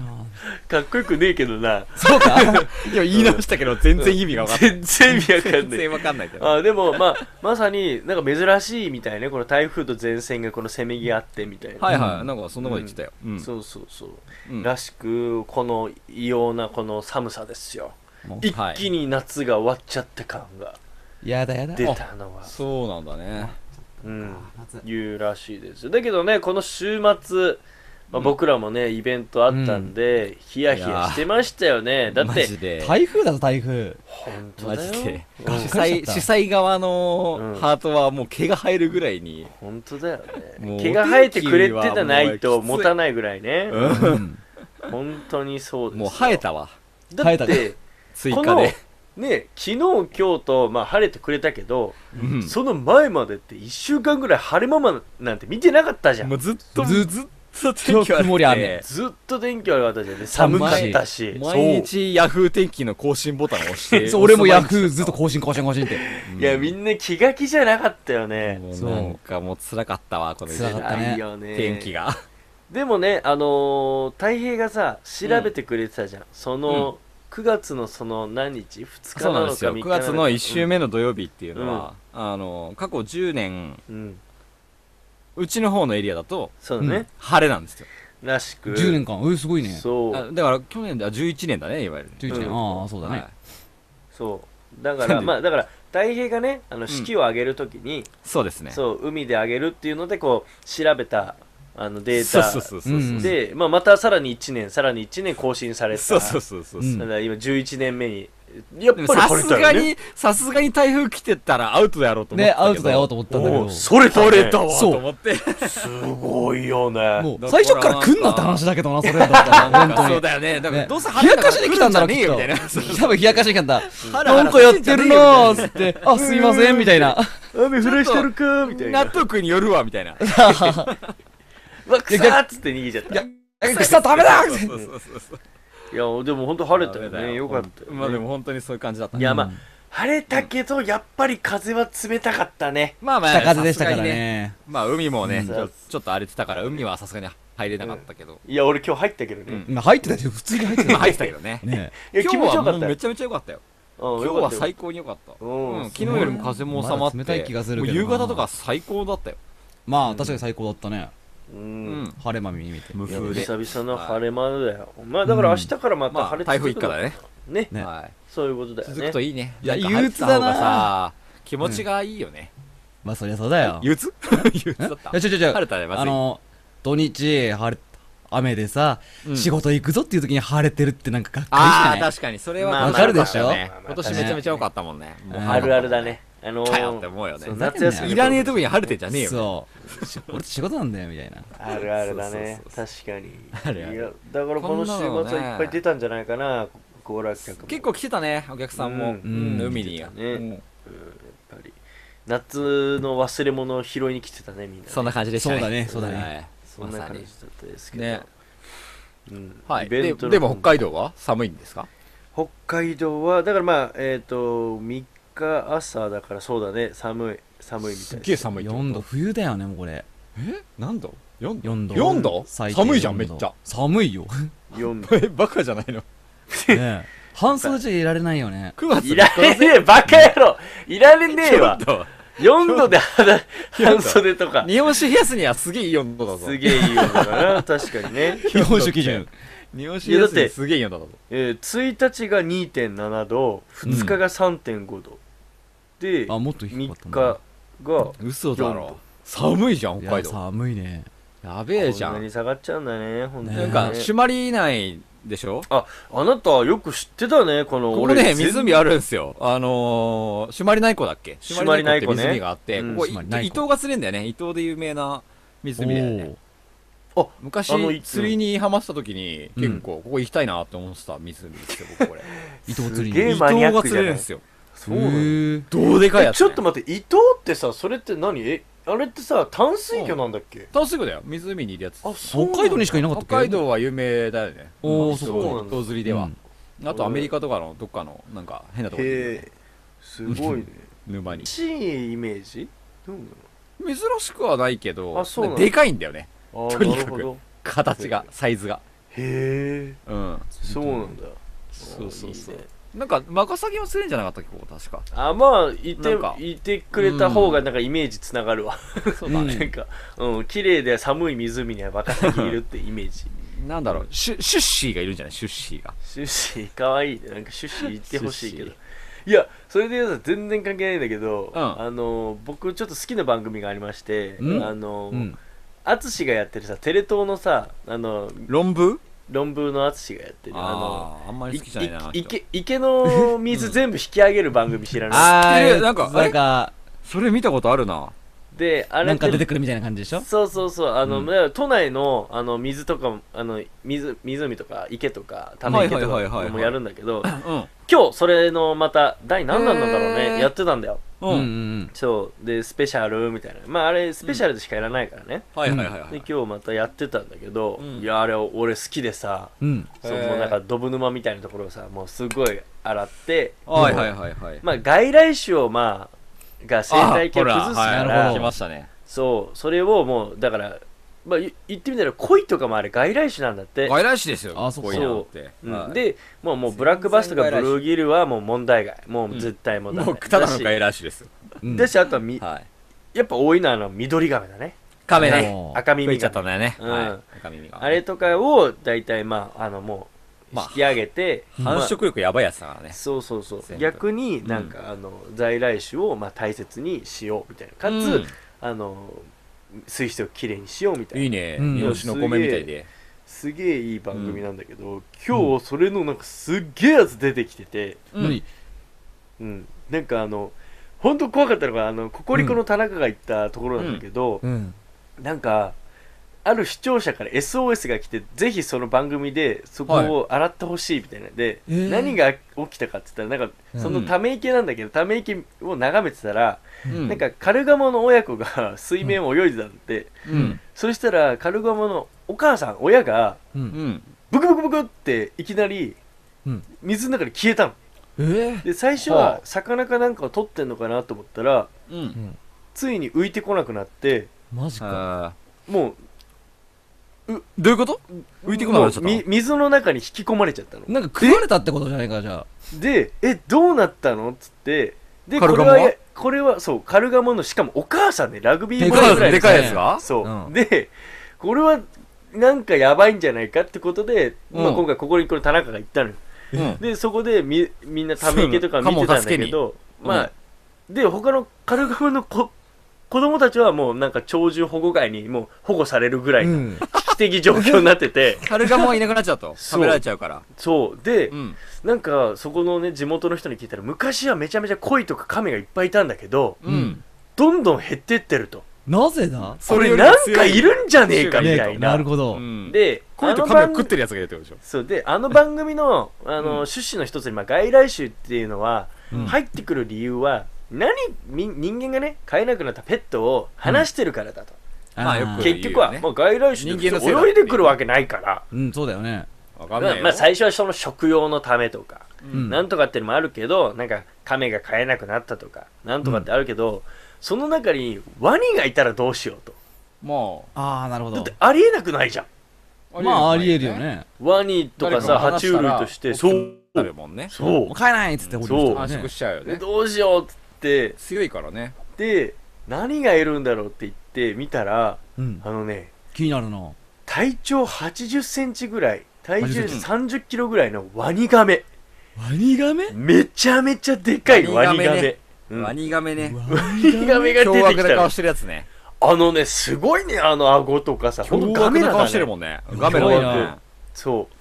[SPEAKER 6] かっこよくねえけど な
[SPEAKER 4] そうか いや言い直したけど全然意味が分かんない
[SPEAKER 6] 全然意味わかん
[SPEAKER 4] 全
[SPEAKER 6] ない
[SPEAKER 4] 然わかんないけど
[SPEAKER 6] あーでもまあまさになんか珍しいみたいねこの台風と前線がこのせめぎ合ってみたいな、
[SPEAKER 4] はいはいなんかそんなこと言ってたようん
[SPEAKER 6] そうそうそう、
[SPEAKER 4] うん
[SPEAKER 6] らしくこの異様なこの寒さですよ
[SPEAKER 5] もう
[SPEAKER 6] 一気に夏が終わっちゃった感が
[SPEAKER 5] やだやだ
[SPEAKER 6] 出たのは、
[SPEAKER 4] そうなんだね
[SPEAKER 6] うん、いうらしいですよだけどねこの週末、まあ、僕らもね、イベントあったんで、ヒヤヒヤしてましたよねだっ
[SPEAKER 8] マ
[SPEAKER 6] て
[SPEAKER 8] ジで。
[SPEAKER 5] 台風だぞ台風
[SPEAKER 6] 本当
[SPEAKER 8] マ
[SPEAKER 6] だ
[SPEAKER 8] ジ
[SPEAKER 6] よ
[SPEAKER 8] で。
[SPEAKER 5] うん
[SPEAKER 8] 主催、主催側の
[SPEAKER 6] うん
[SPEAKER 8] ハートはもう毛が生えるぐらいに、
[SPEAKER 6] 本当だよね
[SPEAKER 8] もう
[SPEAKER 6] 毛が生えてくれてたない
[SPEAKER 8] お天気はもう
[SPEAKER 6] と
[SPEAKER 8] きつい
[SPEAKER 6] 持たないぐらいね、
[SPEAKER 5] うん
[SPEAKER 6] 本当にそうですよ
[SPEAKER 8] もう生えたわ。
[SPEAKER 6] だっ
[SPEAKER 5] 生
[SPEAKER 6] て
[SPEAKER 8] 追
[SPEAKER 6] こ
[SPEAKER 8] 加
[SPEAKER 6] の
[SPEAKER 8] で。
[SPEAKER 6] ね昨日今日と、まあ、晴れてくれたけど、
[SPEAKER 8] うん
[SPEAKER 6] その前までって1週間ぐらい晴れままなんて見てなかったじゃん
[SPEAKER 8] もうずっと、
[SPEAKER 5] ず
[SPEAKER 8] ずっと天気悪
[SPEAKER 5] 曇
[SPEAKER 8] く
[SPEAKER 5] り雨
[SPEAKER 8] て。
[SPEAKER 6] ずっと天気悪かったじゃんね寒かったし
[SPEAKER 8] 毎日ヤフー天気の更新ボタンを押して。
[SPEAKER 5] そう俺もヤフーずっと更新更新更新って
[SPEAKER 6] いやみんな気が気じゃなかったよね
[SPEAKER 8] もう
[SPEAKER 5] そう
[SPEAKER 8] なんかもう辛かったわ、この一
[SPEAKER 5] 辛かった
[SPEAKER 8] 年
[SPEAKER 5] ね
[SPEAKER 6] ないよね
[SPEAKER 8] 天気が。
[SPEAKER 6] でもねあのー、太平がさ調べてくれてたじゃん、その、9月のその何日2日
[SPEAKER 8] そう
[SPEAKER 6] な
[SPEAKER 8] なん
[SPEAKER 6] の
[SPEAKER 8] で
[SPEAKER 6] か
[SPEAKER 8] すよ。
[SPEAKER 6] 3日
[SPEAKER 8] 9
[SPEAKER 6] なのか
[SPEAKER 8] 月の1週目の土曜日っていうのは、あの、過去10年、
[SPEAKER 6] うん、うん
[SPEAKER 8] うちの方のエリアだと、
[SPEAKER 6] そうだね、
[SPEAKER 8] 晴れなんですよ。
[SPEAKER 6] らしく
[SPEAKER 5] 10年間えすごいね
[SPEAKER 6] そう
[SPEAKER 8] あだから去年で、あ、11年だね、いわゆる。
[SPEAKER 5] 11年
[SPEAKER 6] うん
[SPEAKER 5] ああそうだ
[SPEAKER 8] はい
[SPEAKER 5] ね
[SPEAKER 6] そうだか
[SPEAKER 8] なん
[SPEAKER 6] ら
[SPEAKER 8] で
[SPEAKER 6] まあだから太平がねあの式を上げるときに、
[SPEAKER 8] そうですね。
[SPEAKER 6] そう海で上げるっていうのでこう調べたあのデー
[SPEAKER 8] そう
[SPEAKER 6] タ
[SPEAKER 8] そうそうそう。
[SPEAKER 5] うん
[SPEAKER 6] で、まあ、またさらに1年さらに1年更新された
[SPEAKER 8] そうそうそうそう。
[SPEAKER 5] うん
[SPEAKER 6] だから今11年目にやっ
[SPEAKER 8] でも
[SPEAKER 6] ぱ
[SPEAKER 8] さ
[SPEAKER 6] り
[SPEAKER 8] す
[SPEAKER 6] 取れ
[SPEAKER 8] が
[SPEAKER 6] たよね
[SPEAKER 8] に、さすがに台風来てたらアウトだろうと思っ
[SPEAKER 5] ね
[SPEAKER 8] てたけど。
[SPEAKER 5] アウトだよと思ったんだけ
[SPEAKER 6] お
[SPEAKER 5] ど
[SPEAKER 6] うそれたね
[SPEAKER 8] 取れたわと
[SPEAKER 5] そう
[SPEAKER 8] 思って。
[SPEAKER 6] すごいよね
[SPEAKER 5] もう最初から来んなって話だけどなそれだったら本当
[SPEAKER 8] そ
[SPEAKER 5] に
[SPEAKER 8] うだよね。だから
[SPEAKER 5] ね
[SPEAKER 8] どうせ
[SPEAKER 5] 冷
[SPEAKER 8] 晴れ
[SPEAKER 5] や
[SPEAKER 8] だか
[SPEAKER 5] からしに来たんだろ
[SPEAKER 8] 来
[SPEAKER 5] き
[SPEAKER 8] る
[SPEAKER 5] っ
[SPEAKER 8] じゃ
[SPEAKER 5] と
[SPEAKER 8] ねえよみたいな。
[SPEAKER 5] 多分冷やかしに来たんだ
[SPEAKER 8] ハラハラ
[SPEAKER 5] なんかやってるなーっつってあすいませんみたいな
[SPEAKER 6] 雨降らしてるかみたいな
[SPEAKER 8] 納得によるわ、みたいな。
[SPEAKER 6] うわ、くさーっつって逃げちゃった。い
[SPEAKER 5] え草ダメ だ
[SPEAKER 4] そうそうそうそうそう
[SPEAKER 6] や、でも本当晴れたよ
[SPEAKER 4] ダメだ
[SPEAKER 6] ね。よかったよね
[SPEAKER 4] まあでも本当にそういう感じだった
[SPEAKER 6] いや、まあ、晴れたけど、やっぱり風は冷たかったね。
[SPEAKER 4] まあまあ
[SPEAKER 5] 北風でしたから
[SPEAKER 4] さすがに
[SPEAKER 5] ね。
[SPEAKER 4] まあ海もね、
[SPEAKER 6] うん
[SPEAKER 4] ちょちょっと荒れてたから海はさすがに入れなかったけど、
[SPEAKER 6] いや、俺今日入ったけど
[SPEAKER 4] う
[SPEAKER 6] ね
[SPEAKER 4] ん。
[SPEAKER 5] 今入ってたよ、普通に入ってた
[SPEAKER 4] まあ
[SPEAKER 5] よ。
[SPEAKER 4] 入ってたけど ね
[SPEAKER 5] ね
[SPEAKER 6] いや、気持ち
[SPEAKER 4] 今
[SPEAKER 6] よか
[SPEAKER 4] 日はも
[SPEAKER 6] っ
[SPEAKER 4] う
[SPEAKER 6] た
[SPEAKER 4] め
[SPEAKER 6] よ。
[SPEAKER 4] ちゃめちゃ良かったよ
[SPEAKER 6] 今
[SPEAKER 4] 今日は最高に良かった
[SPEAKER 6] うん
[SPEAKER 4] うん、昨日よりも風も収まって、
[SPEAKER 5] まだ冷たい気がする
[SPEAKER 4] も
[SPEAKER 5] け
[SPEAKER 4] う
[SPEAKER 5] どな
[SPEAKER 4] 夕方とか最高だったよ、
[SPEAKER 5] まあ、確かに最高だったね。
[SPEAKER 6] う。
[SPEAKER 4] うん
[SPEAKER 5] 晴れ間見に見て。
[SPEAKER 4] 無
[SPEAKER 6] いや
[SPEAKER 4] 風で
[SPEAKER 6] 久々の晴れ間だよ。まあ、だから明日からまた
[SPEAKER 4] ま
[SPEAKER 6] 晴
[SPEAKER 4] あ
[SPEAKER 6] れ
[SPEAKER 4] 台風一過だね
[SPEAKER 6] ね。
[SPEAKER 5] ね
[SPEAKER 4] はい、
[SPEAKER 6] そういうことだよ
[SPEAKER 4] 続くと
[SPEAKER 6] ね。
[SPEAKER 4] いいね
[SPEAKER 5] いや
[SPEAKER 4] なんか
[SPEAKER 5] 憂鬱だな
[SPEAKER 4] 入ってた方がさ気持ちがいいよね、
[SPEAKER 5] まあ、そりゃそうだよ。
[SPEAKER 4] 憂鬱憂鬱だっ
[SPEAKER 5] いや、
[SPEAKER 4] た
[SPEAKER 5] 違う違う違う。
[SPEAKER 4] 晴れたねまずい
[SPEAKER 5] あの、土日、晴れ、雨でさ、
[SPEAKER 4] うん
[SPEAKER 5] 仕事行くぞっていう時に晴れてるってなんかがっか
[SPEAKER 4] あ
[SPEAKER 5] り し
[SPEAKER 4] あ
[SPEAKER 5] ない
[SPEAKER 4] 確かにそれは
[SPEAKER 6] まあ
[SPEAKER 5] わかるでしょ
[SPEAKER 4] 良かったよね
[SPEAKER 6] まあ
[SPEAKER 4] 今年めちゃめちゃ良かったもんねもう
[SPEAKER 5] ね
[SPEAKER 6] あるあるだね。あの
[SPEAKER 4] 来たよって思うよね
[SPEAKER 6] そう夏休み。
[SPEAKER 4] いらねえとこに晴れてんじゃねえよ
[SPEAKER 5] そう。し俺仕事なんだよ、みたいな。
[SPEAKER 6] あるあるだね。
[SPEAKER 4] そう
[SPEAKER 6] 確かに。
[SPEAKER 4] るある
[SPEAKER 6] いや、だからこの週末はいっぱい出たんじゃないかな、行楽客も。
[SPEAKER 4] 結構来てたねお客さんも、
[SPEAKER 6] うん
[SPEAKER 4] うん
[SPEAKER 5] うん
[SPEAKER 4] 海に、
[SPEAKER 6] ね
[SPEAKER 4] うん
[SPEAKER 6] やっぱり夏の忘れ物を拾いに来てたねみんなね
[SPEAKER 4] そんな感じでしたね
[SPEAKER 5] そうだねそうだね
[SPEAKER 4] はい
[SPEAKER 6] そんな
[SPEAKER 4] まさ
[SPEAKER 6] 感じ
[SPEAKER 4] に
[SPEAKER 6] だったですけど、
[SPEAKER 4] ね
[SPEAKER 6] うん
[SPEAKER 4] はい
[SPEAKER 6] イベ
[SPEAKER 4] で
[SPEAKER 6] ントの
[SPEAKER 4] でも北海道は寒いんですか
[SPEAKER 6] 北海道はだからまあえっ、と3日朝だからそうだね寒い寒いみたいです
[SPEAKER 4] 寒
[SPEAKER 5] 4度、冬だよね、もうこれ。
[SPEAKER 4] 何度 ?4
[SPEAKER 5] 4度。
[SPEAKER 4] 4度
[SPEAKER 5] 最低
[SPEAKER 4] 寒いじゃん
[SPEAKER 5] 4
[SPEAKER 4] めっ
[SPEAKER 5] 度
[SPEAKER 4] ちゃ
[SPEAKER 5] 寒いよ。
[SPEAKER 6] 4
[SPEAKER 4] えバカじゃないの
[SPEAKER 5] ね半袖じゃいられない よね。
[SPEAKER 4] 9月
[SPEAKER 6] いられねえバカ野郎いられねえわ
[SPEAKER 4] 4度
[SPEAKER 6] 4度で肌半袖とか
[SPEAKER 4] 日本酒冷やすにはすげえいい温度だぞ
[SPEAKER 6] すげえいいよだな確かにね、
[SPEAKER 5] 日本酒基準。
[SPEAKER 4] 日本酒冷やすにすげえいい温度だぞ
[SPEAKER 6] えー、1日が2.7度2日が3.5度、で
[SPEAKER 5] あ、もっと低かった
[SPEAKER 6] 3
[SPEAKER 5] ん
[SPEAKER 6] 日
[SPEAKER 5] だ
[SPEAKER 6] が
[SPEAKER 4] 嘘
[SPEAKER 6] だろ
[SPEAKER 4] 寒いじゃん
[SPEAKER 5] い
[SPEAKER 4] 北海
[SPEAKER 5] や、
[SPEAKER 4] 道
[SPEAKER 5] 寒いね。
[SPEAKER 4] やべえじゃ
[SPEAKER 6] こんなんに下がっちゃうんだね本当にね
[SPEAKER 4] な
[SPEAKER 5] なんに
[SPEAKER 4] か朱鞠内でしょ
[SPEAKER 6] ああなたよく知ってたねこの
[SPEAKER 4] ここね、
[SPEAKER 6] 全
[SPEAKER 4] 湖あるんですよ。あのー、朱鞠内湖だっけ
[SPEAKER 6] 朱鞠内湖ね
[SPEAKER 4] 朱って湖があって、
[SPEAKER 6] うん
[SPEAKER 4] ここ、
[SPEAKER 5] 朱
[SPEAKER 4] 伊
[SPEAKER 5] 鞠内湖
[SPEAKER 4] 藤が釣れんだよね。伊藤で有名な湖だよね。
[SPEAKER 6] あのい
[SPEAKER 4] 昔、釣りにハマってた時に、
[SPEAKER 5] うん
[SPEAKER 4] 結構、ここ行きたいなって思ってた湖ですよ、僕これ。
[SPEAKER 5] 伊藤釣り
[SPEAKER 6] す げ
[SPEAKER 5] に。
[SPEAKER 6] え
[SPEAKER 4] 伊
[SPEAKER 6] えマニア
[SPEAKER 4] 藤
[SPEAKER 6] ッ
[SPEAKER 4] が
[SPEAKER 6] ク
[SPEAKER 4] 釣
[SPEAKER 6] じゃ
[SPEAKER 4] れ
[SPEAKER 6] ない
[SPEAKER 4] るんですよ。
[SPEAKER 6] そうなの
[SPEAKER 5] へ
[SPEAKER 6] え
[SPEAKER 5] ー
[SPEAKER 4] どうでかいやつ、ね。
[SPEAKER 6] ちょっと待って伊東ってさそれって何えあれってさ淡水魚なんだっけ、
[SPEAKER 4] 楽しみだよ。湖にいるやつ。
[SPEAKER 6] あそう
[SPEAKER 5] 北海道にしかいなかったっけ
[SPEAKER 4] 北海道は有名だよね。
[SPEAKER 5] おー
[SPEAKER 4] あ
[SPEAKER 5] そっ
[SPEAKER 6] か
[SPEAKER 4] 伊藤釣りでは。あと、アメリカとかの、どっかの、なんか、変なとこにいるよね
[SPEAKER 6] へえすごいね
[SPEAKER 4] 沼に
[SPEAKER 6] 珍。しいイメージどうな
[SPEAKER 4] 珍しくはないけど
[SPEAKER 6] あそうな、の
[SPEAKER 4] でかいんだよね。
[SPEAKER 6] のあ
[SPEAKER 4] と
[SPEAKER 6] ー
[SPEAKER 4] にか
[SPEAKER 6] なる
[SPEAKER 4] く
[SPEAKER 6] ほど
[SPEAKER 4] 形が、サイズが。
[SPEAKER 6] へ
[SPEAKER 4] う
[SPEAKER 6] え
[SPEAKER 4] ん。
[SPEAKER 6] そうなんだ
[SPEAKER 4] そうそうそう
[SPEAKER 6] いいね
[SPEAKER 4] なんか、マカサギも釣れんじゃなかったっけ、ここ確か。
[SPEAKER 6] あまあい
[SPEAKER 4] な
[SPEAKER 6] て
[SPEAKER 4] んか
[SPEAKER 6] いてくれた方がなんかイメージつながるわ、
[SPEAKER 4] そうだ
[SPEAKER 5] うん
[SPEAKER 6] なんかうん綺麗で寒い湖には若さぎいるってイメージ
[SPEAKER 4] なんだろう、シュシュッシーがいるんじゃないシュッシーが。
[SPEAKER 6] シュッ シーかわいいねなんかシュッシー言ってほしいけどいやそれで言うと全然関係ないんだけど、
[SPEAKER 4] うん
[SPEAKER 6] あの僕ちょっと好きな番組がありまして、
[SPEAKER 5] うん
[SPEAKER 6] あの
[SPEAKER 5] うん。
[SPEAKER 6] 淳、がやってるさテレ東のさあの
[SPEAKER 4] 論文
[SPEAKER 6] 論文の淳がやってるあ
[SPEAKER 4] あーあんま
[SPEAKER 6] の
[SPEAKER 4] り好きじゃないな。あの人
[SPEAKER 6] 池池の水全部引き上げる番組知らない、
[SPEAKER 5] あ
[SPEAKER 4] 知って
[SPEAKER 5] ー、
[SPEAKER 4] るなんか あ
[SPEAKER 5] な
[SPEAKER 4] れ
[SPEAKER 5] んか、
[SPEAKER 4] それ見たことあるな。
[SPEAKER 6] であれ
[SPEAKER 5] なんか出て
[SPEAKER 6] く
[SPEAKER 5] くるみたいな感じでしょ
[SPEAKER 6] そうそうそうあの、
[SPEAKER 4] うん
[SPEAKER 6] だから都内のあの水とかもあの水湖とか池とかため池と
[SPEAKER 4] はいはいはいは
[SPEAKER 6] か
[SPEAKER 4] い
[SPEAKER 6] も
[SPEAKER 4] はい
[SPEAKER 6] やるんだけど
[SPEAKER 4] うん。
[SPEAKER 6] 今日それのまた第何弾なんだろう
[SPEAKER 4] へ
[SPEAKER 6] ね
[SPEAKER 4] ー
[SPEAKER 6] やってたんだよ
[SPEAKER 5] うん
[SPEAKER 4] う
[SPEAKER 5] うん
[SPEAKER 4] ん。
[SPEAKER 5] うん。
[SPEAKER 6] そうでスペシャルみたいなまああれスペシャルでしかやらないからね、
[SPEAKER 4] はいはいはいは
[SPEAKER 6] で
[SPEAKER 4] い。
[SPEAKER 6] 今日またやってたんだけど、
[SPEAKER 4] うん
[SPEAKER 6] いやあれ俺好きでさ
[SPEAKER 5] うん。
[SPEAKER 6] そう
[SPEAKER 4] へー
[SPEAKER 6] もうなんかドブ沼みたいなところをさもうすごい洗って
[SPEAKER 4] はいはいはいはい。
[SPEAKER 6] まあ外来種をまあが生態系を崩すか
[SPEAKER 4] あほ
[SPEAKER 5] なる
[SPEAKER 6] ら、
[SPEAKER 5] ほ
[SPEAKER 4] はい
[SPEAKER 5] ど
[SPEAKER 4] 来ましたね。
[SPEAKER 6] そうそれをもうだからまあい言ってみたら鯉とかもあれ外来種なんだって
[SPEAKER 4] 外来種ですよ。
[SPEAKER 5] あそうか
[SPEAKER 4] こいのって。
[SPEAKER 6] うん
[SPEAKER 4] はい、
[SPEAKER 6] でもうもうブラックバスとかブルーギルはもう問題外もう絶対もうダメ、
[SPEAKER 4] もう、ただの
[SPEAKER 6] だし
[SPEAKER 4] 外来種ですよ。
[SPEAKER 5] うん
[SPEAKER 6] だしあとはみ、
[SPEAKER 4] はい。
[SPEAKER 6] やっぱ多いのはあの緑亀だね
[SPEAKER 4] カメ
[SPEAKER 5] あ
[SPEAKER 4] ね。
[SPEAKER 5] の
[SPEAKER 6] 赤
[SPEAKER 4] 食
[SPEAKER 6] 耳亀
[SPEAKER 4] いちゃったんだよね。
[SPEAKER 6] うん
[SPEAKER 4] はい。赤耳が。
[SPEAKER 6] あれとかを大体まああのもう
[SPEAKER 4] まあ
[SPEAKER 6] 引き上げて、まあ
[SPEAKER 4] 繁殖力やばいやつだからね。
[SPEAKER 6] そうそうそう
[SPEAKER 4] 全部
[SPEAKER 6] 逆になんか、あの在来種をまあ大切にしようみたいなかつ、
[SPEAKER 4] うん
[SPEAKER 6] あの水質をきれいにしようみたいない
[SPEAKER 4] いね。
[SPEAKER 5] うん
[SPEAKER 4] 日本酒の米みたいで。
[SPEAKER 6] すげえいい番組なんだけど、今日それのなんかすっげえやつ出てきてて、
[SPEAKER 5] 何
[SPEAKER 6] うん、なんかあの本当怖かったのがあのココリコの田中が行ったところなんだけど、
[SPEAKER 5] うん。
[SPEAKER 6] なんかある視聴者から SOS が来てぜひその番組でそこを洗ってほしいみたいなで、
[SPEAKER 5] えー
[SPEAKER 6] 何が起きたかって言ったらなんかそのため池なんだけどため池を眺めてたら、
[SPEAKER 9] うん
[SPEAKER 6] なんかカルガモの親子が水面を泳いでたんで、
[SPEAKER 9] うん
[SPEAKER 6] そしたらカルガモのお母さん親が
[SPEAKER 9] うん
[SPEAKER 6] ブクブクブクっていきなり
[SPEAKER 5] うん
[SPEAKER 6] 水の中で消えたの
[SPEAKER 5] えー
[SPEAKER 6] で最初
[SPEAKER 9] は
[SPEAKER 6] は
[SPEAKER 9] あ
[SPEAKER 6] 魚かなんかを取ってんのかなと思ったら
[SPEAKER 9] うん
[SPEAKER 6] ついに浮いてこなくなって
[SPEAKER 5] マジか。
[SPEAKER 8] あ
[SPEAKER 6] も
[SPEAKER 8] ーどういうこと
[SPEAKER 6] う
[SPEAKER 8] 浮いてこなくなっちゃった
[SPEAKER 6] もうみ水の中に引き込まれちゃったの
[SPEAKER 5] なんか食われたってことじゃないか、じゃあ。
[SPEAKER 6] で「えどうなったの?」っつってで
[SPEAKER 8] カルガモ
[SPEAKER 6] こ
[SPEAKER 8] は
[SPEAKER 6] れはやこれはそうカルガモのしかもお母さんねラグビー
[SPEAKER 5] で
[SPEAKER 6] ボ
[SPEAKER 5] か
[SPEAKER 6] ール
[SPEAKER 5] い
[SPEAKER 6] ぐらいの
[SPEAKER 8] でかいやつが
[SPEAKER 6] そう、
[SPEAKER 8] うん
[SPEAKER 6] でこれはなんかやばいんじゃないかってことで、まあ、今回ここにこの田中が行ったのよ
[SPEAKER 8] うん
[SPEAKER 6] でそこでみみんなため池とか見てたんだ
[SPEAKER 8] そうなのカモ
[SPEAKER 6] けど
[SPEAKER 8] を助けに
[SPEAKER 6] まあ、で他のカルガモの子子供たちはもうなんか鳥獣保護外にもう保護されるぐらいの
[SPEAKER 5] ん。
[SPEAKER 6] 危機的状況になってて、
[SPEAKER 8] カルガモはいなくなっちゃうと
[SPEAKER 6] そ
[SPEAKER 8] 食
[SPEAKER 6] う
[SPEAKER 8] べられちゃうから
[SPEAKER 6] そうで、
[SPEAKER 8] うん
[SPEAKER 6] なんかそこのね地元の人に聞いたら昔はめちゃめちゃ鯉とか亀がいっぱいいたんだけど
[SPEAKER 8] うん
[SPEAKER 6] どんどん減ってってると
[SPEAKER 5] なぜだ
[SPEAKER 6] これなんかいるんじゃねえかみ
[SPEAKER 5] ねえ
[SPEAKER 6] た
[SPEAKER 5] か
[SPEAKER 6] いな
[SPEAKER 5] なるほど。
[SPEAKER 6] で
[SPEAKER 4] 恋と
[SPEAKER 6] あの
[SPEAKER 4] カメを
[SPEAKER 6] 番
[SPEAKER 4] 食ってるやつがいるってことでしょ
[SPEAKER 6] そうであの番組のあの、趣旨の一つに、まあ、外来種っていうのは、入ってくる理由は何み人間がね飼えなくなったペットを離してるからだと、
[SPEAKER 8] まあよく
[SPEAKER 6] 結局は、
[SPEAKER 8] 言うよね
[SPEAKER 6] もう外来種で
[SPEAKER 8] 人間のせいだって
[SPEAKER 6] 泳いでくるわけないから、
[SPEAKER 5] うん、そうだよね。
[SPEAKER 4] わかんな
[SPEAKER 6] まあ
[SPEAKER 4] いよ、
[SPEAKER 6] まあ、最初はその食用のためとか、
[SPEAKER 5] うん
[SPEAKER 6] なんとかっていうのもあるけどなんか亀が飼えなくなったとかなんとかってあるけど、その中にワニがいたらどうしようと
[SPEAKER 8] も
[SPEAKER 5] ああ、なるほ
[SPEAKER 6] だっ
[SPEAKER 5] ど
[SPEAKER 6] て。ありえなくないじゃん
[SPEAKER 5] まあ、ありえるよね。
[SPEAKER 6] ワニとかさ
[SPEAKER 9] 誰かが
[SPEAKER 6] 爬
[SPEAKER 9] 話
[SPEAKER 6] 虫
[SPEAKER 9] したら
[SPEAKER 6] 類としてそう
[SPEAKER 8] 食べるもんね
[SPEAKER 6] そう
[SPEAKER 5] もう帰らないっつって、
[SPEAKER 6] そう
[SPEAKER 5] 俺
[SPEAKER 8] 繁
[SPEAKER 5] たちは
[SPEAKER 8] 殖
[SPEAKER 5] ね
[SPEAKER 8] しちゃうよ
[SPEAKER 6] で
[SPEAKER 8] ね
[SPEAKER 6] どうしようっつって
[SPEAKER 8] 強いからね
[SPEAKER 6] で何がいるんだろうって言って見たら
[SPEAKER 5] うん
[SPEAKER 6] あ。のね
[SPEAKER 5] 気になるな。
[SPEAKER 6] 体長8 0センチぐらい体重
[SPEAKER 5] 80
[SPEAKER 6] 3 0キロぐらいのワニガメ
[SPEAKER 5] ワニガメ
[SPEAKER 6] めちゃめちゃでかいワニ
[SPEAKER 8] ワニガ
[SPEAKER 6] ガ
[SPEAKER 8] メ
[SPEAKER 6] メ
[SPEAKER 8] ね
[SPEAKER 6] うん
[SPEAKER 8] ワニガメね
[SPEAKER 6] ワニガメが
[SPEAKER 8] 凶
[SPEAKER 6] 出て
[SPEAKER 8] 悪な
[SPEAKER 6] きた
[SPEAKER 8] 顔
[SPEAKER 6] の
[SPEAKER 8] してるやつね
[SPEAKER 6] あのねすごいねあの顎とかさほんとガメ
[SPEAKER 8] な
[SPEAKER 6] なん
[SPEAKER 8] 顔
[SPEAKER 6] だ
[SPEAKER 8] して
[SPEAKER 6] ね
[SPEAKER 8] るもんねガメだもん
[SPEAKER 5] すごい
[SPEAKER 8] ね
[SPEAKER 5] な
[SPEAKER 6] そう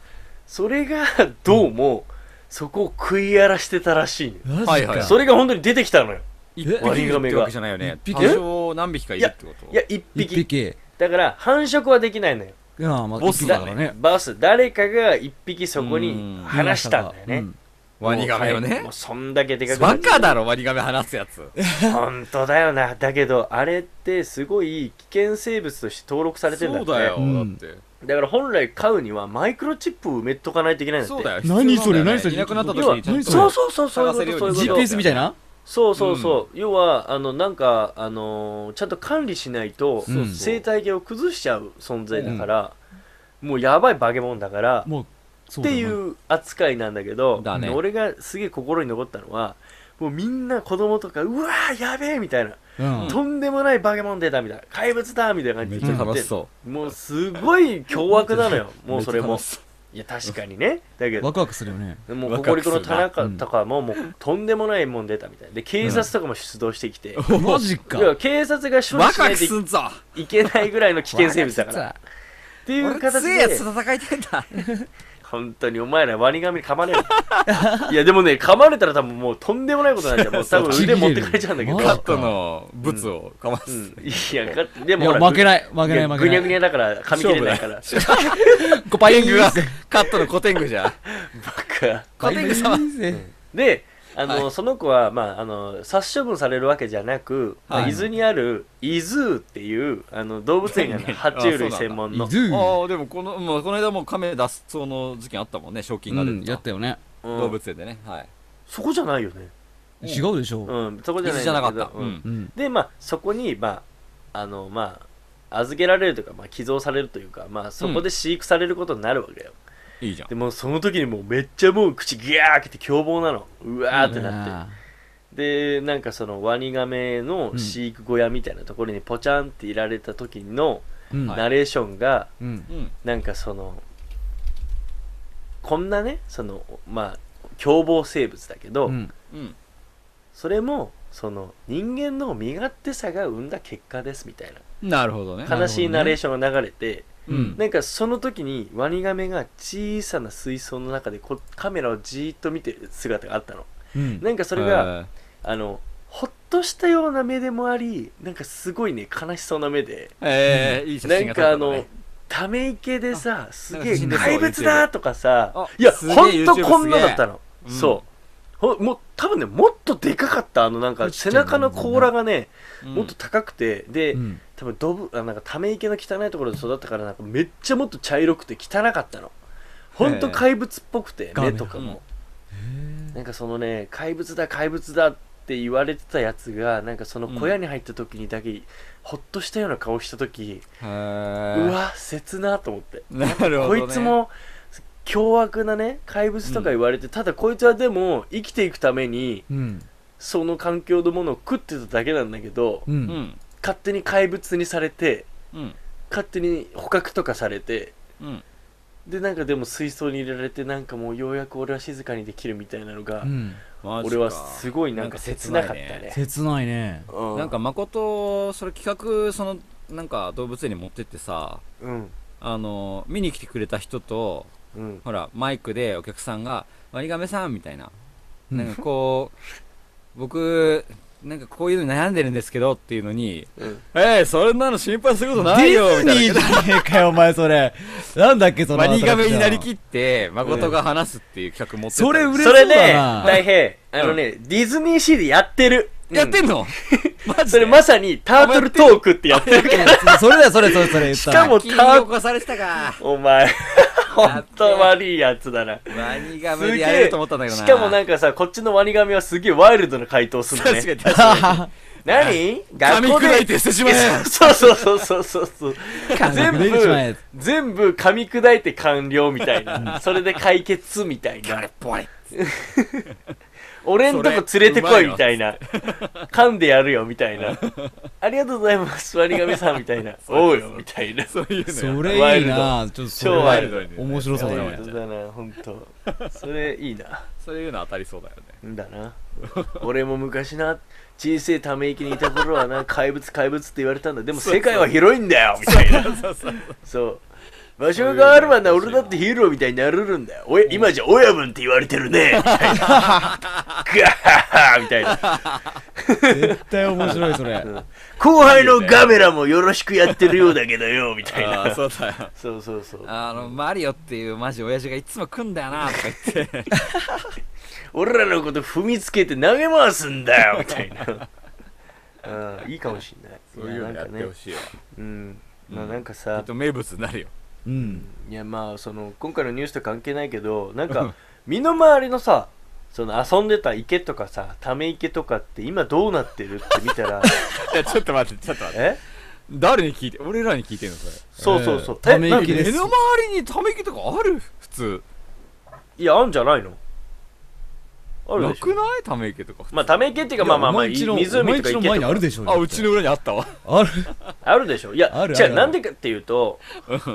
[SPEAKER 6] それがどうもそこを食い荒らしてたらしいのよ
[SPEAKER 5] マジ
[SPEAKER 8] はいは
[SPEAKER 5] か
[SPEAKER 8] い。
[SPEAKER 6] それが本当に出てきたのよ
[SPEAKER 8] 一匹
[SPEAKER 6] ワニガ
[SPEAKER 8] いるっ
[SPEAKER 6] メ
[SPEAKER 8] て
[SPEAKER 6] が
[SPEAKER 8] わけじゃないよね
[SPEAKER 5] 一
[SPEAKER 8] 多
[SPEAKER 5] 匹
[SPEAKER 8] 少何匹かいるってこと
[SPEAKER 6] いや一
[SPEAKER 5] 一
[SPEAKER 6] 匹
[SPEAKER 5] 匹。
[SPEAKER 6] だから繁殖はできないのよ
[SPEAKER 5] いや、まあ、
[SPEAKER 8] ボスだ
[SPEAKER 5] だか
[SPEAKER 8] からら
[SPEAKER 5] ね。
[SPEAKER 6] バス誰かが一匹そこ
[SPEAKER 8] うん
[SPEAKER 6] に放したんだよね、
[SPEAKER 5] うん
[SPEAKER 8] ワニガメをね
[SPEAKER 6] もうそんだけでかくな
[SPEAKER 8] バ
[SPEAKER 6] っ
[SPEAKER 8] カだろワニガメ話すやつ
[SPEAKER 6] 本当だよなだけどあれってすごい危険生物として登録されてるんだ
[SPEAKER 8] そ
[SPEAKER 6] っ
[SPEAKER 8] う
[SPEAKER 6] て
[SPEAKER 8] だよ
[SPEAKER 5] う
[SPEAKER 8] だっ
[SPEAKER 5] ん
[SPEAKER 8] て
[SPEAKER 6] だから本来飼うにはマイクロチップを埋めとかないといけないんだって
[SPEAKER 8] そうだよ
[SPEAKER 5] 何そ
[SPEAKER 8] 必
[SPEAKER 5] れ
[SPEAKER 8] 要なんだよね
[SPEAKER 5] 何それ
[SPEAKER 8] いなくなった時
[SPEAKER 6] 要は
[SPEAKER 8] にちゃんと
[SPEAKER 6] そうそうそうそういうこ
[SPEAKER 8] 探
[SPEAKER 6] とそう
[SPEAKER 8] せ
[SPEAKER 6] いう
[SPEAKER 8] るよ
[SPEAKER 6] こ
[SPEAKER 8] う
[SPEAKER 6] と
[SPEAKER 8] に
[SPEAKER 5] GPS みたいな
[SPEAKER 6] そうそうそう、要はあのなんか、あのーちゃんと管理しないと
[SPEAKER 5] そうそう
[SPEAKER 6] 生態系を崩しちゃう存在だから、もうやばい化け物だから、
[SPEAKER 5] もう、そ
[SPEAKER 6] っ
[SPEAKER 5] だ
[SPEAKER 6] て
[SPEAKER 5] よね
[SPEAKER 6] いう扱いなんだけど
[SPEAKER 8] だね
[SPEAKER 6] 俺がすげえ心に残ったのはもうみんな子供とかうわーやべえみたいな、
[SPEAKER 5] うん。
[SPEAKER 6] とんでもない化け物出たみたいな怪物だみたいな感じで
[SPEAKER 8] めっちゃ
[SPEAKER 6] 言っ
[SPEAKER 8] 楽
[SPEAKER 6] て
[SPEAKER 8] しそ
[SPEAKER 6] もうすごい凶悪なのよ
[SPEAKER 8] う
[SPEAKER 6] もうそ れ
[SPEAKER 8] めっ
[SPEAKER 6] も
[SPEAKER 8] ちゃ楽しそ
[SPEAKER 6] いや確かにねだけど
[SPEAKER 5] ワクワクするよね。
[SPEAKER 6] もう
[SPEAKER 8] ワ
[SPEAKER 6] コ
[SPEAKER 8] ク
[SPEAKER 6] コ
[SPEAKER 8] ワ
[SPEAKER 6] リ
[SPEAKER 8] クす
[SPEAKER 6] コ
[SPEAKER 8] る
[SPEAKER 6] の
[SPEAKER 8] な
[SPEAKER 6] 田中とかももうとんでもないもん出たみたいで警察とかも出動してきて、
[SPEAKER 5] マジか
[SPEAKER 6] 要。は警察が
[SPEAKER 8] う
[SPEAKER 6] 処
[SPEAKER 8] ワ
[SPEAKER 6] 理し
[SPEAKER 8] クワ
[SPEAKER 6] な
[SPEAKER 8] ク
[SPEAKER 6] いと
[SPEAKER 8] すんぞ
[SPEAKER 6] いけないぐらいの危険生物だからっていう
[SPEAKER 8] 俺
[SPEAKER 6] 形
[SPEAKER 8] 強いや
[SPEAKER 6] で
[SPEAKER 8] つと戦いてんだ
[SPEAKER 6] 本当にお前らワニガメに噛まれる いやでもね噛まれたら多分もうとんでもないことになっちゃう もう多分腕持ってかれちゃうんだけど、
[SPEAKER 5] マ
[SPEAKER 8] カ
[SPEAKER 5] ジ
[SPEAKER 8] ットのブツをかます、
[SPEAKER 6] うん、いやかで
[SPEAKER 5] い
[SPEAKER 6] も
[SPEAKER 5] や、
[SPEAKER 6] ほら
[SPEAKER 5] 負けない、負けない、負けない。
[SPEAKER 6] ぐにゃぐにゃだから噛み切れないから
[SPEAKER 5] コパ
[SPEAKER 8] 天狗がカットのコテングじゃん
[SPEAKER 6] バカ
[SPEAKER 8] コテング様
[SPEAKER 6] であの、その子は、まあ、あの殺処分されるわけじゃなく、
[SPEAKER 8] はい
[SPEAKER 6] 伊豆にある伊豆っていうあの動物園があるの爬虫類専門
[SPEAKER 5] イド
[SPEAKER 6] の
[SPEAKER 5] ゥ
[SPEAKER 8] ああでもこの,、まあ、この間も亀脱走の事件あったもんね賞金が
[SPEAKER 5] う
[SPEAKER 8] 出
[SPEAKER 5] ん、
[SPEAKER 8] てた、
[SPEAKER 5] やったよね。
[SPEAKER 6] うん
[SPEAKER 8] 動物園でねはい
[SPEAKER 6] そこじゃないよね
[SPEAKER 5] 違うでしょ。
[SPEAKER 6] うんそこじゃな
[SPEAKER 8] 水
[SPEAKER 6] いん
[SPEAKER 8] じゃな
[SPEAKER 6] だ
[SPEAKER 8] か
[SPEAKER 6] けど
[SPEAKER 8] った、う
[SPEAKER 6] うん
[SPEAKER 8] ん
[SPEAKER 5] うん。
[SPEAKER 6] でまあそこにまああのまあ預けられるというか、まあ、寄贈されるというか、まあ、そこで飼育されることになるわけよ、
[SPEAKER 8] いいじゃん
[SPEAKER 6] でもうその時にもうめっちゃもう口ギャー開けて凶暴なのうわーってなって、でなんかそのワニガメの飼育小屋みたいなところにポチャンっていられた時の
[SPEAKER 5] うん。
[SPEAKER 6] ナレーションが
[SPEAKER 5] うん。
[SPEAKER 8] うん
[SPEAKER 6] なんかそのこんなねそのまあ凶暴生物だけど、
[SPEAKER 5] うん。
[SPEAKER 8] うん
[SPEAKER 6] それもその人間の身勝手さが生んだ結果ですみたい
[SPEAKER 8] なるほどね
[SPEAKER 6] な悲しい
[SPEAKER 5] な
[SPEAKER 6] ナレ
[SPEAKER 5] る
[SPEAKER 6] ーションが流れて
[SPEAKER 5] う
[SPEAKER 8] うん
[SPEAKER 5] ん。
[SPEAKER 6] なんかその時にワニガメが小さな水槽の中でこカメラをじーっと見てる姿があったの
[SPEAKER 5] うん。
[SPEAKER 6] なんかそれが、あのほっとしたような目でもありなんかすごいね悲しそうな目で
[SPEAKER 4] えー、いい写
[SPEAKER 6] な
[SPEAKER 4] 真
[SPEAKER 6] ん
[SPEAKER 4] が
[SPEAKER 6] か
[SPEAKER 4] 撮
[SPEAKER 6] あ
[SPEAKER 4] れたね
[SPEAKER 6] のため池でさすげ
[SPEAKER 4] な
[SPEAKER 6] え
[SPEAKER 4] んか死んでそう
[SPEAKER 6] 怪物だとかさ
[SPEAKER 4] あ
[SPEAKER 6] いや
[SPEAKER 4] すげえ
[SPEAKER 6] ほんとこん
[SPEAKER 4] YouTube
[SPEAKER 6] な
[SPEAKER 4] すげえ
[SPEAKER 6] だったの、そうほもう多分ねもっとでかかったあのなんか背中の甲羅がね、
[SPEAKER 4] うん
[SPEAKER 6] もっと高くてで、
[SPEAKER 5] うん
[SPEAKER 6] 多分ドブあなんかため池の汚いところで育ったからなんかめっちゃもっと茶色くて汚かったのほんと怪物っぽくて目とかも、なんかそのね怪物だ怪物だって言われてたやつがなんかその小屋に入った時にだけ、ほっとしたような顔した時、
[SPEAKER 4] へ
[SPEAKER 6] う
[SPEAKER 4] ー
[SPEAKER 6] わ切なと思って
[SPEAKER 4] なるほど、
[SPEAKER 6] こ
[SPEAKER 4] ね、
[SPEAKER 6] いつも凶悪なね怪物とか言われて、ただこいつはでも生きていくために
[SPEAKER 5] うん
[SPEAKER 6] その環境のものを食ってただけなんだけど、
[SPEAKER 5] う
[SPEAKER 4] うんん
[SPEAKER 6] 勝手に怪物にされて
[SPEAKER 4] うん
[SPEAKER 6] 勝手に捕獲とかされて
[SPEAKER 4] うん
[SPEAKER 6] でなんかでも水槽に入れられてなんかもうようやく俺は静かにできるみたいなのが、
[SPEAKER 5] うん
[SPEAKER 4] マジか
[SPEAKER 6] 俺はすごいなんか切なかったね
[SPEAKER 5] 切ないね
[SPEAKER 6] うん
[SPEAKER 4] なんか誠それ企画そのなんか動物園に持ってってさ
[SPEAKER 6] うん
[SPEAKER 4] あの見に来てくれた人と
[SPEAKER 6] うん
[SPEAKER 4] ほらマイクでお客さんが「ワニガメさん」みたいな
[SPEAKER 5] うん
[SPEAKER 4] なんかこ う僕なんかこういうの悩んでるんですけどっていうのに
[SPEAKER 6] うん
[SPEAKER 4] 「えー、そんなの心配すること
[SPEAKER 5] デ
[SPEAKER 4] ないよ」み
[SPEAKER 5] ィズ
[SPEAKER 4] た
[SPEAKER 5] ニ
[SPEAKER 4] い
[SPEAKER 5] ー
[SPEAKER 4] な
[SPEAKER 5] じゃねえかよお前それなんだっけその
[SPEAKER 4] ワニガメになりき
[SPEAKER 5] っ
[SPEAKER 4] って誠が話すっていう企画持ってった
[SPEAKER 5] それ売れ
[SPEAKER 6] そ
[SPEAKER 5] そう
[SPEAKER 6] れね
[SPEAKER 5] だな
[SPEAKER 6] 大平あのね、ディズニーシーでやってる
[SPEAKER 4] やってんの、マジ
[SPEAKER 6] そ
[SPEAKER 4] で
[SPEAKER 6] れまさにタートルトークってやってるから
[SPEAKER 5] それだよそれそれそれ言った
[SPEAKER 6] しかも
[SPEAKER 4] 金に侵されてたか
[SPEAKER 6] お 前本当悪いやつだな
[SPEAKER 4] ワニガメでやれると思ったんだけどな
[SPEAKER 6] しかもなんんかさこっちのワニガメはすげえワイルドな回答するの
[SPEAKER 4] 確か
[SPEAKER 6] ね
[SPEAKER 4] に確かに
[SPEAKER 6] 何
[SPEAKER 4] 噛み
[SPEAKER 6] 学校
[SPEAKER 4] 砕
[SPEAKER 6] で
[SPEAKER 4] いて捨てしまえ
[SPEAKER 6] そうそうそうそうそうそう全
[SPEAKER 5] 出てしまえ
[SPEAKER 6] 部全部噛み砕いて完了みたいなそれで解決みたいな俺んとこ連れてこいみたいな噛んでやるよみたいなありがとうございますワニガメさんみた いなおうよみたいな
[SPEAKER 4] そういうのよ
[SPEAKER 5] それいいなちょっとそれ
[SPEAKER 6] 超ワイル
[SPEAKER 4] ドにね
[SPEAKER 5] 面白そうだ
[SPEAKER 6] ワイ
[SPEAKER 5] ね
[SPEAKER 6] ルドだな本当それいいな
[SPEAKER 4] そういうの当たりそうだよね
[SPEAKER 6] んだな俺も昔な小さいため息にいた頃はな怪物怪物って言われたんだでも世界は広いんだよみたいなそう場所があればな俺だってヒーローみたいになれるんだよおや今じゃ親分って言われてるね みたいなガハハみたいな
[SPEAKER 5] 絶対面白いそれ
[SPEAKER 6] 後輩のガメラもよろしくやってるようだけどよみたい
[SPEAKER 4] ああ
[SPEAKER 6] な
[SPEAKER 4] そうだよ
[SPEAKER 6] そうそうそう
[SPEAKER 4] あのマリオっていうマジ親父がいつも来んだよなとか言って
[SPEAKER 6] 俺らのこと踏みつけて投げ回すんだよみたい なうんいいかもしんないいやなんかね
[SPEAKER 4] しいわ
[SPEAKER 6] うんまあ
[SPEAKER 4] うん
[SPEAKER 6] なんか
[SPEAKER 4] き
[SPEAKER 6] さ
[SPEAKER 4] っ、と名物になるよ
[SPEAKER 5] うん
[SPEAKER 6] いやまあその今回のニュースと関係ないけどなんか身の回りのさその遊んでた池とかさため池とかって今どうなってるって見た ら
[SPEAKER 4] いやちょっと待ってちょっと待って
[SPEAKER 6] え
[SPEAKER 4] 誰に聞いて俺らに聞いてんのそれ
[SPEAKER 6] そうそうそう、
[SPEAKER 5] えー
[SPEAKER 6] え
[SPEAKER 5] ため息
[SPEAKER 6] なんで
[SPEAKER 5] で
[SPEAKER 4] 目
[SPEAKER 5] す
[SPEAKER 4] の周りにため息とかある普通
[SPEAKER 6] いやあんじゃないのある
[SPEAKER 4] な
[SPEAKER 6] でしょ
[SPEAKER 4] くないため息とか
[SPEAKER 6] まあため池っていうかまあまあまあ
[SPEAKER 5] お前んちの
[SPEAKER 6] い湖とか
[SPEAKER 5] お前んちの
[SPEAKER 6] 池
[SPEAKER 5] 前
[SPEAKER 6] と
[SPEAKER 5] に
[SPEAKER 6] か
[SPEAKER 5] あるでしょ
[SPEAKER 4] あうちの裏にあったわ
[SPEAKER 5] ある
[SPEAKER 6] あるでしょいや
[SPEAKER 5] あるあ
[SPEAKER 6] 違
[SPEAKER 5] る
[SPEAKER 6] うなんでかっていうと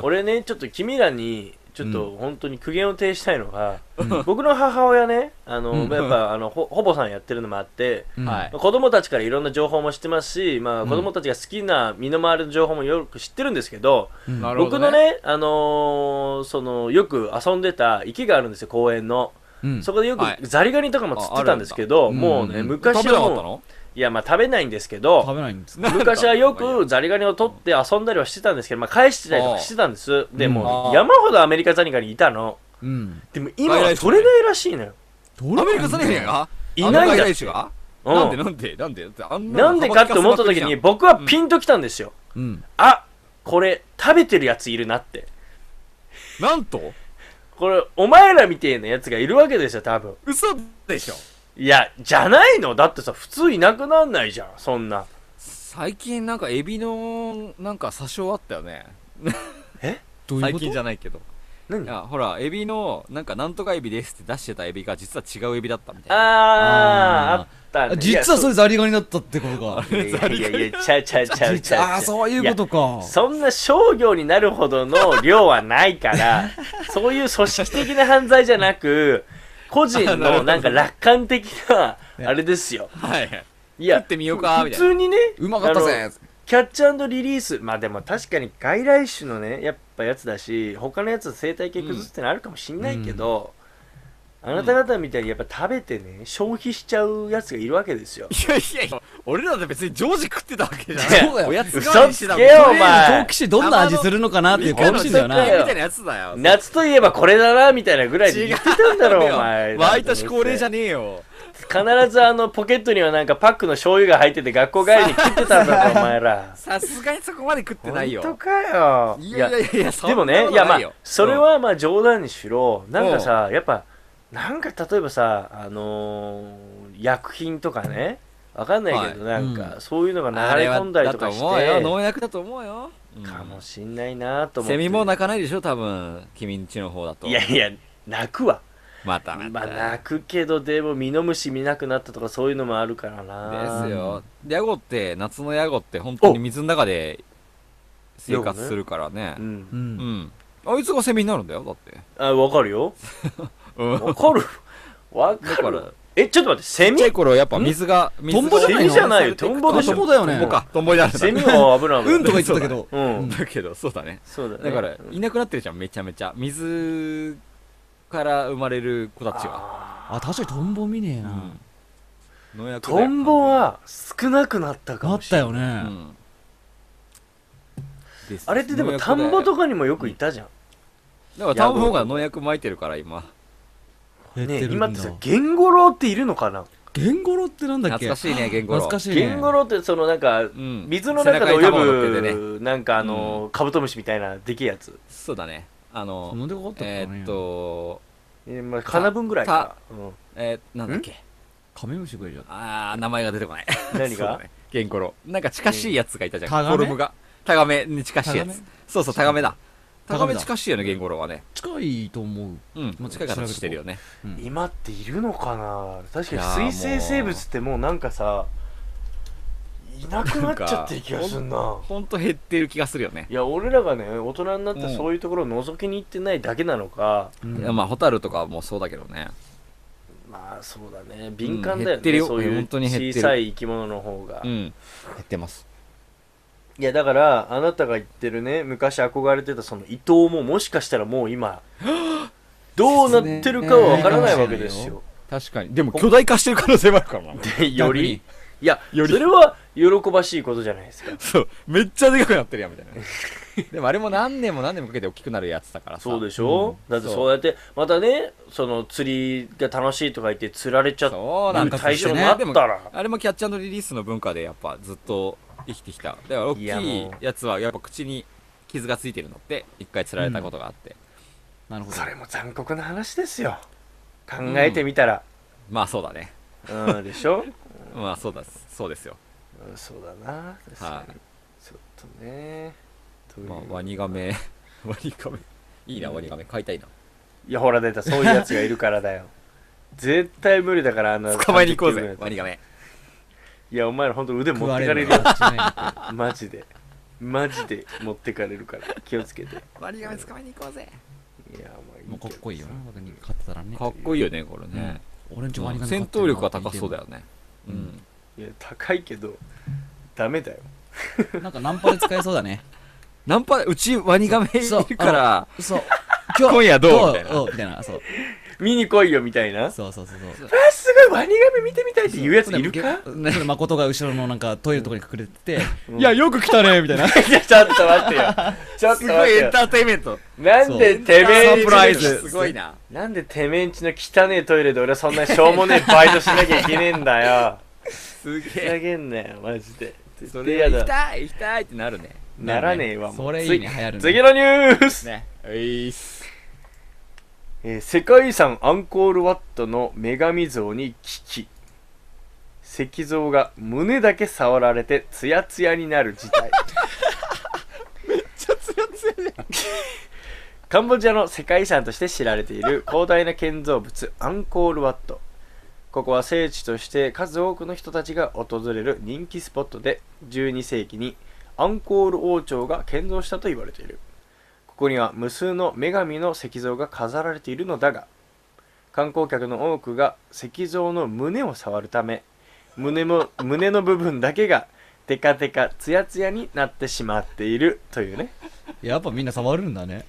[SPEAKER 6] 俺ねちょっと君らにちょっと本当に苦言を呈したいのが、僕の母親ねあの、
[SPEAKER 5] うん
[SPEAKER 6] やっぱあのほほぼさんやってるのもあって、
[SPEAKER 5] うん
[SPEAKER 4] はい
[SPEAKER 6] 子供たちからいろんな情報も知ってますし、まあ、子供たちが好きな身の回りの情報もよく知ってるんですけど、
[SPEAKER 5] うん
[SPEAKER 4] なるほど
[SPEAKER 6] 僕のね、あのーそのよく遊んでた池があるんですよ公園の、
[SPEAKER 5] うん
[SPEAKER 6] そこでよく
[SPEAKER 4] はい
[SPEAKER 6] ザリガニとかも釣ってたんですけど、
[SPEAKER 5] ああるんだ
[SPEAKER 6] もう
[SPEAKER 5] うん
[SPEAKER 6] ね、
[SPEAKER 5] うんうん
[SPEAKER 4] 食
[SPEAKER 6] 昔
[SPEAKER 4] べなか
[SPEAKER 6] はも
[SPEAKER 4] っ
[SPEAKER 6] う
[SPEAKER 4] たの
[SPEAKER 6] いやまあ食べないんですけど
[SPEAKER 5] 食べないんです
[SPEAKER 6] 昔はよ
[SPEAKER 4] なんだ
[SPEAKER 6] くザリガニを取って遊んだりはしてたんですけど、まあ、返してたりとかしてたんですで
[SPEAKER 5] うん
[SPEAKER 6] もう山ほどアメリカザリガニいたの
[SPEAKER 5] うん
[SPEAKER 6] でも今
[SPEAKER 4] 外
[SPEAKER 6] は
[SPEAKER 4] 来種
[SPEAKER 6] 取れないらしいのよ、
[SPEAKER 5] 取
[SPEAKER 4] ア
[SPEAKER 5] ら
[SPEAKER 4] メ
[SPEAKER 5] ない
[SPEAKER 4] リカザリガニが
[SPEAKER 6] いないんだ
[SPEAKER 4] あ
[SPEAKER 6] っ
[SPEAKER 4] の
[SPEAKER 6] て
[SPEAKER 4] 外来種が
[SPEAKER 6] うん
[SPEAKER 4] なんでなんでなんでだってあんなの
[SPEAKER 6] なんでかって思った時
[SPEAKER 4] 幅利かせまくり
[SPEAKER 6] に僕はピンときたんですよ、
[SPEAKER 5] うん
[SPEAKER 6] あこれ食べてるやついるなって
[SPEAKER 4] じゃんなんと
[SPEAKER 6] これお前らみてえなやつがいるわけですよ多分
[SPEAKER 4] 嘘でしょ
[SPEAKER 6] いやじゃないのだってさ普通いなくなんないじゃんそんな
[SPEAKER 4] 最近なんかエビのなんか詐称あったよね
[SPEAKER 5] どういう
[SPEAKER 4] 最
[SPEAKER 5] こと
[SPEAKER 4] 近じゃないけど
[SPEAKER 6] 何
[SPEAKER 4] いやほらエビのなんかなんとかエビですって出してたエビが実は違うエビだったみたいな
[SPEAKER 6] あーあったね
[SPEAKER 5] あ実はそれザリガニだったってことか
[SPEAKER 6] い やいやいやいやちゃうちゃうちゃ
[SPEAKER 5] 実
[SPEAKER 6] うちゃうちゃ
[SPEAKER 5] はああそういう
[SPEAKER 6] や
[SPEAKER 5] ことか
[SPEAKER 6] そんな商業になるほどの量はないから そういう組織的な犯罪じゃなく個人のなんか楽観的なあれですよ
[SPEAKER 4] はい
[SPEAKER 6] いや
[SPEAKER 4] 食ってみようか
[SPEAKER 6] 普
[SPEAKER 4] みたいな
[SPEAKER 6] 通にね
[SPEAKER 5] うまかった
[SPEAKER 6] あ
[SPEAKER 5] ぜ
[SPEAKER 6] のキャッチリリースまあでも確かに外来種のねやっぱやつだし他のやつの生態系崩すってのあるかもしんないけど、あなた方みたいにやっぱ食べてね、消費しちゃうやつがいるわけですよ。
[SPEAKER 4] いやいやいや、俺らだって別に常時食ってたわけじゃ
[SPEAKER 6] いや
[SPEAKER 4] ん。おやつ代わ
[SPEAKER 6] 嘘
[SPEAKER 4] りにして
[SPEAKER 6] つ
[SPEAKER 4] た
[SPEAKER 6] けよ、お
[SPEAKER 5] 好
[SPEAKER 6] 前
[SPEAKER 5] 奇。心どんな味するのかなっていう好奇心だよな。
[SPEAKER 4] み
[SPEAKER 6] 天
[SPEAKER 4] たいなやつだよ。
[SPEAKER 6] 夏といえばこれだな、みたいなぐらいで言ってたんだろ、お前。
[SPEAKER 4] 毎年恒例じゃねえよ。
[SPEAKER 6] 必ずあの、ポケットにはなんかパックの醤油が入ってて学校帰りに食ってたんだぞ、お 前ら。
[SPEAKER 4] さすがにそこまで食ってないよ。
[SPEAKER 6] 本当かよ。
[SPEAKER 4] いやいやいや、そん
[SPEAKER 6] で
[SPEAKER 4] な
[SPEAKER 6] も
[SPEAKER 4] こと
[SPEAKER 6] ね、いやま
[SPEAKER 4] な
[SPEAKER 6] あ
[SPEAKER 4] いよ、
[SPEAKER 6] それはまあ冗談にしろ、なんかさ、やっぱ、なんか例えばさ、あのー薬品とかね、わかんないけど、
[SPEAKER 5] い
[SPEAKER 6] なん
[SPEAKER 5] う
[SPEAKER 6] か、そういうのが
[SPEAKER 4] うん
[SPEAKER 6] 流れ込んだりと
[SPEAKER 4] あ
[SPEAKER 6] か
[SPEAKER 4] れ
[SPEAKER 6] し
[SPEAKER 4] はだと思うよ。
[SPEAKER 6] て、
[SPEAKER 4] 農薬だと思うよ。うん
[SPEAKER 6] かもしんないなと思って。
[SPEAKER 4] セミも泣かないでしょ、多分。君んちの方だと。
[SPEAKER 6] いやいや、泣くわ。
[SPEAKER 4] またま
[SPEAKER 6] まあ、
[SPEAKER 4] た。
[SPEAKER 6] 泣くけど、でも、ミノムシ見なくなったとか、そういうのもあるからな。
[SPEAKER 4] ですよ。ヤゴって、夏のヤゴって本当に水の中で生活するからね
[SPEAKER 6] う。。
[SPEAKER 5] うん。
[SPEAKER 4] うんん。あいつがセミになるんだよ、だって。
[SPEAKER 6] あ、わかるよ。
[SPEAKER 4] うん。
[SPEAKER 6] わかる。わか
[SPEAKER 4] だか
[SPEAKER 6] る
[SPEAKER 4] ら。
[SPEAKER 6] え、ちょっと待って、セミ
[SPEAKER 4] ちっちゃい頃はやっぱ水が、水が
[SPEAKER 5] トンボじゃないの
[SPEAKER 6] セミじゃないよ、トンボでし
[SPEAKER 5] あそこ
[SPEAKER 6] ょ。
[SPEAKER 5] だよ
[SPEAKER 4] ト
[SPEAKER 5] ね
[SPEAKER 4] ンボか。トンボになるんだ
[SPEAKER 6] セミは危ない危ない。
[SPEAKER 5] うんとか言ってたけど。
[SPEAKER 6] う ん。
[SPEAKER 4] だけど、そうだね。
[SPEAKER 6] そうだね。
[SPEAKER 4] だから、いなくなってるじゃん、めちゃめちゃ。水から生まれる子たちが。
[SPEAKER 6] あ
[SPEAKER 5] あ、確かにトンボ見ねえな。
[SPEAKER 4] 農薬
[SPEAKER 6] ートンボは少なくなったか
[SPEAKER 5] あ
[SPEAKER 6] も
[SPEAKER 5] っ
[SPEAKER 6] したれない。
[SPEAKER 5] よ
[SPEAKER 4] う
[SPEAKER 5] ね。
[SPEAKER 4] ん。
[SPEAKER 6] あれってでも田んぼとかにもよくいたじゃん。
[SPEAKER 4] だから田んぼの方が農薬撒いてるから、今。
[SPEAKER 5] 減っ
[SPEAKER 6] ね
[SPEAKER 5] てるん
[SPEAKER 6] 今
[SPEAKER 5] だ
[SPEAKER 6] ってさ、ゲンゴロウっているのかな
[SPEAKER 5] ゲンゴロってなんだっけ
[SPEAKER 4] 懐かしいね、言語
[SPEAKER 5] 懐かしいね。
[SPEAKER 6] ゲンゴロウってそのなんか、
[SPEAKER 4] うん。
[SPEAKER 6] 水の中で
[SPEAKER 4] 背
[SPEAKER 6] 泳
[SPEAKER 4] に卵乗っけてね。
[SPEAKER 6] ぐ、なんかあの、カブトムシみたいなでけえやつ。
[SPEAKER 4] そうだね。あ
[SPEAKER 5] そ
[SPEAKER 4] の、
[SPEAKER 5] んでかかったっけ
[SPEAKER 4] え
[SPEAKER 5] かね
[SPEAKER 4] ーっと、
[SPEAKER 6] えーまあ、かなぶんぐらいか。うん
[SPEAKER 4] えー、なんだっけ。
[SPEAKER 5] カメムシ食えちゃった。
[SPEAKER 4] あー、名前が出てこない。
[SPEAKER 6] 何
[SPEAKER 4] そうだ
[SPEAKER 6] が
[SPEAKER 4] ねゲンゴロウなんか近しいやつがいたじゃん、
[SPEAKER 5] タガメ
[SPEAKER 4] フォルムがタガメに近しいや
[SPEAKER 5] タガ
[SPEAKER 4] つ
[SPEAKER 5] メ
[SPEAKER 4] そうそうタガメだタ
[SPEAKER 5] タ
[SPEAKER 4] ガ
[SPEAKER 5] ガメだ
[SPEAKER 4] メ近しいよねゲンゴロウはね
[SPEAKER 5] 近いと思う。
[SPEAKER 4] うんもう近い形してるよね
[SPEAKER 6] 今っているのかな確
[SPEAKER 4] いや
[SPEAKER 6] か
[SPEAKER 4] ー
[SPEAKER 6] に水生生物ってもうなんかさ、いなくなっちゃってる気がすんな。
[SPEAKER 4] ほんと減ってる気がするよね
[SPEAKER 6] いや俺らがね大人になってそういうところを覗きに行ってないだけなのか、
[SPEAKER 5] うん
[SPEAKER 4] いやまあホタルとかもそうだけどね
[SPEAKER 6] まあそうだね敏感だ
[SPEAKER 4] 減
[SPEAKER 6] よね、
[SPEAKER 4] ってるよ
[SPEAKER 6] そうい
[SPEAKER 4] 本
[SPEAKER 6] う
[SPEAKER 4] 当に減ってる
[SPEAKER 6] 小さい生き物の方が、
[SPEAKER 4] う
[SPEAKER 6] い
[SPEAKER 4] ん減ってます
[SPEAKER 6] やだからあなたが言ってるね昔憧れてたその伊藤ももしかしたらもう 今どうなってるかはわからないわけですよ
[SPEAKER 4] 確かにでも巨大化してる可能性もあるから な
[SPEAKER 6] でよ
[SPEAKER 4] 逆に
[SPEAKER 6] りいや
[SPEAKER 4] より
[SPEAKER 6] それは喜ばしいことじゃないですか
[SPEAKER 4] そうめっちゃでかくなってるやんみたいな でもあれも何年も何年もかけて大きくなるやつだからさ
[SPEAKER 6] そうで
[SPEAKER 4] し
[SPEAKER 6] しょ、だってそうやってまたねその釣りが楽しいとか言って釣られちゃって
[SPEAKER 4] そうなんだ
[SPEAKER 6] 対象になったら
[SPEAKER 4] あれもキャッチャーリリースの文化でやっぱずっと生きてきた。だから大き
[SPEAKER 6] いや
[SPEAKER 4] い
[SPEAKER 6] もう
[SPEAKER 4] やつはやっぱ口に傷がついてるのって、一回釣られたことがあって。
[SPEAKER 5] なるほど
[SPEAKER 6] そ。れも残酷な話ですよ考えてみたら、
[SPEAKER 4] まあそうだね。
[SPEAKER 6] うん、でしょ、
[SPEAKER 4] まあそうだ、そうですよ。
[SPEAKER 6] うん、そうだな確かに、
[SPEAKER 4] はい
[SPEAKER 6] ちょっとねどういう
[SPEAKER 4] まあワニガメ、 ワニガメ。いいな、ワニガメ。飼いたいな。
[SPEAKER 6] いやほら出たそういうやつがいるからだ よ絶対無理だからあの
[SPEAKER 4] 捕まえに行こうぜ
[SPEAKER 6] 30、
[SPEAKER 4] ワニガメ。
[SPEAKER 6] いやお前ら本当腕持
[SPEAKER 5] 食
[SPEAKER 6] っ
[SPEAKER 5] わ
[SPEAKER 6] て
[SPEAKER 5] れ
[SPEAKER 6] かれ
[SPEAKER 5] る
[SPEAKER 6] るよ
[SPEAKER 5] わ間違いなく
[SPEAKER 6] マジでマジで持ってかれるから気をつけていや
[SPEAKER 4] ワニガメ捕まえに行こうぜ。
[SPEAKER 6] お前
[SPEAKER 5] もうかっこいいよ
[SPEAKER 6] け
[SPEAKER 5] な。勝ってたらね。
[SPEAKER 4] かっこいいよね、これね。
[SPEAKER 5] 俺んちも
[SPEAKER 4] うん戦闘力が高そうだよ。ね。う
[SPEAKER 5] うんん。
[SPEAKER 6] どいや高いけどダメだよ
[SPEAKER 5] なんかナンパで使えそうだね。
[SPEAKER 4] ナンパ、うちワニガメい
[SPEAKER 5] そう
[SPEAKER 4] るから、
[SPEAKER 5] そう。
[SPEAKER 4] 今夜どうみたいな
[SPEAKER 5] どうみたいな。そう
[SPEAKER 6] 見に来いよみたいなあ
[SPEAKER 5] そうそうそうそう。
[SPEAKER 6] すごいワニガメ見てみたいって言うやついるか
[SPEAKER 5] ね、それ誠が後ろのなんかトイレのとかに隠れ てて、
[SPEAKER 6] うん
[SPEAKER 5] いや、よく来たねみたいな。
[SPEAKER 6] いやちょっと待ってよちょっと
[SPEAKER 4] すご
[SPEAKER 6] 待
[SPEAKER 4] い
[SPEAKER 6] って
[SPEAKER 4] エ
[SPEAKER 6] よ
[SPEAKER 4] ンターテインメント。
[SPEAKER 6] なんでてめえんちの
[SPEAKER 4] サプライズ。すごいな。
[SPEAKER 6] なんでてめえんちの汚ねえトイレで俺はそんなしょうもねえバイトしなきゃいけねえんだよ。
[SPEAKER 4] すげ
[SPEAKER 6] ふ
[SPEAKER 4] え
[SPEAKER 6] ざ。けんなよ、マジで。
[SPEAKER 4] そ
[SPEAKER 6] 絶対
[SPEAKER 4] れは
[SPEAKER 6] や
[SPEAKER 4] 行き
[SPEAKER 6] だ。
[SPEAKER 4] たい行きたいってなるね。
[SPEAKER 6] ならねえわ、も。
[SPEAKER 5] そうれいいね、流行るね。
[SPEAKER 6] 次のニュース、
[SPEAKER 4] ね。えいっす。
[SPEAKER 6] えー世界遺産アンコールワットの女神像に危機。石像が胸だけ触られてツヤツヤになる事態。
[SPEAKER 4] ちょっと強
[SPEAKER 6] カンボジアの世界遺産として知られている広大な建造物アンコールワットここは聖地として数多くの人たちが訪れる人気スポットで12世紀にアンコール王朝が建造したと言われているここには無数の女神の石像が飾られているのだが観光客の多くが石像の胸を触るため胸も胸の部分だけがテカテカツヤツヤになってしまっているというね
[SPEAKER 5] やっぱみんな触るんだね。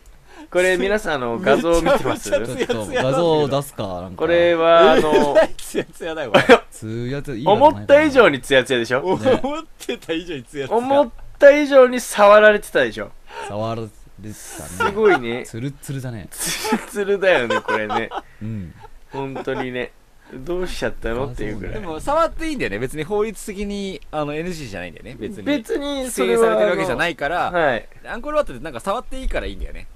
[SPEAKER 6] これ皆さん あの画像見てます
[SPEAKER 5] ちょっと画像を出すかなんか
[SPEAKER 6] これはあの
[SPEAKER 10] ツヤツヤだよ、これ
[SPEAKER 5] つやついい
[SPEAKER 6] 思った以上
[SPEAKER 5] に
[SPEAKER 6] にツヤツヤでしょ
[SPEAKER 10] 思ってた以上にツヤツヤ。
[SPEAKER 6] 思った以上に触られてたでしょ
[SPEAKER 5] 触るですか
[SPEAKER 6] す
[SPEAKER 5] ね
[SPEAKER 6] ご いね
[SPEAKER 5] つるつるだね
[SPEAKER 6] ツルツルだよねこれね
[SPEAKER 5] うん
[SPEAKER 6] 本当にねどうしちゃったのっていうぐら
[SPEAKER 4] で
[SPEAKER 6] い
[SPEAKER 4] も触っていいんだよね別に法律的にあの NG じゃないんだよね別に
[SPEAKER 6] 別に
[SPEAKER 4] 規
[SPEAKER 6] それ
[SPEAKER 4] 制さ
[SPEAKER 6] は
[SPEAKER 4] れてるわけじゃないいから
[SPEAKER 6] はい
[SPEAKER 4] アンコールワットってなんか触っていいからいいんだよね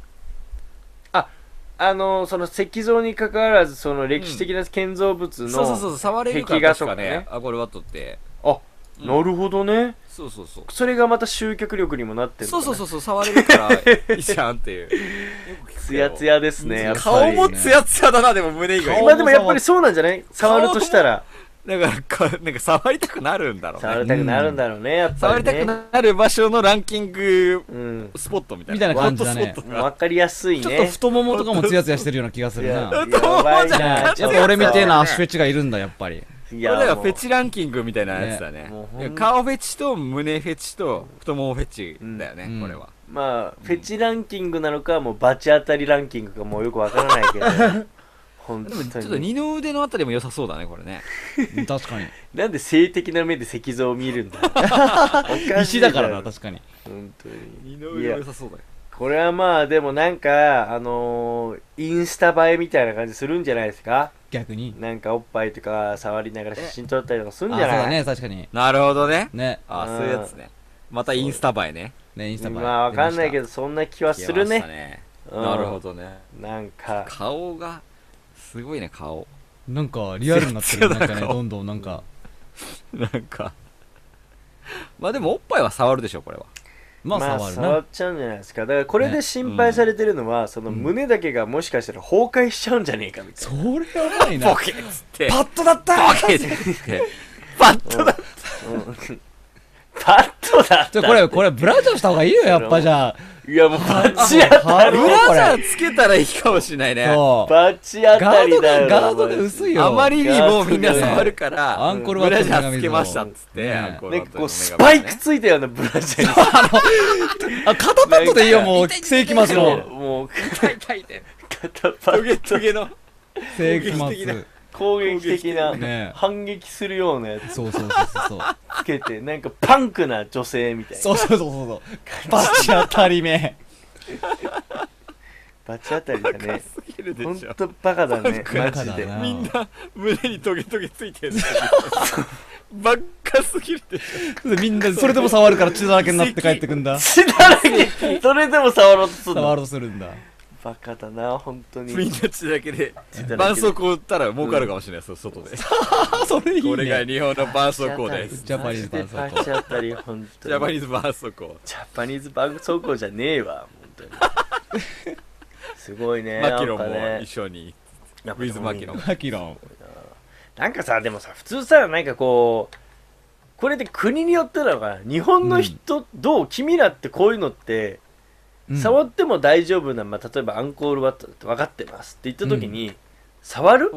[SPEAKER 6] あのその石像に関わらずその歴史的な建造物
[SPEAKER 4] そ
[SPEAKER 6] の、
[SPEAKER 4] うそうそう触れるか
[SPEAKER 6] 壁画
[SPEAKER 4] ら
[SPEAKER 6] と
[SPEAKER 4] と
[SPEAKER 6] か
[SPEAKER 4] か
[SPEAKER 6] ね
[SPEAKER 4] ねアンコールワットって
[SPEAKER 6] あなるほどね
[SPEAKER 4] そうそう そう
[SPEAKER 6] それがまた集客力にもなってるのか
[SPEAKER 4] そう
[SPEAKER 6] ね
[SPEAKER 4] そうそうそう触れるからいいじゃんっていう
[SPEAKER 6] ツヤツヤですねやっぱり
[SPEAKER 4] 顔もツヤツヤだなでも胸以外
[SPEAKER 6] 今でもやっぱりそうなんじゃない触るとしたら
[SPEAKER 4] だからかなんか触りたくなるんだろう
[SPEAKER 6] 触
[SPEAKER 4] ね
[SPEAKER 6] りたくなるんだろうねやっぱ
[SPEAKER 4] 触り
[SPEAKER 6] り
[SPEAKER 4] たく
[SPEAKER 6] ね
[SPEAKER 4] なる場所のランキング
[SPEAKER 6] うん
[SPEAKER 4] スポットみたい
[SPEAKER 5] み
[SPEAKER 4] な
[SPEAKER 5] たいな感じだ
[SPEAKER 4] ワッ
[SPEAKER 5] ね
[SPEAKER 4] トスポットが
[SPEAKER 6] わかりやすい
[SPEAKER 5] ちょっと
[SPEAKER 6] ね
[SPEAKER 5] 太ももとかもツヤツヤしてるような気がす
[SPEAKER 6] い
[SPEAKER 5] る
[SPEAKER 6] や
[SPEAKER 5] な
[SPEAKER 6] やばいな
[SPEAKER 5] やっぱ俺みてえな足フェチがいるんだやっぱり
[SPEAKER 6] い
[SPEAKER 4] これだから
[SPEAKER 6] もう
[SPEAKER 4] フェチランキングみたいなやつだね
[SPEAKER 6] ねもうほんと
[SPEAKER 4] 顔フェチと胸フェチと太ももフェチだよね、
[SPEAKER 5] うん
[SPEAKER 4] これは
[SPEAKER 6] まあフェチランキングなのかもうバチ当たりランキングかもうよくわからないけど本
[SPEAKER 4] でもちょっ
[SPEAKER 6] 当
[SPEAKER 4] と
[SPEAKER 6] に
[SPEAKER 4] 二の腕のあたりも良さそうだねこれね
[SPEAKER 5] うん確かに
[SPEAKER 6] なんで性的な目で石像を見るんだ
[SPEAKER 5] 石だからな
[SPEAKER 6] か
[SPEAKER 5] 確かに
[SPEAKER 6] に本当に
[SPEAKER 4] 二の
[SPEAKER 6] 腕も良
[SPEAKER 4] さそうだね
[SPEAKER 6] これはまあでもなんかあのー、インスタ映えみたいな感じするんじゃないですか
[SPEAKER 5] 逆に
[SPEAKER 6] なんかおっぱいとか触りながら写真撮ったりとかす
[SPEAKER 5] あ
[SPEAKER 6] る
[SPEAKER 5] そ
[SPEAKER 6] ん
[SPEAKER 5] う
[SPEAKER 6] じゃない
[SPEAKER 5] だね確かに
[SPEAKER 4] なるほどね
[SPEAKER 5] ね
[SPEAKER 4] あ
[SPEAKER 6] うん
[SPEAKER 4] そういうやつねまたインスタ映えね
[SPEAKER 5] ねインスタ映え
[SPEAKER 6] まあわかんないけ
[SPEAKER 5] ど
[SPEAKER 6] どそんな気はす
[SPEAKER 4] 消
[SPEAKER 6] る
[SPEAKER 4] えました
[SPEAKER 6] ねうん
[SPEAKER 4] なるほどね
[SPEAKER 6] なんか
[SPEAKER 4] 顔がすごいね顔
[SPEAKER 5] なんかリアルになっ
[SPEAKER 4] ツ
[SPEAKER 5] てる
[SPEAKER 4] ヤ
[SPEAKER 5] な
[SPEAKER 4] ツヤな
[SPEAKER 5] んかねどんどんなんか
[SPEAKER 4] なんかまあでもおっぱいは触るでしょこれは
[SPEAKER 5] まあ触るな
[SPEAKER 6] っちゃうんじゃないですかだからこれで心配されてるのは、その胸だけがもしかしたら崩壊しちゃうんじゃねえかみたい
[SPEAKER 5] それやばいな
[SPEAKER 4] ボケっつってパッとだったボケっつってパッとだ
[SPEAKER 6] な、うん、パッとだっ
[SPEAKER 5] ちょ
[SPEAKER 6] た
[SPEAKER 5] これこれブラジャーした方がいいよやっぱじゃあ
[SPEAKER 6] いやもうバチ当た
[SPEAKER 5] あ
[SPEAKER 6] り
[SPEAKER 5] の
[SPEAKER 4] ブ
[SPEAKER 5] これ
[SPEAKER 4] ラジャーつけたらいいかもしれないね
[SPEAKER 5] そう
[SPEAKER 6] バチ当
[SPEAKER 5] ガ
[SPEAKER 6] た
[SPEAKER 5] ード
[SPEAKER 6] りだ
[SPEAKER 5] が
[SPEAKER 6] よ
[SPEAKER 5] ガードが薄いよ
[SPEAKER 4] あまりにもみんな触るから、
[SPEAKER 5] アンコールワッ
[SPEAKER 4] ブ
[SPEAKER 5] ト
[SPEAKER 4] ラ
[SPEAKER 5] の
[SPEAKER 4] ジ
[SPEAKER 5] 女
[SPEAKER 4] ャー
[SPEAKER 5] 神像
[SPEAKER 4] つけましたっつって、
[SPEAKER 5] ね
[SPEAKER 4] アンコールワ
[SPEAKER 6] なん
[SPEAKER 4] ッ
[SPEAKER 6] か
[SPEAKER 4] ト
[SPEAKER 6] こ
[SPEAKER 4] の女神像ね
[SPEAKER 6] うスパイクついたようなブラジャー
[SPEAKER 5] あ肩パッドでいいよもう世紀末
[SPEAKER 6] もう
[SPEAKER 5] の
[SPEAKER 6] もう
[SPEAKER 4] 痛い痛い痛い
[SPEAKER 6] 肩パ
[SPEAKER 4] トゲ
[SPEAKER 6] ッ
[SPEAKER 4] ト
[SPEAKER 6] ド
[SPEAKER 4] ゲの
[SPEAKER 5] 世紀
[SPEAKER 4] 攻撃的な
[SPEAKER 5] 末
[SPEAKER 6] 攻撃的な
[SPEAKER 5] ね
[SPEAKER 6] 反撃するようなやつ
[SPEAKER 5] そうそうそうそう
[SPEAKER 6] つけてなんかパンクな女性みたいな
[SPEAKER 5] そうそうそうそうそうバチ当たり目
[SPEAKER 6] バチ当たりだね
[SPEAKER 4] すぎるで
[SPEAKER 6] ほん
[SPEAKER 4] しょ
[SPEAKER 6] とバカだねマ
[SPEAKER 5] バカ
[SPEAKER 6] ジ
[SPEAKER 5] だ
[SPEAKER 6] で
[SPEAKER 5] な
[SPEAKER 4] みんな胸にトゲトゲついて るバッカすぎるでし
[SPEAKER 5] みんなそれでも触るから血だらけになって帰ってくんだ
[SPEAKER 6] 血だらけそれでも触ろうとす
[SPEAKER 5] 触
[SPEAKER 6] んの
[SPEAKER 5] ろうとするんだ
[SPEAKER 6] バカだな本当に
[SPEAKER 4] ょみんな血だけで
[SPEAKER 6] 血だらけで
[SPEAKER 4] 絆創膏売ったら儲かるかもしれないですよ外で
[SPEAKER 5] あそれいい
[SPEAKER 4] これが
[SPEAKER 5] ね
[SPEAKER 4] 日本の絆創膏です
[SPEAKER 5] ジャパニーズバンソー
[SPEAKER 6] バチ当たり本当
[SPEAKER 4] ジャ
[SPEAKER 6] に
[SPEAKER 4] パニーズ絆創膏
[SPEAKER 6] ジャパニーズバンソーコじゃねえわ本当にすごいね
[SPEAKER 4] マキロ
[SPEAKER 6] なんか
[SPEAKER 4] も
[SPEAKER 6] ね
[SPEAKER 4] 一緒に
[SPEAKER 6] やっぱ
[SPEAKER 4] ウィズマキロ
[SPEAKER 5] マキロン
[SPEAKER 6] なんかさでもさ普通さなんかこうこれって国によってなのかな日本の人、どう君らってこういうのって、
[SPEAKER 5] うん
[SPEAKER 6] 触っても大丈夫な、まあ、例えばアンコールワットだって分かってますって言った時に、触る、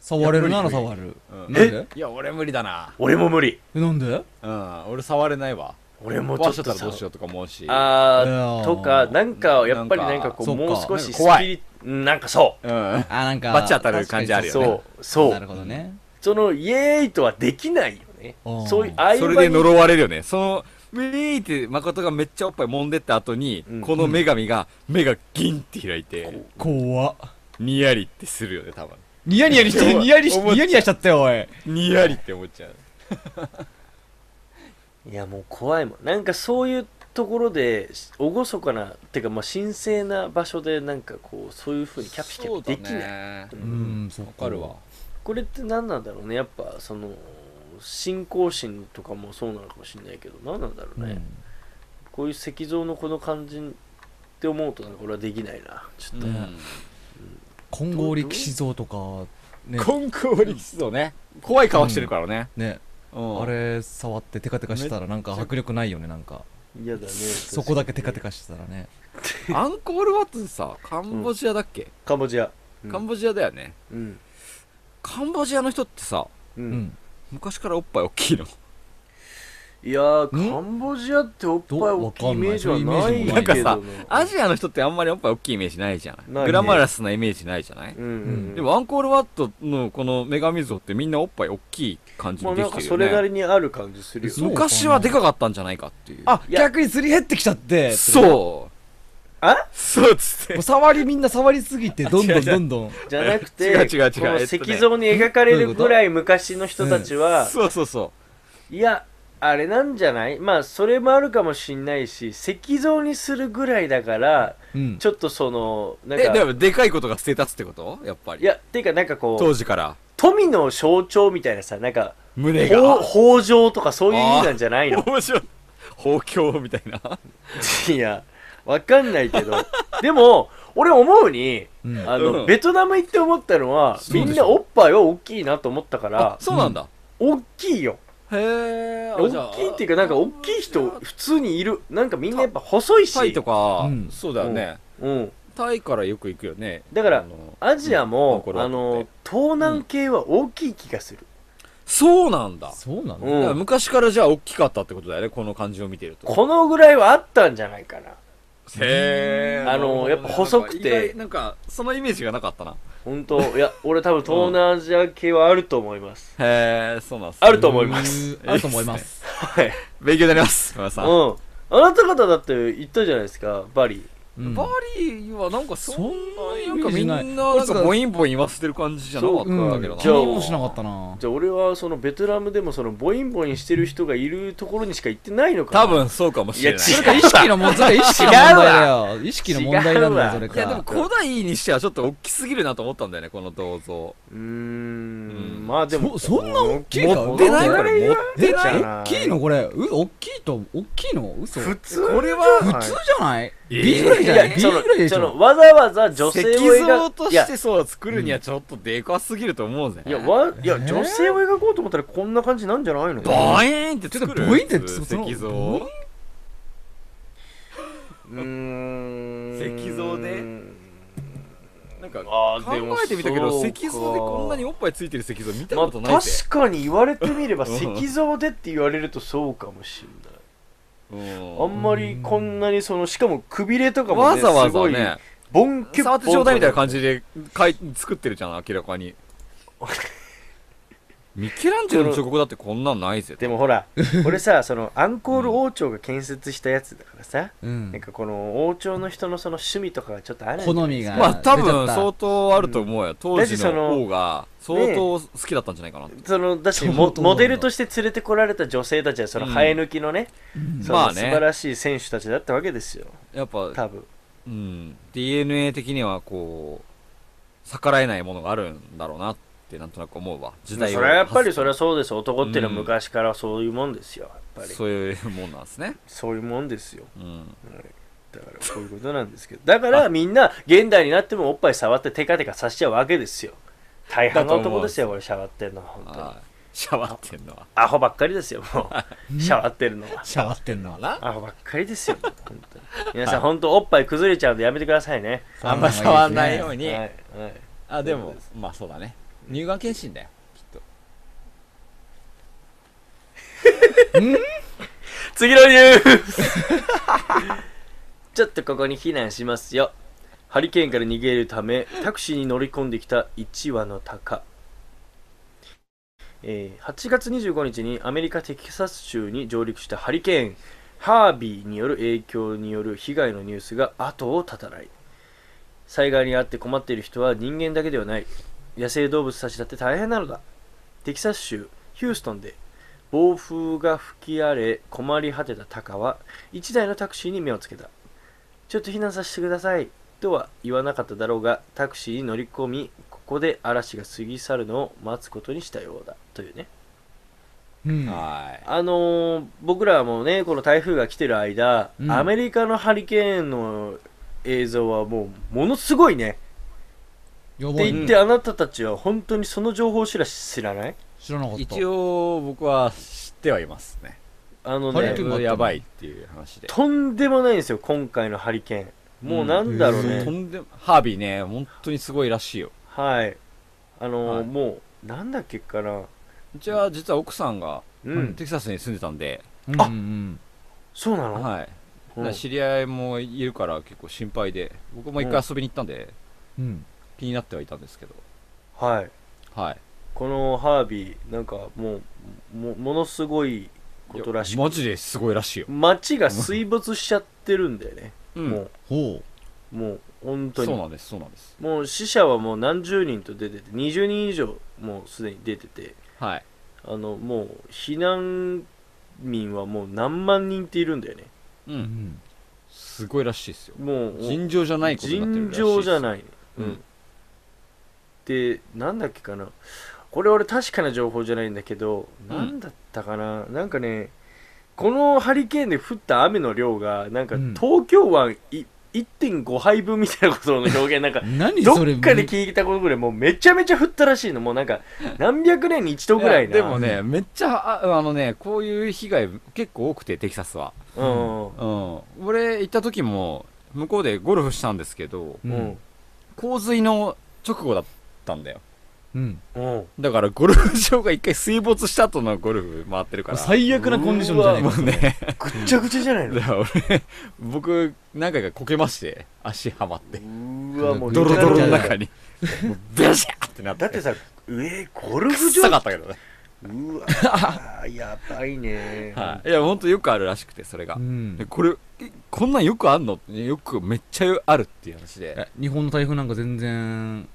[SPEAKER 5] 触れるなら触る
[SPEAKER 4] うん
[SPEAKER 5] なんで
[SPEAKER 4] いや俺無理だな
[SPEAKER 6] 俺も無理
[SPEAKER 5] えなんで
[SPEAKER 4] うん俺触れないわ
[SPEAKER 6] 俺もちょ
[SPEAKER 4] 壊
[SPEAKER 6] っ
[SPEAKER 4] しちゃ
[SPEAKER 6] と
[SPEAKER 4] ったら
[SPEAKER 6] さ
[SPEAKER 4] どうしようとか思うし
[SPEAKER 5] いや
[SPEAKER 6] あー
[SPEAKER 5] ー
[SPEAKER 6] とかなんかやっぱりなんかこう
[SPEAKER 5] なんか
[SPEAKER 6] もう
[SPEAKER 5] そっか
[SPEAKER 6] 少しスピ
[SPEAKER 4] なんか怖い
[SPEAKER 6] リうんなんかそ
[SPEAKER 4] うん
[SPEAKER 5] あなんか
[SPEAKER 4] バチ当たる感じある
[SPEAKER 6] う
[SPEAKER 4] よね
[SPEAKER 6] そうそう
[SPEAKER 5] なるほどね
[SPEAKER 6] そのイエーイとはできないよね
[SPEAKER 5] あー
[SPEAKER 6] そういう合
[SPEAKER 4] そ
[SPEAKER 6] 間
[SPEAKER 4] れで
[SPEAKER 6] に
[SPEAKER 4] 呪われるよね。その、ウィーって誠がめっちゃおっぱい揉んでった後に、
[SPEAKER 6] うん
[SPEAKER 4] この女神が目がギンって開いて、
[SPEAKER 5] 怖っ
[SPEAKER 4] ニヤリってするよね、多分。
[SPEAKER 5] ニヤニヤにしてニヤリしニヤニヤしちゃったよおい
[SPEAKER 4] ニヤリって思っちゃう。
[SPEAKER 6] いやもう怖いもんなんかそういうところで厳かなてかまあ神聖な場所でなんかこうそういうふうにキャピキャピできない、
[SPEAKER 4] な
[SPEAKER 6] う
[SPEAKER 5] うんんそっかるわ
[SPEAKER 6] これって何なんだろうねやっぱその信仰心とかもそうなのかもしれないけど何なんだろうね、こういう石像のこの感じって思うとなんか俺はできないなちょっと、
[SPEAKER 5] 金剛力士像とかね
[SPEAKER 4] 金剛力士像ね。怖い顔してるからね。
[SPEAKER 5] ね
[SPEAKER 4] うん
[SPEAKER 5] あれ触ってテカテカしてたらなんか迫力ないよねなんか
[SPEAKER 6] 嫌だね
[SPEAKER 5] そこだけテカテカしてたらね
[SPEAKER 4] アンコールワットさ、カンボジアだっけ
[SPEAKER 6] カンボジアうん
[SPEAKER 4] カンボジアだよね。
[SPEAKER 6] うん
[SPEAKER 4] カンボジアの人ってさ、
[SPEAKER 6] う
[SPEAKER 5] うんん
[SPEAKER 4] 昔からおっぱい大きいの。
[SPEAKER 6] いやーカンボジアっておっぱい大きいイメージはない
[SPEAKER 5] ど
[SPEAKER 4] なん
[SPEAKER 6] け
[SPEAKER 4] か
[SPEAKER 6] ど
[SPEAKER 4] さ アジアの人ってあんまりおっぱい大きいイメージないじゃん
[SPEAKER 6] ないね
[SPEAKER 4] グラマラスなイメージないじゃない、
[SPEAKER 6] うんうん、
[SPEAKER 4] でもアンコールワットのこの女神像ってみんなおっぱい大きい感じ
[SPEAKER 6] まあ
[SPEAKER 4] にで
[SPEAKER 6] なん
[SPEAKER 4] きて
[SPEAKER 6] か
[SPEAKER 4] る
[SPEAKER 6] そ
[SPEAKER 4] よ
[SPEAKER 6] れなり
[SPEAKER 4] ね
[SPEAKER 6] にある感じするよ、
[SPEAKER 5] そう
[SPEAKER 6] ね、
[SPEAKER 4] 昔はでかかったんじゃないかっていう
[SPEAKER 5] あ
[SPEAKER 6] いや
[SPEAKER 5] 逆にすり減ってきちゃっても
[SPEAKER 4] そう
[SPEAKER 6] あ
[SPEAKER 4] そうっつって
[SPEAKER 5] う触りみんな触りすぎてどんどんどんどん
[SPEAKER 6] じゃなくて
[SPEAKER 4] 違う違う違う
[SPEAKER 6] この
[SPEAKER 4] えっとね
[SPEAKER 6] 石像に描かれるぐらい昔の人たちは、
[SPEAKER 4] そうそうそう
[SPEAKER 6] いやあれなんじゃないまあそれもあるかもしんないし石像にするぐらいだから
[SPEAKER 5] うん
[SPEAKER 6] ちょっとそのなん
[SPEAKER 4] え
[SPEAKER 6] か
[SPEAKER 4] でもでかいことがステータスってことやっぱり
[SPEAKER 6] いやていうかなんかこ
[SPEAKER 4] 当
[SPEAKER 6] う
[SPEAKER 4] 時から
[SPEAKER 6] 富の象徴みたいなさなんか
[SPEAKER 4] 胸
[SPEAKER 6] ほう
[SPEAKER 4] が
[SPEAKER 6] 豊穣とかそういう意味なんじゃないの
[SPEAKER 4] 面白い包協みたいな
[SPEAKER 6] いやわかんないけど でも俺思うに
[SPEAKER 5] うん
[SPEAKER 6] あの、
[SPEAKER 4] うん
[SPEAKER 6] ベトナム行って思ったのは
[SPEAKER 5] そうで
[SPEAKER 6] み
[SPEAKER 5] しょ
[SPEAKER 6] んなおっぱいは大きいなと思ったから
[SPEAKER 4] そうなんだ、
[SPEAKER 6] 大きいよ
[SPEAKER 4] へえ
[SPEAKER 6] 大きいっていうかなんか大きい人普通にいるなんかみんなやっぱ細いし
[SPEAKER 4] タイとか、
[SPEAKER 5] うん
[SPEAKER 4] そうだよね、
[SPEAKER 6] うん、
[SPEAKER 4] タイからよく行くよね
[SPEAKER 6] だから
[SPEAKER 4] あの
[SPEAKER 6] アジアも、
[SPEAKER 4] うん
[SPEAKER 6] あの東南系は大きい気がする、
[SPEAKER 4] そうなんだ
[SPEAKER 5] そうな
[SPEAKER 6] う
[SPEAKER 5] の
[SPEAKER 4] だから
[SPEAKER 6] ん
[SPEAKER 4] 昔からじゃあ大きかったってことだよねこの感じを見てると
[SPEAKER 6] このぐらいはあったんじゃないかな
[SPEAKER 4] へー
[SPEAKER 6] あのやっぱ細くて
[SPEAKER 4] なんか意外なんかそのイメージがなかったな
[SPEAKER 6] 本当いや俺多分東南アジア系はあると思います、
[SPEAKER 4] へえそうなんす
[SPEAKER 6] あると思います
[SPEAKER 5] あると思います
[SPEAKER 6] はい
[SPEAKER 4] 勉強になります山田さん、
[SPEAKER 6] うんあなた方だって言ったじゃないですかバリ
[SPEAKER 5] うん
[SPEAKER 4] バリはなんかそんな
[SPEAKER 5] そ
[SPEAKER 4] なんんか
[SPEAKER 5] なイメー
[SPEAKER 4] み
[SPEAKER 5] ジ
[SPEAKER 4] ん
[SPEAKER 5] ない
[SPEAKER 4] ななんかボインボイン言わせてる感じじゃなかった
[SPEAKER 6] そ
[SPEAKER 5] うん
[SPEAKER 4] わけだな
[SPEAKER 6] じゃあ
[SPEAKER 5] 気にもしなかったな
[SPEAKER 6] じゃあ俺はそのベトナムでもそのボインボインしてる人がいるところにしか行ってないのかな
[SPEAKER 4] 多分そうかもしれない
[SPEAKER 6] いや違う
[SPEAKER 5] 意識の問題意識の問題だよ意識の問題なん
[SPEAKER 6] 違う
[SPEAKER 5] だよ
[SPEAKER 6] わ
[SPEAKER 5] それか
[SPEAKER 4] いやでも古代にしてはちょっと大きすぎるなと思ったんだよねこの銅像
[SPEAKER 6] うーん
[SPEAKER 4] うん
[SPEAKER 6] まあでも
[SPEAKER 5] そそんな大きいか
[SPEAKER 6] 持
[SPEAKER 4] 持
[SPEAKER 6] っ
[SPEAKER 4] ってて
[SPEAKER 6] な
[SPEAKER 4] ないい
[SPEAKER 6] か
[SPEAKER 4] からら
[SPEAKER 6] 持
[SPEAKER 4] 持
[SPEAKER 6] っ
[SPEAKER 4] ってて
[SPEAKER 6] な
[SPEAKER 4] ないい
[SPEAKER 5] 大きいのこれう大きいと大きいの嘘
[SPEAKER 6] 普
[SPEAKER 5] 普
[SPEAKER 6] 通
[SPEAKER 4] これは
[SPEAKER 5] 通じゃない ?B ぐらい
[SPEAKER 6] い
[SPEAKER 5] じゃな
[SPEAKER 6] や
[SPEAKER 5] い ?B ぐらいでし
[SPEAKER 6] そのそ
[SPEAKER 5] ょ
[SPEAKER 6] のわざわざ女性
[SPEAKER 4] 石
[SPEAKER 6] を
[SPEAKER 4] 像
[SPEAKER 6] 描
[SPEAKER 4] と
[SPEAKER 6] くい
[SPEAKER 4] し
[SPEAKER 6] や
[SPEAKER 4] てそう作るにはちょっとでかすぎると思うぜ
[SPEAKER 6] いやわいや
[SPEAKER 5] えー
[SPEAKER 6] 女性を描こうと思ったらこんな感じなんじゃないの
[SPEAKER 4] ボインって
[SPEAKER 5] ちょっ
[SPEAKER 4] 作
[SPEAKER 5] と
[SPEAKER 4] る
[SPEAKER 5] ボインって
[SPEAKER 4] 普
[SPEAKER 5] そ
[SPEAKER 4] 通
[SPEAKER 5] の
[SPEAKER 4] 石像
[SPEAKER 5] ボイン
[SPEAKER 6] うーん
[SPEAKER 4] 石像でなんか
[SPEAKER 6] あーでも
[SPEAKER 4] 考えてみたけど
[SPEAKER 6] そう
[SPEAKER 4] 石
[SPEAKER 6] か
[SPEAKER 4] 像でこんなにおっぱいついてる石像見た
[SPEAKER 6] まあ
[SPEAKER 4] ことないぜ、
[SPEAKER 6] 確かに言われてみれば
[SPEAKER 4] うん
[SPEAKER 6] 石像でって言われるとそうかもしれない
[SPEAKER 4] うん
[SPEAKER 6] あんまりこんなにそのしかもくびれとかも、ね、
[SPEAKER 4] わざわ
[SPEAKER 6] すご
[SPEAKER 4] ざ
[SPEAKER 6] い
[SPEAKER 4] ね
[SPEAKER 6] ボンキュッ
[SPEAKER 4] 触ってちょうだいみたいな感
[SPEAKER 6] じ
[SPEAKER 4] じでかい作ってるじゃん明らかにミケランジェロの彫刻だってこんなんないぜ
[SPEAKER 6] でもほ ら俺さそのアンコール王朝が建設したやつだからさ、
[SPEAKER 5] うん
[SPEAKER 6] なんかこの王朝の人のその趣味とかがちょっとあるんじゃない
[SPEAKER 5] 好みが
[SPEAKER 4] まあ多
[SPEAKER 5] 出ちゃ
[SPEAKER 4] 分
[SPEAKER 5] った
[SPEAKER 4] 相当あると思うよ、当時の王が
[SPEAKER 6] だって
[SPEAKER 4] 相
[SPEAKER 6] その
[SPEAKER 4] 当好きだったんじゃないかな、
[SPEAKER 6] そのだし
[SPEAKER 5] そう
[SPEAKER 6] モ
[SPEAKER 5] そう
[SPEAKER 6] モデルとして連れてこられた女性たちはその
[SPEAKER 4] うん
[SPEAKER 6] 生え抜きのね、その
[SPEAKER 4] まあ
[SPEAKER 6] 素
[SPEAKER 4] ね
[SPEAKER 6] 晴らしい選手たちだったわけですよ
[SPEAKER 4] やっぱ、
[SPEAKER 6] 多分
[SPEAKER 4] うん、DNA 的にはこう逆らえないものがあるんだろうなってなんとなく思うわ時代を
[SPEAKER 6] それはやっぱりそれ
[SPEAKER 4] は
[SPEAKER 6] はそうです男っていうのは昔からそういうもんですよやっぱり
[SPEAKER 4] そういうもんなんですね、
[SPEAKER 6] そういうもんですよ
[SPEAKER 4] うん、
[SPEAKER 6] だからこういうことなんですけどだからみんな現代になってもおっぱい触ってテカテカさせちゃうわけですよ大半の男ですよ俺シャワってんのは本当に
[SPEAKER 4] あシャワーってんのは
[SPEAKER 6] アホばっかりですよも うシャワってるのは
[SPEAKER 5] シャワってんのはな
[SPEAKER 6] アホばっかりですよ本 当に皆さん本当おっぱい崩れちゃうんでやめてくださいね
[SPEAKER 5] あんま触らないよう
[SPEAKER 6] は
[SPEAKER 4] に
[SPEAKER 6] いはい
[SPEAKER 11] あ、でも
[SPEAKER 6] そうで、
[SPEAKER 11] まあそうだね。乳がん検診だよ。
[SPEAKER 6] 次のニュース ちょっとここに避難しますよハリケーンから逃げるためタクシーに乗り込んできた1羽の鷹えー8月25日にアメリカ・テキサス州に上陸したハリケーンハービーによる影響による被害のニュースが後を絶たない災害に遭って困っている人は人間だけではない野生動物たちだって大変なのだテキサス州ヒューストンで暴風が吹き荒れ困り果てたタカは1台のタクシーに目をつけたちょっと避難させてくださいとは言わなかっただろうがタクシーに乗り込みここで嵐が過ぎ去るのを待つことにしたようだというね
[SPEAKER 5] うん
[SPEAKER 4] はい
[SPEAKER 6] あのー僕らもねこの台風が来てる間、
[SPEAKER 5] うん
[SPEAKER 6] アメリカのハリケーンの映像はもうものすごいね
[SPEAKER 5] や
[SPEAKER 6] っ
[SPEAKER 5] ば
[SPEAKER 6] て
[SPEAKER 5] い
[SPEAKER 6] 言っ
[SPEAKER 5] ね
[SPEAKER 6] て、あなたたちは本当にその情報すら知らない
[SPEAKER 5] 知らなかった
[SPEAKER 11] 一応、僕は知ってはいますね。
[SPEAKER 6] あの
[SPEAKER 5] ハリ
[SPEAKER 6] ね
[SPEAKER 5] ケーンもあったの
[SPEAKER 11] やばいっていう話で。
[SPEAKER 6] とんでもないんですよ今回のハリケーンもうなんだろうね、
[SPEAKER 4] とんでもハービーね本当にすごいらしいよ
[SPEAKER 6] はい。あのー
[SPEAKER 4] はい
[SPEAKER 6] もう、なんだっけかな。
[SPEAKER 4] うちは実は奥さんが
[SPEAKER 6] うん。
[SPEAKER 4] テキサスに住んでたんで、
[SPEAKER 5] うんうん
[SPEAKER 6] そうなの、
[SPEAKER 4] はい。だ
[SPEAKER 6] う
[SPEAKER 4] か
[SPEAKER 6] ん
[SPEAKER 4] ら知り合いもいるから結構心配で、僕も一回遊びに行ったんで、
[SPEAKER 5] うんうん
[SPEAKER 4] 気になってはいたんですけど、
[SPEAKER 6] はい
[SPEAKER 4] はい。
[SPEAKER 6] このハービーなんかもうもものすごいことらし
[SPEAKER 4] いやマ
[SPEAKER 6] く
[SPEAKER 4] ジですごいらしいよ。
[SPEAKER 6] 街が水没しちゃってるんだよね、
[SPEAKER 4] うん
[SPEAKER 6] も
[SPEAKER 5] ほ
[SPEAKER 6] うもう本当
[SPEAKER 4] そう
[SPEAKER 6] に
[SPEAKER 4] なんです、そうなんです。
[SPEAKER 6] もう死者はもう何十人と出てて20人以上もうすでに出てて
[SPEAKER 4] はい。
[SPEAKER 6] あのもう避難民はもう何万人っているんだよね
[SPEAKER 4] う。
[SPEAKER 5] ううんん
[SPEAKER 4] すごいらしいですよ。
[SPEAKER 6] もう
[SPEAKER 4] 尋常じゃないことになってるらしい
[SPEAKER 6] 尋
[SPEAKER 4] です。
[SPEAKER 6] 常じゃ
[SPEAKER 4] い。
[SPEAKER 6] ない、うん
[SPEAKER 4] うん
[SPEAKER 6] でなんだっけかなこれ俺確かな情報じゃないんだけど、
[SPEAKER 4] うん
[SPEAKER 6] なんだったかななんかねこのハリケーンで降った雨の量がなんか
[SPEAKER 5] うん
[SPEAKER 6] 東京湾い1.5杯分みたいなことの表現 なんか
[SPEAKER 5] 何
[SPEAKER 6] ど
[SPEAKER 5] それ
[SPEAKER 6] っかで聞いたことぐらいもうめちゃめちゃ降ったらしいのもうなんか何百年に一度ぐらいな
[SPEAKER 4] でもね、めっちゃ、ああのね、こういう被害結構多くて、テキサスは。
[SPEAKER 6] うん
[SPEAKER 4] うん。俺行った時も、向こうでゴルフしたんですけど、
[SPEAKER 5] う
[SPEAKER 6] うんん
[SPEAKER 4] 洪水の直後だったんだよ。
[SPEAKER 5] うん
[SPEAKER 6] うん
[SPEAKER 4] だからゴルフ場が一回水没した後のゴルフ回ってるから。
[SPEAKER 5] 最悪なコンディションじゃない
[SPEAKER 4] もうね、
[SPEAKER 6] ぐっちゃぐちゃじゃないの
[SPEAKER 4] だから俺、僕、何回かこけまして、足はまって。
[SPEAKER 6] うわもう
[SPEAKER 4] ドロドロの
[SPEAKER 6] だ
[SPEAKER 4] 中に、ベシャーってなって。
[SPEAKER 6] だってさ上ゴルフ
[SPEAKER 4] 臭
[SPEAKER 6] 場
[SPEAKER 4] かったけどね。
[SPEAKER 6] うわやばいね、
[SPEAKER 4] はい。いや、ほんとよくあるらしくて、それが
[SPEAKER 5] う。ん
[SPEAKER 4] でこれ、えこんなんよくあんのよく、めっちゃあるっていう話で。
[SPEAKER 5] え日本の台風なんか全然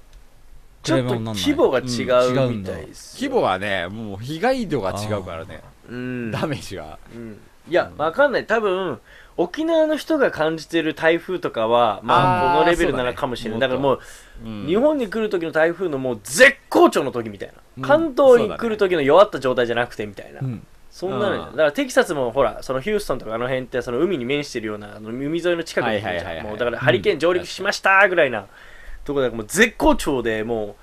[SPEAKER 6] ちょっと規模が違うみたいです、
[SPEAKER 4] 規模はね、もう被害度が違うからね、
[SPEAKER 6] うん
[SPEAKER 4] ダメージが。
[SPEAKER 6] うんいやわかんない多分沖縄の人が感じてる台風とかはまあ
[SPEAKER 4] あー
[SPEAKER 6] このレベルな
[SPEAKER 4] そうだ
[SPEAKER 6] の
[SPEAKER 4] ね
[SPEAKER 6] かもしれ
[SPEAKER 4] も
[SPEAKER 6] ないだ,、
[SPEAKER 4] っと
[SPEAKER 6] からもう、
[SPEAKER 4] うん
[SPEAKER 6] 日本に来る時の台風のもう絶好調の時みたいな関
[SPEAKER 4] そう
[SPEAKER 6] 東
[SPEAKER 4] だ
[SPEAKER 6] に
[SPEAKER 4] ね
[SPEAKER 6] 来る時の弱った状態じゃなくてみたいな、
[SPEAKER 5] うん
[SPEAKER 6] そんなのよ
[SPEAKER 4] うん
[SPEAKER 6] だからテキサスもほらそのヒューストンとかあの辺ってその海に面してるようなあの海沿いの近くにいるじゃ
[SPEAKER 4] は
[SPEAKER 6] ん
[SPEAKER 4] いはいはいはい
[SPEAKER 6] もうだからハリケーン上陸しましたぐらいなとこだからもう絶好調でも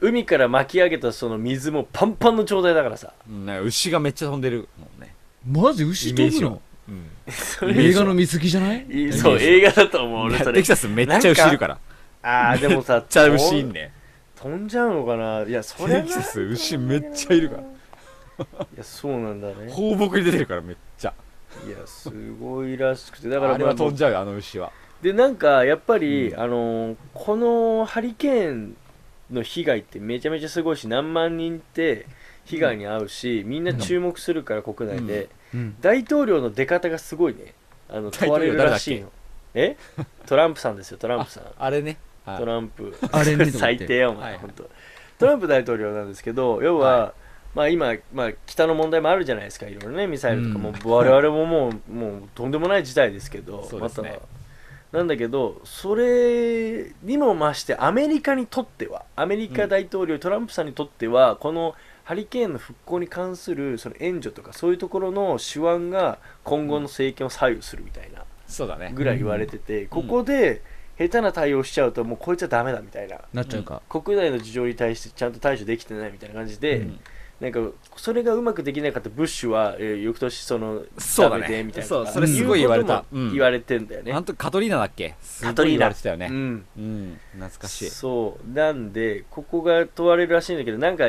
[SPEAKER 6] う海から巻き上げたその水もパンパンの状態だからさ
[SPEAKER 4] うんなんか牛がめっちゃ飛んでるもんね。
[SPEAKER 5] マジ牛飛ぶの
[SPEAKER 4] うん。
[SPEAKER 6] それ
[SPEAKER 5] 映画の水着じゃない
[SPEAKER 6] いいそう映画だと思う俺そ
[SPEAKER 4] テ
[SPEAKER 6] れ
[SPEAKER 4] キサスめっちゃ牛いるから。めっ
[SPEAKER 6] ああでもさめっ
[SPEAKER 4] ちゃ牛いんね。
[SPEAKER 6] 飛んじゃうのかないやそれ
[SPEAKER 4] テ
[SPEAKER 6] は
[SPEAKER 4] キサス牛めっちゃいるから。
[SPEAKER 6] いやそうなんだね
[SPEAKER 4] 放牧に出てるからめっちゃ。
[SPEAKER 6] いやすごいらしくてだ
[SPEAKER 4] だから
[SPEAKER 6] か
[SPEAKER 4] らあれは
[SPEAKER 6] まあ
[SPEAKER 4] 飛んじゃうよ、あの牛は。
[SPEAKER 6] でなんかやっぱり、あのーこのハリケーンの被害ってめちゃめちゃすごいし何万人って被害に遭うし、みんな注目するから国内で、
[SPEAKER 5] うん
[SPEAKER 6] 大統領の出方がすごいねあの問われるらしいのえトランプさんですよトランプさん
[SPEAKER 4] あれね。はい
[SPEAKER 6] トランプ
[SPEAKER 5] あれねと思って
[SPEAKER 6] 最低お前、
[SPEAKER 4] はい
[SPEAKER 6] 本当トランプ大統領なんですけど要は、まあ今、まあ、北の問題もあるじゃないですかいろいろねミサイルとかも、
[SPEAKER 5] うん
[SPEAKER 6] 我々ももうもうとんでもない事態ですけど
[SPEAKER 4] そうですね
[SPEAKER 6] またなんだけどそれにも増してアメリカにとってはアメリカ大統領、トランプさんにとってはこのハリケーンの復興に関するその援助とかそういうところの手腕が今後の政権を左右するみたいな、
[SPEAKER 4] そうだね。
[SPEAKER 6] ぐらい言われてて、ここで下手な対応しちゃうともうこいつはダメだみたいな
[SPEAKER 5] なっちゃうか
[SPEAKER 6] 国内の事情に対してちゃんと対処できてないみたいな感じで、
[SPEAKER 4] うん
[SPEAKER 6] なんかそれがうまくできなかったブッシュは、えー翌年その
[SPEAKER 4] そうだね
[SPEAKER 6] ダメでみたいな
[SPEAKER 4] そう
[SPEAKER 6] とか
[SPEAKER 4] それすごい言われた
[SPEAKER 6] いうことも
[SPEAKER 4] うん
[SPEAKER 6] 言われてんだよね、
[SPEAKER 4] なんとカトリーナだっけすごい
[SPEAKER 6] カトリーナ
[SPEAKER 4] 言われてたよ
[SPEAKER 6] う
[SPEAKER 4] ね。
[SPEAKER 6] ん、
[SPEAKER 4] うん。懐か しい。
[SPEAKER 6] そうなんでここが問われるらしいんだけどなんか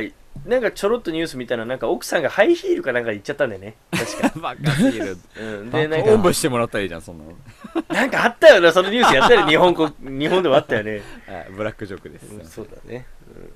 [SPEAKER 6] なんかちょろっとニュース見たらなんか奥さんがハイヒールかなんか行っちゃったんだよね確か、
[SPEAKER 4] バ カすぎる。
[SPEAKER 6] うん、でなん
[SPEAKER 4] おん
[SPEAKER 6] か
[SPEAKER 4] ぶしてもらったらいいじゃん、そんなの。
[SPEAKER 6] なんかあったよなそのニュースやったよね日本国日本でもあったよね
[SPEAKER 4] はいブラックジョークです。
[SPEAKER 6] うんそうだね、うん、っ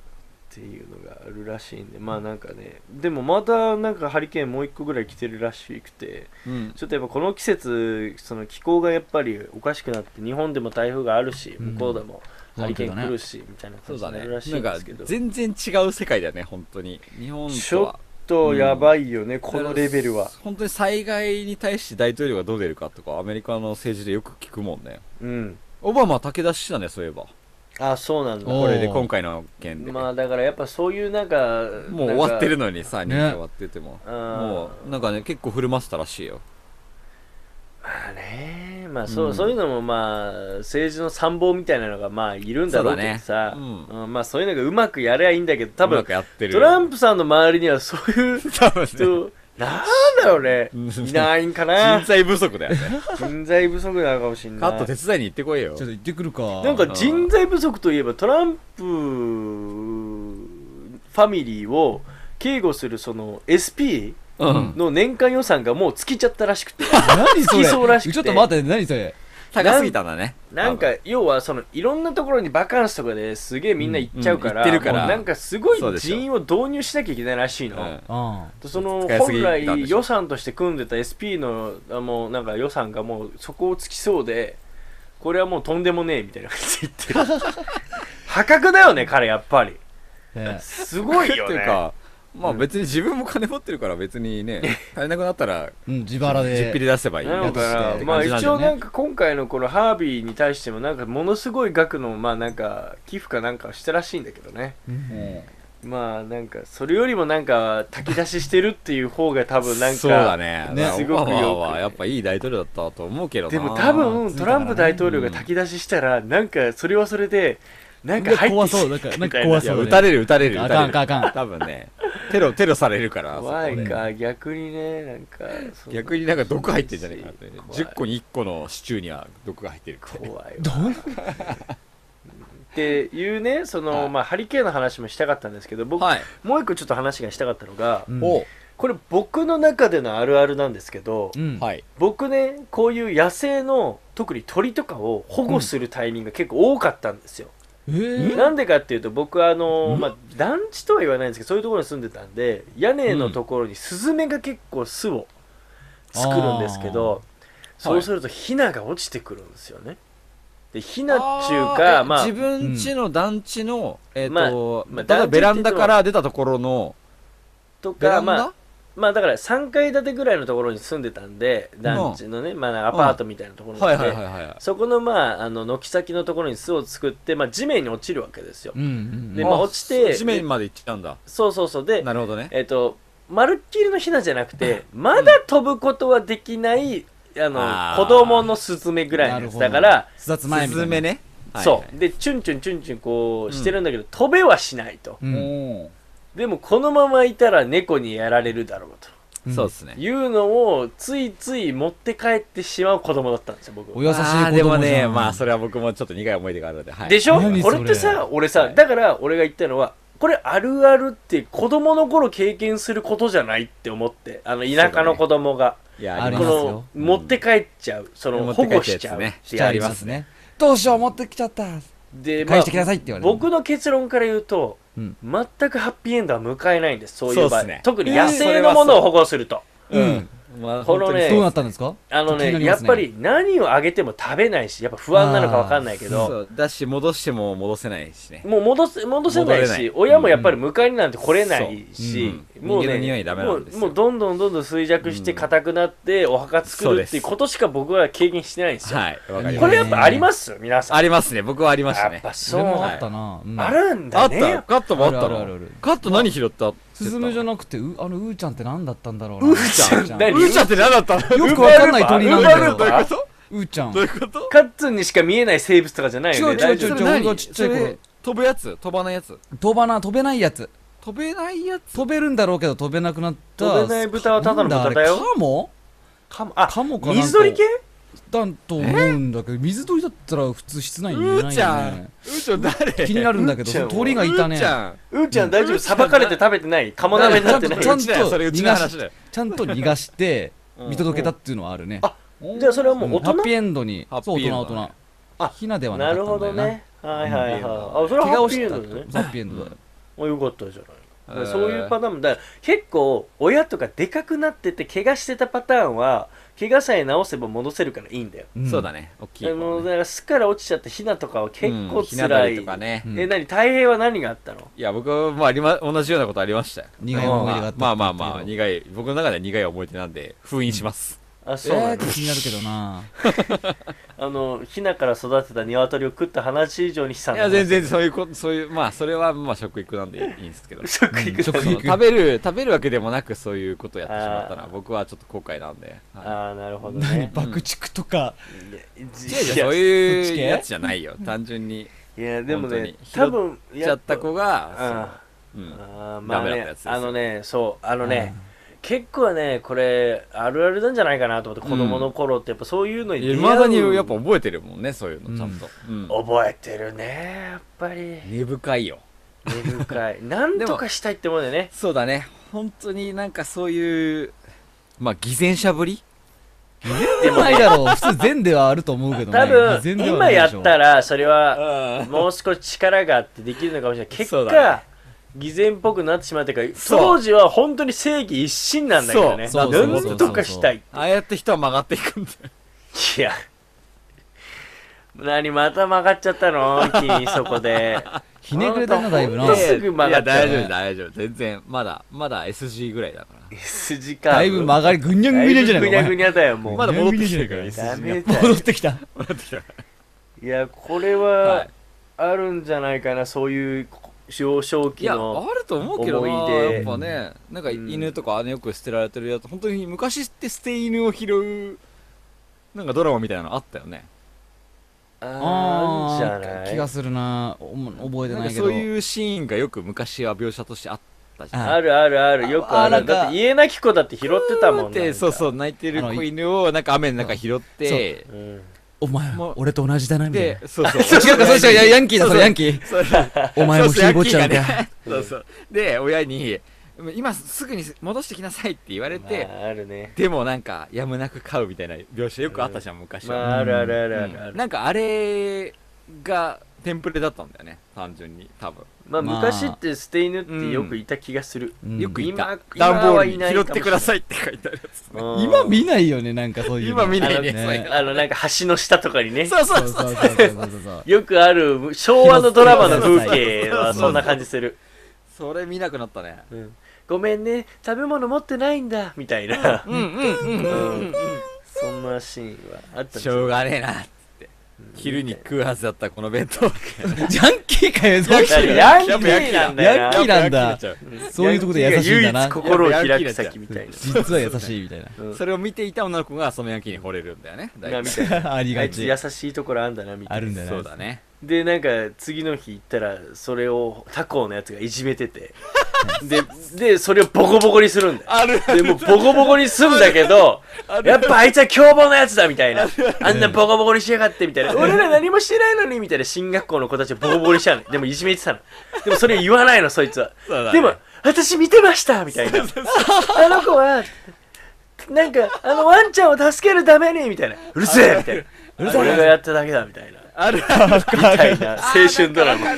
[SPEAKER 6] ていうのがあるらしいんでまあなんかねでもまたなんかハリケーンもう一個ぐらい来てるらしくて
[SPEAKER 4] うん。
[SPEAKER 6] ちょっとやっぱこの季節その気候がやっぱりおかしくなって日本でも台風があるし
[SPEAKER 5] うん
[SPEAKER 6] 向こうでも
[SPEAKER 5] そう
[SPEAKER 6] ハ
[SPEAKER 5] だ
[SPEAKER 6] リケ
[SPEAKER 5] けど
[SPEAKER 6] ーン
[SPEAKER 5] ね
[SPEAKER 6] 来るし、みたいな
[SPEAKER 4] そ
[SPEAKER 6] 感
[SPEAKER 4] う
[SPEAKER 6] じ
[SPEAKER 4] だ
[SPEAKER 6] にな
[SPEAKER 4] ね
[SPEAKER 6] るらしい
[SPEAKER 4] なん
[SPEAKER 6] んで
[SPEAKER 4] か
[SPEAKER 6] すけどち
[SPEAKER 4] 全然違う世界だよね本当に日本と
[SPEAKER 6] ょ
[SPEAKER 4] は
[SPEAKER 6] っとやばいよね、このレベルは
[SPEAKER 4] 本当に災害に対して大統領がどう出るかとかアメリカの政治でよく聞くもんね
[SPEAKER 6] うん
[SPEAKER 4] オバマ武田氏だねそういえば
[SPEAKER 6] あそうなんだ
[SPEAKER 5] おー
[SPEAKER 4] これで今回の件で、
[SPEAKER 6] まあだからやっぱそういうなんか
[SPEAKER 4] もう終わってる
[SPEAKER 6] の
[SPEAKER 4] のにさ
[SPEAKER 5] ね
[SPEAKER 4] 任期終わってても、も
[SPEAKER 6] も
[SPEAKER 4] うなんかね結構振る舞ってたらしいよ
[SPEAKER 6] まあねまあそう,、
[SPEAKER 4] うん
[SPEAKER 6] そういうのもまあ政治の参謀みたいなのがまあいるんだろうけどさ
[SPEAKER 4] そうだね
[SPEAKER 6] うんまあそういうのがうまくやればいいんだけど多
[SPEAKER 4] うま
[SPEAKER 6] 分
[SPEAKER 4] くやってる
[SPEAKER 6] トランプさんの周りにはそういう
[SPEAKER 4] 多分ね人
[SPEAKER 6] 人なんだろうね
[SPEAKER 4] うん
[SPEAKER 6] いないんかな
[SPEAKER 4] 材不足だよね
[SPEAKER 6] 人材不足なのかもしれな
[SPEAKER 4] カット手
[SPEAKER 6] い
[SPEAKER 4] 伝いに行ってこいよ
[SPEAKER 5] ちょっと行ってくるか
[SPEAKER 6] なんか人材不足といえばトランプファミリーを警護するその SP
[SPEAKER 4] うん。
[SPEAKER 6] の年間予算がもう尽きちゃったらしくて
[SPEAKER 5] 何それ
[SPEAKER 6] 好きそうらしくて
[SPEAKER 5] ちょっと待って、何それ
[SPEAKER 4] 高すぎたんだね。
[SPEAKER 6] なんか要はそのいろんなところにバカンスとかですげえみんな行っちゃうから,、
[SPEAKER 4] うんうん行ってるから
[SPEAKER 6] なんかすごい
[SPEAKER 4] そうでしょ
[SPEAKER 6] 人員を導入しなきゃいけないらしいの、
[SPEAKER 4] うん
[SPEAKER 5] あ
[SPEAKER 6] とその
[SPEAKER 4] 使いす
[SPEAKER 6] 本
[SPEAKER 4] ぎたんでしょ
[SPEAKER 6] 来予算として組んでた SP のあもうなんか予算がもうそこをつきそうでこれはもうとんでもねえみたいな感じで言 ってる破格だよね彼やっぱり
[SPEAKER 5] あ。
[SPEAKER 6] すごい よ
[SPEAKER 4] ってい
[SPEAKER 6] ね
[SPEAKER 4] うか、まあ別に自分も金持ってるから別に ね、足りなくなったら、
[SPEAKER 5] うん、自腹で。
[SPEAKER 4] 実費で出せばいい。
[SPEAKER 6] なの
[SPEAKER 5] ん
[SPEAKER 6] か
[SPEAKER 5] やつ
[SPEAKER 6] な
[SPEAKER 5] で
[SPEAKER 6] まあ
[SPEAKER 4] って感じなんだよね
[SPEAKER 6] 一応なんか今回のこのハービーに対してもなんかものすごい額のまあなんか寄付かなんかしてらしいんだけどね
[SPEAKER 5] うん
[SPEAKER 6] まあなんかそれよりもなんか炊き出ししてるっていう方が多分なんか
[SPEAKER 4] そうだね。
[SPEAKER 5] ね
[SPEAKER 4] す
[SPEAKER 6] す
[SPEAKER 4] ご
[SPEAKER 6] ご
[SPEAKER 4] く
[SPEAKER 6] くよく
[SPEAKER 4] はやっぱいい大統領だったと思うけどな。
[SPEAKER 6] でも多分トランプ大統領が炊き出ししたらなんかそれはそれでなんか入って
[SPEAKER 5] 怖
[SPEAKER 6] きて
[SPEAKER 5] そう。なんか、なんか怖
[SPEAKER 4] いや、
[SPEAKER 5] そう
[SPEAKER 4] 撃
[SPEAKER 5] ね。
[SPEAKER 4] たれる撃たれる。
[SPEAKER 5] あ
[SPEAKER 4] 撃たれる
[SPEAKER 5] かんあかんあ かん。
[SPEAKER 4] 多分ね、テロ、テロされるから、
[SPEAKER 6] 怖
[SPEAKER 4] あそ
[SPEAKER 6] い
[SPEAKER 4] こね
[SPEAKER 6] か逆にねなんかそんな
[SPEAKER 4] 逆になんか毒入ってんじゃないかって、
[SPEAKER 6] 怖い
[SPEAKER 4] 10個に1個のシチューには毒が入ってるからね。
[SPEAKER 6] 怖いわ
[SPEAKER 5] どん
[SPEAKER 6] っていうねその、まあハリケーンの話もしたかったんですけど僕、
[SPEAKER 4] はい。
[SPEAKER 6] もう一個ちょっと話がしたかったのが、
[SPEAKER 5] うん
[SPEAKER 4] お
[SPEAKER 6] これ僕の中でのあるあるなんですけど、
[SPEAKER 5] うん。
[SPEAKER 4] はい。
[SPEAKER 6] 僕ねこういう野生の特に鳥とかを保護するタイミングが結構多かったんですよ、
[SPEAKER 5] えー
[SPEAKER 6] なんでかっていうと僕あの、まあ、団地とは言わないんですけどそういうところに住んでたんで屋根のところにスズメが結構巣を作るんですけど、そうするとヒナが落ちてくるんですよねでヒナっていうか
[SPEAKER 4] あーえ
[SPEAKER 6] まあ
[SPEAKER 4] 自分家の団地の、えっ、と、
[SPEAKER 6] まあまあ
[SPEAKER 4] ただベランダから出たところの、
[SPEAKER 6] と
[SPEAKER 4] ベラ
[SPEAKER 6] か
[SPEAKER 4] ンダ、
[SPEAKER 6] まあまあだから3階建てぐらいのところに住んでたんで団地のね、まあ、アパートみたいなところ
[SPEAKER 4] は
[SPEAKER 6] ないん
[SPEAKER 4] はい
[SPEAKER 6] で
[SPEAKER 4] はいはい。
[SPEAKER 6] そこのまああの軒先のところに巣を作って、まあ、地面に落ちるわけですよ、
[SPEAKER 5] うんうん
[SPEAKER 6] でまあ落ちて
[SPEAKER 4] 地面まで行っちゃうんだ。
[SPEAKER 6] そうそうそうで
[SPEAKER 4] なるほどね。
[SPEAKER 6] えっ、とまるっきりのヒナじゃなくてまだ飛ぶことはできない、あ
[SPEAKER 4] あ
[SPEAKER 6] の
[SPEAKER 4] ー
[SPEAKER 6] 子供のスズメぐらいのやつだから、
[SPEAKER 5] 巣立つ前みたいな。
[SPEAKER 4] ね。
[SPEAKER 6] そうでチュンチュンチュンチュンこうしてるんだけど、飛べはしないと
[SPEAKER 5] うん。
[SPEAKER 6] でもこのままいたら猫にやられるだろうと
[SPEAKER 5] うん
[SPEAKER 4] そうですね。
[SPEAKER 6] いうのをついつい持って帰ってしまう子供だったんですよ僕は
[SPEAKER 5] お優しい子供じゃ
[SPEAKER 4] あ
[SPEAKER 5] ん
[SPEAKER 4] ーでもね、まあ、それは僕もちょっと苦い思い出があるので、はい。
[SPEAKER 6] でしょ
[SPEAKER 5] 何そ
[SPEAKER 6] こ
[SPEAKER 5] れ
[SPEAKER 6] れってさ俺さ、
[SPEAKER 4] はい
[SPEAKER 6] だから俺が言ったのはこれあるあるって子供の頃経験することじゃないって思ってあの田舎の子供が、
[SPEAKER 4] いや、
[SPEAKER 5] あり
[SPEAKER 6] こ
[SPEAKER 5] ますよ
[SPEAKER 6] の持って帰っちゃうその
[SPEAKER 4] 持っ
[SPEAKER 6] 保
[SPEAKER 4] て帰
[SPEAKER 6] 護
[SPEAKER 4] っちゃうや
[SPEAKER 6] し
[SPEAKER 4] つ
[SPEAKER 6] ちゃう
[SPEAKER 4] ね
[SPEAKER 6] っ
[SPEAKER 5] してて
[SPEAKER 6] や
[SPEAKER 5] あ
[SPEAKER 6] つ
[SPEAKER 5] りますね。どうしよう、持ってきちゃった。
[SPEAKER 6] で、まあ
[SPEAKER 5] 返してきなさいって言われる。
[SPEAKER 6] 僕の結論から言うと、
[SPEAKER 5] うん
[SPEAKER 6] 全くハッピーエンドは迎えないんですそういう場
[SPEAKER 4] そうっ
[SPEAKER 6] 合
[SPEAKER 4] すね
[SPEAKER 6] 特に野生のものを保護すると、
[SPEAKER 5] うん。
[SPEAKER 4] まあ、
[SPEAKER 6] このね
[SPEAKER 5] どうなったんですか
[SPEAKER 6] あの
[SPEAKER 5] 気にな
[SPEAKER 6] ね
[SPEAKER 5] りま
[SPEAKER 6] や
[SPEAKER 5] す
[SPEAKER 6] っ
[SPEAKER 5] ね
[SPEAKER 6] ぱり何をあげても食べないしやっぱ不安なのか分かんないけど
[SPEAKER 4] そうだし、戻しても戻せないしね。
[SPEAKER 6] もう戻せ戻せない
[SPEAKER 4] 戻れな
[SPEAKER 6] し
[SPEAKER 4] い
[SPEAKER 6] 親もやっぱり迎えになんて来れないし、
[SPEAKER 4] そううん
[SPEAKER 6] もう
[SPEAKER 4] 人間
[SPEAKER 6] ね
[SPEAKER 4] の匂いダメなんですよ
[SPEAKER 6] もうもうどんどんどんどん衰弱して硬くなってお墓作るっていうことしか僕は経験してないんですよ、
[SPEAKER 4] はい、わかりました
[SPEAKER 6] これやっぱありますよ皆さん
[SPEAKER 4] ありますね、僕はありまし
[SPEAKER 6] や
[SPEAKER 4] た
[SPEAKER 6] っ
[SPEAKER 4] ね。
[SPEAKER 6] ぱ
[SPEAKER 5] そ
[SPEAKER 6] そう
[SPEAKER 5] れ
[SPEAKER 6] なん
[SPEAKER 5] も
[SPEAKER 6] だ
[SPEAKER 5] あったな。うん
[SPEAKER 6] あるん
[SPEAKER 4] あ
[SPEAKER 6] だ
[SPEAKER 4] っ
[SPEAKER 6] ね
[SPEAKER 4] たカットもあった
[SPEAKER 5] あるあるあ
[SPEAKER 4] の
[SPEAKER 5] る
[SPEAKER 4] カット何拾った
[SPEAKER 5] スズメじゃ
[SPEAKER 4] な
[SPEAKER 5] なくて、うあの、うーちゃんって何だったんだろうな。う
[SPEAKER 4] ー
[SPEAKER 5] ちゃん
[SPEAKER 6] 何
[SPEAKER 4] ウーちゃんって何だったの
[SPEAKER 5] よくわかんない鳥なんだけ
[SPEAKER 6] ウー
[SPEAKER 5] ど
[SPEAKER 6] バールー。バーど
[SPEAKER 5] うーちゃん
[SPEAKER 4] どう。いうこと
[SPEAKER 6] カッツンにしか見えない生物とかじゃないよね
[SPEAKER 5] 違う違う違う
[SPEAKER 6] 大丈夫
[SPEAKER 5] ちょ俺がちっちゃい頃
[SPEAKER 4] それ飛ぶやつ飛ばないやつ
[SPEAKER 5] 飛ばな、飛べないやつ。
[SPEAKER 4] 飛べないやつ
[SPEAKER 5] 飛べるんだろうけど飛べなくなった。
[SPEAKER 6] 飛べない豚はただの豚だよ
[SPEAKER 5] なんあれカモ
[SPEAKER 6] カモあ
[SPEAKER 5] カモかなんか
[SPEAKER 6] 水鳥系
[SPEAKER 5] だと思うんだけ ど、水鳥だったら普通室内にいないよ、ね。
[SPEAKER 4] うーちゃんウーちゃん誰
[SPEAKER 5] 気になるんだけど、
[SPEAKER 6] うーちゃん
[SPEAKER 5] その鳥がいたね
[SPEAKER 4] ウーち。ゃん
[SPEAKER 6] うーちゃん大丈夫さばかれて食べてないカモ鍋になってない
[SPEAKER 5] ちゃ
[SPEAKER 4] う
[SPEAKER 5] んと
[SPEAKER 4] ちだよそれうち
[SPEAKER 5] 逃
[SPEAKER 4] の
[SPEAKER 5] がし
[SPEAKER 4] 話だよ
[SPEAKER 5] ちゃんと逃がして
[SPEAKER 4] うん
[SPEAKER 5] 見届けたっていうのはあるね。
[SPEAKER 6] あじゃあそれはもう大
[SPEAKER 5] ハッピー
[SPEAKER 6] 人
[SPEAKER 5] エンドに。
[SPEAKER 4] ハッピ
[SPEAKER 5] そう、
[SPEAKER 4] ー
[SPEAKER 5] 大
[SPEAKER 4] エンド
[SPEAKER 5] 人、
[SPEAKER 4] だ
[SPEAKER 5] 大人。
[SPEAKER 6] あ
[SPEAKER 5] ヒナではな
[SPEAKER 6] な
[SPEAKER 5] かった
[SPEAKER 6] る
[SPEAKER 5] んだよ
[SPEAKER 6] ほど
[SPEAKER 5] な。
[SPEAKER 6] ねはいはいはい
[SPEAKER 4] うん
[SPEAKER 6] あそれは
[SPEAKER 5] 怪我
[SPEAKER 6] ハッ
[SPEAKER 5] を
[SPEAKER 6] ピ
[SPEAKER 5] し
[SPEAKER 6] ーエ
[SPEAKER 5] た
[SPEAKER 6] ン
[SPEAKER 5] と
[SPEAKER 6] ドだね
[SPEAKER 5] ハッピーエンドだよ。
[SPEAKER 6] あよかったじゃないだから
[SPEAKER 4] えー
[SPEAKER 6] そういうパターンもだから結構親とかでかくなってて怪我してたパターンは怪我さえ治せば戻せるからいいんだよ、
[SPEAKER 5] ん
[SPEAKER 4] そうだね大きい
[SPEAKER 6] あの
[SPEAKER 4] 方
[SPEAKER 6] だ
[SPEAKER 4] ね
[SPEAKER 6] から巣から落ちちゃったヒナとかは結
[SPEAKER 4] う
[SPEAKER 6] 構
[SPEAKER 4] んひな
[SPEAKER 6] 辛
[SPEAKER 4] 鳥
[SPEAKER 6] い、
[SPEAKER 4] とかね
[SPEAKER 5] うん
[SPEAKER 6] え何太平は何があったの
[SPEAKER 4] いや僕もありま同じようなことありましたよ
[SPEAKER 5] 苦い思い出があったって言ってたけど
[SPEAKER 4] まあまあまあ苦い僕の中では苦い思い出なんで封印します
[SPEAKER 6] あそうな
[SPEAKER 5] え
[SPEAKER 6] の、
[SPEAKER 5] ー、気になるけどな。
[SPEAKER 6] あのヒナから育てた鶏を食った話以上に悲惨
[SPEAKER 4] い
[SPEAKER 6] な
[SPEAKER 4] や
[SPEAKER 6] 話
[SPEAKER 4] 全然そういうことそういうまあそれはまあ食育なんでいいん ですけど
[SPEAKER 6] 食育
[SPEAKER 5] 食
[SPEAKER 4] そう食べる食べるわけでもなくそういうことをやってしまったのは
[SPEAKER 6] あー
[SPEAKER 4] 僕はちょっと後悔なんで、は
[SPEAKER 6] ああなるほど
[SPEAKER 5] 何
[SPEAKER 6] ね
[SPEAKER 5] 爆竹とか。
[SPEAKER 6] い
[SPEAKER 4] い、違う違うそ
[SPEAKER 6] や
[SPEAKER 4] う
[SPEAKER 5] そっ
[SPEAKER 4] いう
[SPEAKER 5] ち系
[SPEAKER 4] やつじゃないよ単純に
[SPEAKER 6] いやでもね多
[SPEAKER 4] 本当
[SPEAKER 6] 分
[SPEAKER 4] やっ
[SPEAKER 6] ぱ
[SPEAKER 4] た子がそううん
[SPEAKER 6] あーまあ
[SPEAKER 4] ダメだった
[SPEAKER 6] ね
[SPEAKER 4] やつですよ
[SPEAKER 6] あのねそうあのね結構ねこれあるあるなんじゃないかなと思って子供の頃ってやっぱそういうのに出会
[SPEAKER 4] いうまだにやっぱ覚えてるもんねそういう
[SPEAKER 5] う
[SPEAKER 4] の
[SPEAKER 5] ん
[SPEAKER 4] ちゃんと、うん
[SPEAKER 6] 覚えてるねやっぱり
[SPEAKER 4] 根深いよ
[SPEAKER 6] 根深いなんとかしたいってもんだよね
[SPEAKER 4] そうだね
[SPEAKER 12] 本当になんかそういう、
[SPEAKER 4] まあ偽善者ぶり
[SPEAKER 5] でもないだろう。普通善ではあると思うけどね。
[SPEAKER 6] 多分
[SPEAKER 5] 善ではな
[SPEAKER 6] 今
[SPEAKER 5] い
[SPEAKER 6] や
[SPEAKER 5] でしょ
[SPEAKER 6] ったらそれは
[SPEAKER 12] う
[SPEAKER 6] もう少し力があってできるのかもしれない結
[SPEAKER 12] そう
[SPEAKER 6] 果偽善っぽくなってしまったから
[SPEAKER 4] そう
[SPEAKER 6] 当時は本当に正義一心なんだけどね
[SPEAKER 5] そうそうそうそう
[SPEAKER 6] なんとかしたい
[SPEAKER 4] ああやって人は曲がっていくんだよ
[SPEAKER 6] いや何また曲がっちゃったの君そこで
[SPEAKER 5] ひねくれたな、だいぶな
[SPEAKER 6] ほん。とすぐ曲
[SPEAKER 4] い
[SPEAKER 6] が
[SPEAKER 4] や
[SPEAKER 6] っちゃ
[SPEAKER 4] 大丈
[SPEAKER 6] う
[SPEAKER 4] 夫大丈夫全然まだまだ SG ぐらいだから
[SPEAKER 6] 筋か
[SPEAKER 5] だいぶ曲がり、ぐにゃぐにゃじゃな
[SPEAKER 6] ぐ
[SPEAKER 5] い
[SPEAKER 6] にゃ
[SPEAKER 5] か
[SPEAKER 6] ぐ
[SPEAKER 5] お前。
[SPEAKER 6] にゃだよもう
[SPEAKER 4] まだ戻ってきてる
[SPEAKER 5] ぐにゃぐにゃ
[SPEAKER 6] ダ
[SPEAKER 4] から
[SPEAKER 6] メ
[SPEAKER 4] SG
[SPEAKER 6] だよ
[SPEAKER 5] 戻ってきた。
[SPEAKER 6] いやこれ
[SPEAKER 4] は
[SPEAKER 6] はいあるんじゃないかなそういう幼少
[SPEAKER 4] い
[SPEAKER 6] 期
[SPEAKER 4] や
[SPEAKER 6] の
[SPEAKER 4] あると思うけどな
[SPEAKER 6] 思い出
[SPEAKER 4] やっぱねなんか
[SPEAKER 6] うん
[SPEAKER 4] 犬とかあのよく捨てられてるやつ本当に昔って捨て犬を拾うなんかドラマみたいなのあったよね
[SPEAKER 6] あるんじゃない
[SPEAKER 5] 気がするな。おも覚えて
[SPEAKER 4] なんか
[SPEAKER 5] ないけど。
[SPEAKER 4] そういうシーンがよく昔は描写としてあったじゃん
[SPEAKER 5] あ
[SPEAKER 6] あるあるあるよくあ
[SPEAKER 5] あな
[SPEAKER 6] る
[SPEAKER 5] んか
[SPEAKER 6] だって家なき子だって拾ってたもん、
[SPEAKER 4] でそうそうう泣いてる
[SPEAKER 5] あの
[SPEAKER 4] 子犬をなんか雨の中拾って
[SPEAKER 6] うん、
[SPEAKER 5] お前
[SPEAKER 4] もう、
[SPEAKER 5] 俺と同じだな、みたい
[SPEAKER 4] で
[SPEAKER 5] な。
[SPEAKER 4] そうそう
[SPEAKER 5] 違うか、それ違ういや。ヤンキーだ、それヤンキー。
[SPEAKER 4] そうそう
[SPEAKER 5] お前もひいぼっちゃの
[SPEAKER 4] そう
[SPEAKER 5] か。
[SPEAKER 4] そうそうで親に「今すぐに戻してきなさい」って言われて、
[SPEAKER 6] まあ、あるね
[SPEAKER 4] でもなんかやむなく買うみたいな描写よくあったじゃん昔
[SPEAKER 6] ま
[SPEAKER 4] は、
[SPEAKER 6] ああるあるあるあ
[SPEAKER 4] う
[SPEAKER 6] る
[SPEAKER 4] ん
[SPEAKER 6] ある、
[SPEAKER 4] なんかあれがテンプレだったんだよね単純に多分
[SPEAKER 6] まあ
[SPEAKER 5] まあ
[SPEAKER 6] 昔って捨て犬ってよくいた気がする、
[SPEAKER 5] うん
[SPEAKER 4] よくいた
[SPEAKER 6] 今今
[SPEAKER 4] 段ボー
[SPEAKER 6] は
[SPEAKER 4] ル
[SPEAKER 6] い
[SPEAKER 4] に
[SPEAKER 6] ない
[SPEAKER 4] 拾
[SPEAKER 6] か
[SPEAKER 4] っ
[SPEAKER 6] もしれない
[SPEAKER 4] てくださいって書いてあるやつ
[SPEAKER 6] うん
[SPEAKER 5] 今見ないよね、なんかそういうの。
[SPEAKER 4] 今見ないね
[SPEAKER 5] ね
[SPEAKER 4] そういうの
[SPEAKER 6] あのなんか橋の下とかにね
[SPEAKER 4] そうそう
[SPEAKER 5] そうそうそうそうそうそう。
[SPEAKER 6] よくある昭和のドラマの風景はそんな感じする、
[SPEAKER 4] それ見なくなったね
[SPEAKER 6] うんごめんね食べ物持ってないんだみたいな、
[SPEAKER 4] うんうんうん
[SPEAKER 6] うん、そんなシーンはあったん
[SPEAKER 4] し
[SPEAKER 6] じゃない
[SPEAKER 4] ょうがねえなっつって昼に食うはずだったこの弁当
[SPEAKER 5] ジャンキーかよ、そう
[SPEAKER 6] だからヤンキーなんだよな
[SPEAKER 5] ヤンキーなんだ
[SPEAKER 4] やっぱヤンキーになっちゃう
[SPEAKER 5] そういうとこで優しいんだな
[SPEAKER 6] ヤンキーが唯一心を開く先みたいな。
[SPEAKER 5] 実は優しいみたいな。
[SPEAKER 6] うん
[SPEAKER 4] それを見ていた女の子がそのヤンキーに惚れるんだよね大
[SPEAKER 6] な
[SPEAKER 4] 体
[SPEAKER 6] みたいな
[SPEAKER 5] あり
[SPEAKER 6] あ
[SPEAKER 5] が
[SPEAKER 6] いつ
[SPEAKER 5] ち
[SPEAKER 6] 優。しいところあんだなみた
[SPEAKER 5] あ
[SPEAKER 6] い
[SPEAKER 5] る
[SPEAKER 6] なん
[SPEAKER 5] だよ
[SPEAKER 4] そうだね
[SPEAKER 6] でなんか次の日行ったらそれを他校のやつがいじめててででそれをボコボコにするんだよ
[SPEAKER 4] ある
[SPEAKER 6] でもうボコボコにすんだけどやっぱあいつは凶暴なやつだみたいなあんなボコボコにしやがってみたいな俺ら何もしてないのにみたいな進学校の子たちをボコボコにしちゃうのでもいじめてたのでもそれ言わないのそいつは
[SPEAKER 4] そうだね
[SPEAKER 6] でも私見てましたみたいなあの子はなんかあのワンちゃんを助けるためにみたいなうるせえみたいな俺がやっただけだみたいな
[SPEAKER 4] あるある
[SPEAKER 6] みたいな青春ドラマ
[SPEAKER 4] 青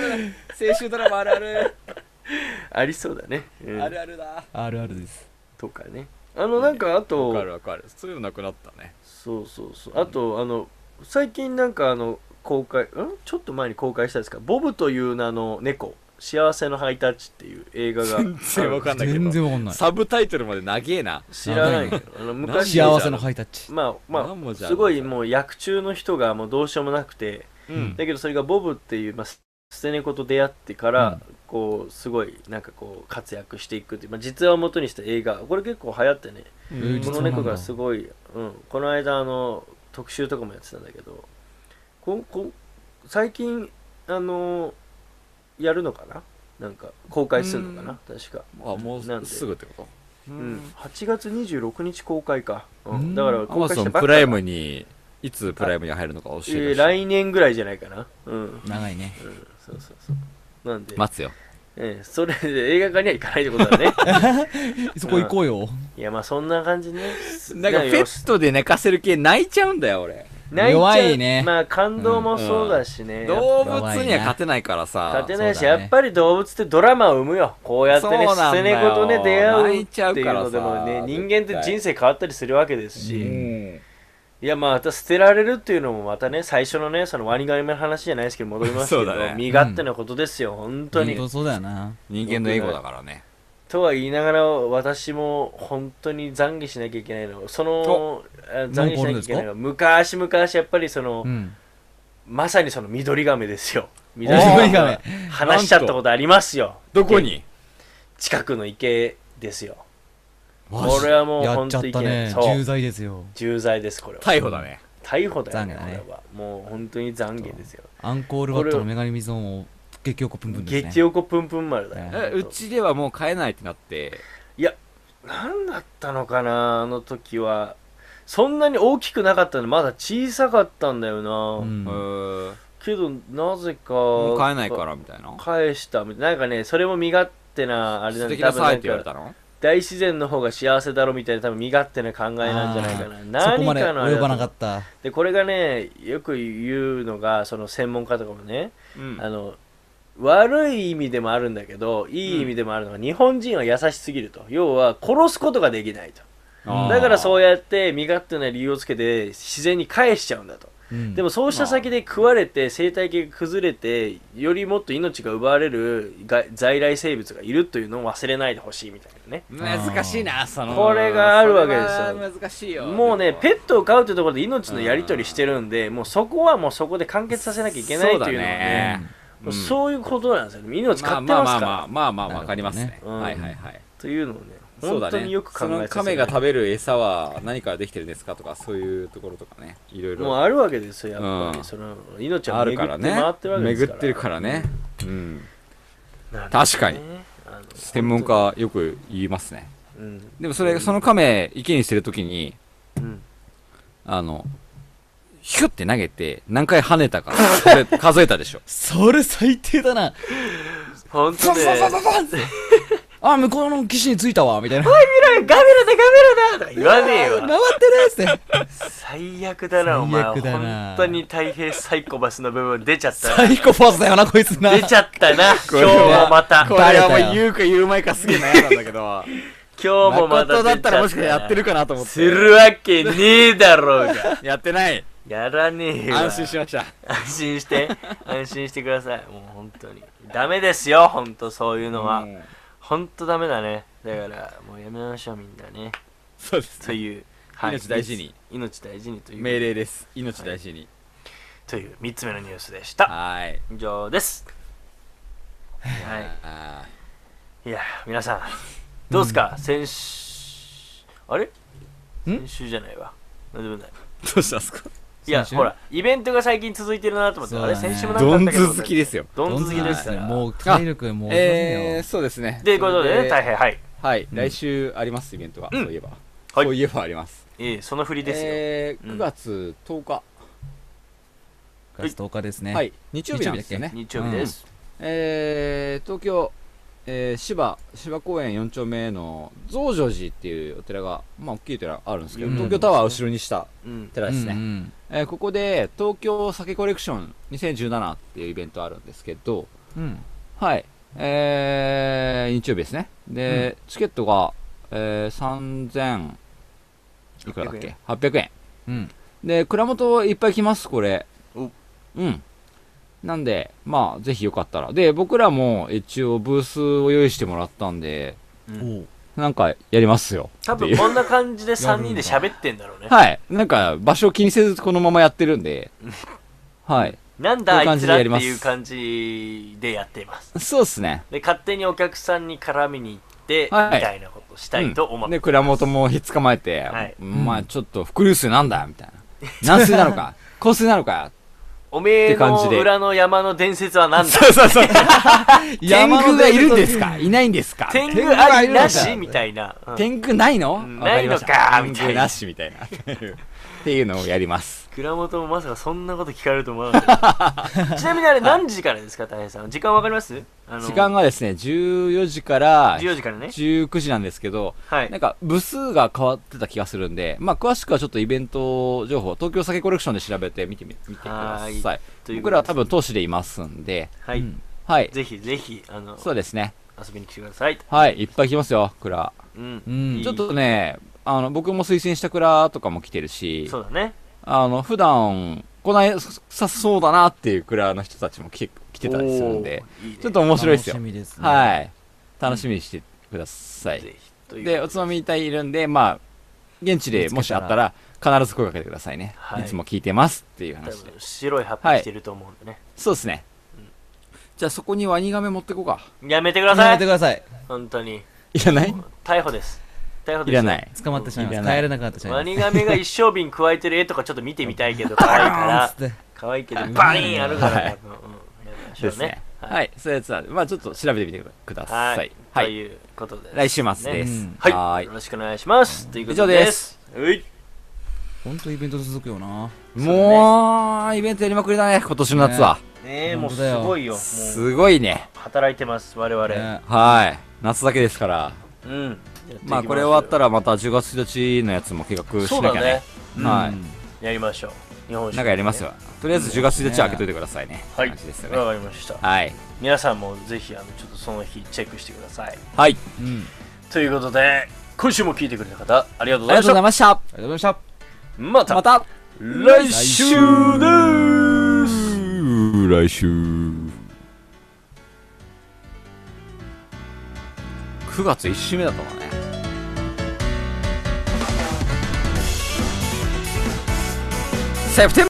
[SPEAKER 4] 春ドラマあるある
[SPEAKER 6] ありそうだね、うん
[SPEAKER 4] あるあるだ
[SPEAKER 5] あるあるです。
[SPEAKER 6] とかねあのなんかあと、
[SPEAKER 4] わかるわかるそういうのなくなったね
[SPEAKER 6] そうそうそうあとあの最近なんかあの公開んちょっと前に公開したんですか「ボブという名の猫幸せのハイタッチ」っていう映画が
[SPEAKER 4] 全然わかんないけ
[SPEAKER 5] 全
[SPEAKER 4] ど
[SPEAKER 5] 然わかんない。
[SPEAKER 4] サブタイトルまで長えな
[SPEAKER 6] 知らないけどあの昔
[SPEAKER 5] 幸せのハイタッチ。
[SPEAKER 6] まあま
[SPEAKER 4] 何文
[SPEAKER 6] あ
[SPEAKER 4] 字あ
[SPEAKER 6] す
[SPEAKER 4] る
[SPEAKER 6] ごいもう役中の人がもうどうしようもなくて
[SPEAKER 4] うん
[SPEAKER 6] だけどそれがボブっていう、まあ、す捨て猫と出会ってから、こうすごいなんかこう活躍していくっていう、まあ、実話を元にした映画これ結構流行ってね
[SPEAKER 5] うん
[SPEAKER 6] この猫がすごい、うん、この間あの特集とかもやってたんだけどここ最近あのやるのかななんか公開するのかな確か、
[SPEAKER 4] あも
[SPEAKER 6] なん
[SPEAKER 4] う
[SPEAKER 6] です
[SPEAKER 4] ぐってことう
[SPEAKER 6] うん、8月26日公開か、う
[SPEAKER 5] うん
[SPEAKER 6] ん、だから
[SPEAKER 4] ア
[SPEAKER 6] 公
[SPEAKER 4] マ
[SPEAKER 6] 開
[SPEAKER 4] ゾ
[SPEAKER 6] した
[SPEAKER 4] ン
[SPEAKER 6] ばっ
[SPEAKER 4] プ
[SPEAKER 6] か
[SPEAKER 4] ライ
[SPEAKER 6] だ
[SPEAKER 4] ムにいつプライムに入るのか教え
[SPEAKER 6] えー
[SPEAKER 4] てほしい
[SPEAKER 6] 来年ぐらいじゃないかなうん
[SPEAKER 5] 長いね。
[SPEAKER 6] そうそうそうなんで、
[SPEAKER 4] 待つよ
[SPEAKER 6] ええそれで映画館には行かないってことだね
[SPEAKER 5] そこ行こうよ。
[SPEAKER 6] いやまあそんな感じね
[SPEAKER 4] なんかフェストで寝かせる系泣いちゃうんだよ俺
[SPEAKER 6] 泣いちゃう
[SPEAKER 5] 弱いね
[SPEAKER 6] まあ感動もそうだしね、
[SPEAKER 4] 動
[SPEAKER 5] ぱ
[SPEAKER 4] 物には勝てないからさ
[SPEAKER 6] 勝てないし、
[SPEAKER 5] そうだね
[SPEAKER 6] やっぱり動物ってドラマを生むよこうやってね
[SPEAKER 4] そうな
[SPEAKER 6] 捨
[SPEAKER 4] んだ
[SPEAKER 6] て
[SPEAKER 4] よ
[SPEAKER 6] 猫とね出会
[SPEAKER 4] 泣
[SPEAKER 6] うっ
[SPEAKER 4] い
[SPEAKER 6] て
[SPEAKER 4] ちゃう
[SPEAKER 6] いう
[SPEAKER 4] からさ
[SPEAKER 6] のでもね人間って
[SPEAKER 4] 絶対
[SPEAKER 6] 人生変わったりするわけですし、
[SPEAKER 4] う
[SPEAKER 6] い
[SPEAKER 4] ん
[SPEAKER 6] やまあまた捨てられるっていうのもまたね最初のねそのワニガメの話じゃないですけど戻りますけど、
[SPEAKER 4] そうだね
[SPEAKER 6] 身勝手なことですよ本当に、
[SPEAKER 5] 本そうだよな。
[SPEAKER 4] 人間のエゴだからね
[SPEAKER 6] とは言いながら私も本当に懺悔しなきゃいけないのその
[SPEAKER 4] お
[SPEAKER 6] あ懺悔しなきゃいけないのは昔昔やっぱりその、
[SPEAKER 5] うん。
[SPEAKER 6] まさにその緑亀ですよ緑
[SPEAKER 5] 緑がね。
[SPEAKER 6] 話しちゃったことありますよ
[SPEAKER 4] どこに
[SPEAKER 6] 近くの池ですよ
[SPEAKER 5] マジ
[SPEAKER 6] これはもう
[SPEAKER 5] やっ
[SPEAKER 6] 本
[SPEAKER 5] ちゃ
[SPEAKER 6] 当
[SPEAKER 5] っ
[SPEAKER 6] い
[SPEAKER 5] た
[SPEAKER 6] けない、
[SPEAKER 5] ね。
[SPEAKER 6] そ
[SPEAKER 5] 重
[SPEAKER 6] う
[SPEAKER 5] 罪ですよ。
[SPEAKER 6] 重罪ですこれは
[SPEAKER 4] 逮捕だね
[SPEAKER 6] 逮捕だよね
[SPEAKER 5] 懺悔だね
[SPEAKER 6] これはもう本当に懺悔ですよ
[SPEAKER 5] アンコールワットの女神水音を激おこぷんぷんですね。
[SPEAKER 6] 激おこぷんぷん丸だよ、
[SPEAKER 5] うん
[SPEAKER 4] え
[SPEAKER 6] 本
[SPEAKER 4] う
[SPEAKER 6] 当
[SPEAKER 4] ちではもう買えないってなって
[SPEAKER 6] 何だったのかなあの時はそんなに大きくなかったのまだ小さかったんだよな、
[SPEAKER 5] うん
[SPEAKER 4] うーん
[SPEAKER 6] けどなぜか
[SPEAKER 4] もう買えないからみたいな
[SPEAKER 6] 返したみたいななんかねそれも身勝手なあれな
[SPEAKER 4] 捨
[SPEAKER 6] ん
[SPEAKER 4] て
[SPEAKER 6] で
[SPEAKER 4] きなさいって
[SPEAKER 6] 多
[SPEAKER 4] 言わ
[SPEAKER 6] 分
[SPEAKER 4] れ
[SPEAKER 6] なんか
[SPEAKER 4] たの
[SPEAKER 6] 大自然の方が幸せだろみたいな多分身勝手な考えなんじゃないかな
[SPEAKER 5] そこまで
[SPEAKER 6] 何かのあれだ
[SPEAKER 5] 及
[SPEAKER 6] と
[SPEAKER 5] ばなかった。
[SPEAKER 6] でこれがねよく言うのがその専門家とかもね、
[SPEAKER 8] うん
[SPEAKER 6] あの悪い意味でもあるんだけどいい意味でもあるのが、日本人は優しすぎると要は殺すことができないとだからそうやって身勝手な理由をつけて自然に返しちゃうんだと
[SPEAKER 5] うん
[SPEAKER 6] でもそうした先で食われて生態系が崩れてよりもっと命が奪われるが在来生物がいるというのを忘れないでほしいみたいなね
[SPEAKER 4] 難しいな、その。
[SPEAKER 6] これがあるわけですよ
[SPEAKER 4] それは難しいよ。
[SPEAKER 6] もうね
[SPEAKER 4] ッ
[SPEAKER 6] ペットを飼うというところで命のやり取りしてるんでもうそこはもうそこで完結させなきゃいけないというのはねもうそういうことなんですよね命
[SPEAKER 4] ま
[SPEAKER 6] 飼
[SPEAKER 4] あ
[SPEAKER 6] って
[SPEAKER 4] まあ
[SPEAKER 6] ます
[SPEAKER 4] まあ
[SPEAKER 6] から、
[SPEAKER 4] まあ、まあまあ、わかりますね。
[SPEAKER 6] うん
[SPEAKER 4] はいはいはい。
[SPEAKER 6] というのをね
[SPEAKER 4] そう
[SPEAKER 6] 本
[SPEAKER 4] だ
[SPEAKER 6] 当
[SPEAKER 4] ね
[SPEAKER 6] によく考
[SPEAKER 4] そ
[SPEAKER 6] え
[SPEAKER 4] の
[SPEAKER 6] さ
[SPEAKER 4] 亀
[SPEAKER 6] せ
[SPEAKER 4] が
[SPEAKER 6] る
[SPEAKER 4] 食べる餌は何からできてるんですかとか、そういうところとかね、いろい
[SPEAKER 6] もう
[SPEAKER 4] ろ
[SPEAKER 6] あるわけですよやっぱり、
[SPEAKER 4] うん
[SPEAKER 6] その命は
[SPEAKER 4] ある
[SPEAKER 6] 巡っ
[SPEAKER 4] か
[SPEAKER 6] て
[SPEAKER 4] らね。
[SPEAKER 6] 回ってるわけです
[SPEAKER 4] 巡
[SPEAKER 6] から
[SPEAKER 4] ってるからね。うん。
[SPEAKER 6] なるほどね
[SPEAKER 4] 確かに
[SPEAKER 6] あの
[SPEAKER 4] 専門家よく言いますね。
[SPEAKER 6] うん
[SPEAKER 4] でもそれ、その亀、池にしてるときに、
[SPEAKER 6] うん
[SPEAKER 4] あの、ヒュッて投げて、何回跳ねたか、そ れ数えたでしょ。
[SPEAKER 5] それ最低だな。
[SPEAKER 6] 本当ね
[SPEAKER 5] あ、向こうの岸に着いたわ、みたいな。
[SPEAKER 6] ガメラだガメラだとか言わねえ
[SPEAKER 5] 回
[SPEAKER 6] わ
[SPEAKER 5] ってるっつって。
[SPEAKER 6] 最悪だなお前
[SPEAKER 5] 最悪だな
[SPEAKER 6] 本当に太平サイコパスの部分出ちゃった
[SPEAKER 5] サ
[SPEAKER 6] な
[SPEAKER 5] イコパスだよな、こいつな。
[SPEAKER 6] 出ちゃったな今
[SPEAKER 4] れは
[SPEAKER 6] 日もまた
[SPEAKER 4] こ
[SPEAKER 6] 今
[SPEAKER 4] れ
[SPEAKER 5] バレた
[SPEAKER 4] は
[SPEAKER 5] よ
[SPEAKER 4] もう言うか言うまいかすげえ悩んだんだ けど。
[SPEAKER 6] 日もまた
[SPEAKER 4] 誠
[SPEAKER 6] 出ちゃ
[SPEAKER 4] だ
[SPEAKER 6] っ
[SPEAKER 4] った
[SPEAKER 6] た
[SPEAKER 4] ら
[SPEAKER 6] な
[SPEAKER 4] もしかしてやってるかなと思って。
[SPEAKER 6] するわけねえだろうが
[SPEAKER 4] やってない。
[SPEAKER 6] やらねえわ
[SPEAKER 4] 安心しました。
[SPEAKER 6] 安心して安心してくださいもう本当にダメですよ本当そういうのは
[SPEAKER 4] うん
[SPEAKER 6] 本当ダメだねだからもうやめましょうみんなね
[SPEAKER 4] そうです。
[SPEAKER 6] という、
[SPEAKER 4] 命大事に
[SPEAKER 6] 命大事にという
[SPEAKER 4] 命令です。命大事に。
[SPEAKER 6] という3つ目のニュースでした
[SPEAKER 4] はい。
[SPEAKER 6] 以上ですはい
[SPEAKER 4] あ
[SPEAKER 6] いや皆さんどうですか、先週あれ先週じゃないわなんでもない
[SPEAKER 4] ーどうしたんですか
[SPEAKER 6] いや
[SPEAKER 5] 先週
[SPEAKER 6] ほらイベントが最近続いてるなと思っ
[SPEAKER 5] そ
[SPEAKER 6] て、
[SPEAKER 5] う
[SPEAKER 6] あ
[SPEAKER 5] だ
[SPEAKER 6] れ
[SPEAKER 5] ね
[SPEAKER 6] 先週もなんか
[SPEAKER 4] ど
[SPEAKER 6] あっ
[SPEAKER 4] ん
[SPEAKER 6] たけど
[SPEAKER 4] 続きですよ。
[SPEAKER 6] どん続きですから
[SPEAKER 5] もう体力もう。
[SPEAKER 4] えー、そうですね。
[SPEAKER 6] ということで
[SPEAKER 4] そ
[SPEAKER 6] ね
[SPEAKER 4] れ
[SPEAKER 6] 大変はい
[SPEAKER 4] はい、来週あります、イベントが。
[SPEAKER 6] うん
[SPEAKER 4] そういえば。
[SPEAKER 6] はい
[SPEAKER 4] そういえばあります。
[SPEAKER 6] ええその振りですよ、
[SPEAKER 4] えー、
[SPEAKER 6] う
[SPEAKER 4] 9
[SPEAKER 6] ん
[SPEAKER 4] 月10日。
[SPEAKER 5] 9月10日ですね。
[SPEAKER 4] はい。日曜日なんですよね。
[SPEAKER 6] 日曜日です、
[SPEAKER 4] えー、東京、えー、芝芝公園4丁目の増上寺っていうお寺が、まあ、大きいお寺あるんですけど、
[SPEAKER 5] うん
[SPEAKER 4] 東京タワーを後ろにした
[SPEAKER 6] うん
[SPEAKER 4] 寺ですね、
[SPEAKER 5] うんうん
[SPEAKER 4] えーここで東京酒コレクション2017っていうイベントあるんですけど
[SPEAKER 5] うん。
[SPEAKER 4] はいえー、日曜日ですねで、チケットが、えー、3000いくらだっけ800円
[SPEAKER 5] うん。
[SPEAKER 4] で蔵元いっぱい来ますこれ
[SPEAKER 6] お
[SPEAKER 4] うんなんでまあぜひよかったらで僕らも一応ブースを用意してもらったんで
[SPEAKER 5] おう
[SPEAKER 4] なんかやりますよ
[SPEAKER 6] 多
[SPEAKER 4] っていう
[SPEAKER 6] 分こんな感じで3人で喋ってんだろうね
[SPEAKER 4] はいなんか場所を気にせずこのままやってるん ではい
[SPEAKER 6] なんだあいつらって
[SPEAKER 4] こう
[SPEAKER 6] い
[SPEAKER 4] いうう
[SPEAKER 6] 感じでやっています
[SPEAKER 4] そうっすね
[SPEAKER 6] で勝手にお客さんに絡みに行って、
[SPEAKER 4] はい
[SPEAKER 6] みたいなことしたいと思って、
[SPEAKER 4] で蔵元もひっ捕まえて、
[SPEAKER 6] はい
[SPEAKER 4] お前ちょっと伏流水なんだみたいな軟水なの か硬水なのか
[SPEAKER 6] おめえ
[SPEAKER 4] って
[SPEAKER 6] の
[SPEAKER 4] 感じで
[SPEAKER 6] 裏の山の伝説は何だ
[SPEAKER 4] そう そうそう天
[SPEAKER 5] 山
[SPEAKER 4] 狗
[SPEAKER 5] の
[SPEAKER 4] が
[SPEAKER 5] 伝
[SPEAKER 4] い
[SPEAKER 5] 説
[SPEAKER 4] るんですかいないんですか
[SPEAKER 6] 天狗ありな
[SPEAKER 5] 天
[SPEAKER 6] し
[SPEAKER 5] 狗
[SPEAKER 6] みたいな、うん
[SPEAKER 4] 天狗ないの
[SPEAKER 6] ん
[SPEAKER 4] わりました
[SPEAKER 6] ないのかみ
[SPEAKER 4] 天
[SPEAKER 6] たいな
[SPEAKER 4] 狗なしみたいなっていうのをやります
[SPEAKER 6] 蔵元もまさかそんなこと聞かれると思わなか ったちなみにあれ何時からですか大変さん時間わかります あの
[SPEAKER 4] 時間がですね14時から
[SPEAKER 6] 14時からね
[SPEAKER 4] 19時なんですけど、
[SPEAKER 6] はい
[SPEAKER 4] なんか部数が変わってた気がするんで、まあ、詳しくはちょっとイベント情報、東京酒コレクションで調べてみてみ見てくだ
[SPEAKER 6] は
[SPEAKER 4] さい。
[SPEAKER 6] という
[SPEAKER 4] 僕
[SPEAKER 6] こと
[SPEAKER 4] ら
[SPEAKER 6] で
[SPEAKER 4] は多分投資でいますんで、
[SPEAKER 6] はい、
[SPEAKER 5] うん
[SPEAKER 4] はい、
[SPEAKER 6] ぜひぜひあの
[SPEAKER 4] そうですね。
[SPEAKER 6] 遊びに来てください
[SPEAKER 4] はい、いっぱい来ますよ、蔵。
[SPEAKER 6] うん、
[SPEAKER 5] うん
[SPEAKER 6] いい
[SPEAKER 4] ちょっとね、あの、僕も推薦した蔵とかも来てるし
[SPEAKER 6] そ、うだね
[SPEAKER 4] あの、普段、来ない、さそうだなっていう蔵の人たちも来て来てたりするんで、
[SPEAKER 6] おーいいね
[SPEAKER 4] ちょっと面白いですよ
[SPEAKER 5] 楽し。みですね。
[SPEAKER 4] はい。楽しみにしてください。
[SPEAKER 6] ぜひという
[SPEAKER 4] で、おつまみいたいるんで、まあ、現地でもしあったら、必ず声かけてくださいね。
[SPEAKER 6] はい
[SPEAKER 4] い、つも聞いてますっていう
[SPEAKER 6] 多
[SPEAKER 4] 話で
[SPEAKER 6] 分。白い葉っぱ着てると思うんでね、
[SPEAKER 4] そうですね。じゃあそこにワニガメ持ってこうか。
[SPEAKER 6] やめてくだ
[SPEAKER 5] や
[SPEAKER 6] さ
[SPEAKER 5] めて
[SPEAKER 6] い
[SPEAKER 5] ください。
[SPEAKER 6] 本当に
[SPEAKER 4] いらない
[SPEAKER 6] 逮捕です逮捕です
[SPEAKER 4] いらない。
[SPEAKER 5] 捕まってしまいま
[SPEAKER 4] い
[SPEAKER 5] す。
[SPEAKER 4] らない
[SPEAKER 5] 帰れなくなってしま
[SPEAKER 6] ワ
[SPEAKER 5] いま
[SPEAKER 6] ニガメが一升瓶加えてる絵とかちょっと見てみたいけど可愛いか
[SPEAKER 5] す。
[SPEAKER 6] ら
[SPEAKER 5] つって。
[SPEAKER 6] 可愛いけどバリーンあるから多分、うんやめましょ
[SPEAKER 4] で
[SPEAKER 6] う
[SPEAKER 4] す
[SPEAKER 6] ね
[SPEAKER 4] ね。はい。そういうやつなんで、まあちょっと調べてみてくだ
[SPEAKER 6] はい、
[SPEAKER 4] さい。は
[SPEAKER 6] と
[SPEAKER 4] い。
[SPEAKER 6] いうことで
[SPEAKER 4] 来週末
[SPEAKER 6] ね
[SPEAKER 4] です。
[SPEAKER 6] はい
[SPEAKER 4] はー
[SPEAKER 6] よろしくお願いしますということ
[SPEAKER 4] 以上
[SPEAKER 6] で
[SPEAKER 4] です
[SPEAKER 6] はい
[SPEAKER 5] ほんとイベント続くよな。
[SPEAKER 4] もう、イベントやりまくりだね、今年の夏は。
[SPEAKER 6] ねえも
[SPEAKER 5] 本
[SPEAKER 6] う
[SPEAKER 5] 当
[SPEAKER 6] す
[SPEAKER 5] だよ
[SPEAKER 6] ごいよもう
[SPEAKER 4] すごいね。
[SPEAKER 6] 働いてます我々、
[SPEAKER 5] ね
[SPEAKER 4] はい。夏だけですから。
[SPEAKER 6] うん
[SPEAKER 4] まあこれ終わった
[SPEAKER 6] ら
[SPEAKER 4] らまた10月1日のやつも計画
[SPEAKER 6] そ
[SPEAKER 4] し
[SPEAKER 6] う
[SPEAKER 4] な
[SPEAKER 6] だ
[SPEAKER 4] きゃ
[SPEAKER 6] ね
[SPEAKER 4] ね。はい、
[SPEAKER 6] やりましょう日本酒
[SPEAKER 4] なんかやりますよとりあえず10月1日は開けといてくださいね
[SPEAKER 6] はい
[SPEAKER 4] 感じですよね
[SPEAKER 6] わかりました
[SPEAKER 4] はい
[SPEAKER 6] 皆さんもぜひあのちょっとその日チェックしてください
[SPEAKER 4] はい
[SPEAKER 5] うん
[SPEAKER 6] ということで今週も聞いてくれた方ありがとうご
[SPEAKER 4] あり
[SPEAKER 6] ざい
[SPEAKER 4] が
[SPEAKER 6] ま
[SPEAKER 4] とう
[SPEAKER 6] し
[SPEAKER 4] ございまし
[SPEAKER 6] た
[SPEAKER 4] た
[SPEAKER 5] ありがとうございました
[SPEAKER 6] また
[SPEAKER 4] また
[SPEAKER 6] 来週です
[SPEAKER 4] 来週9月1週目だったもんねセプテン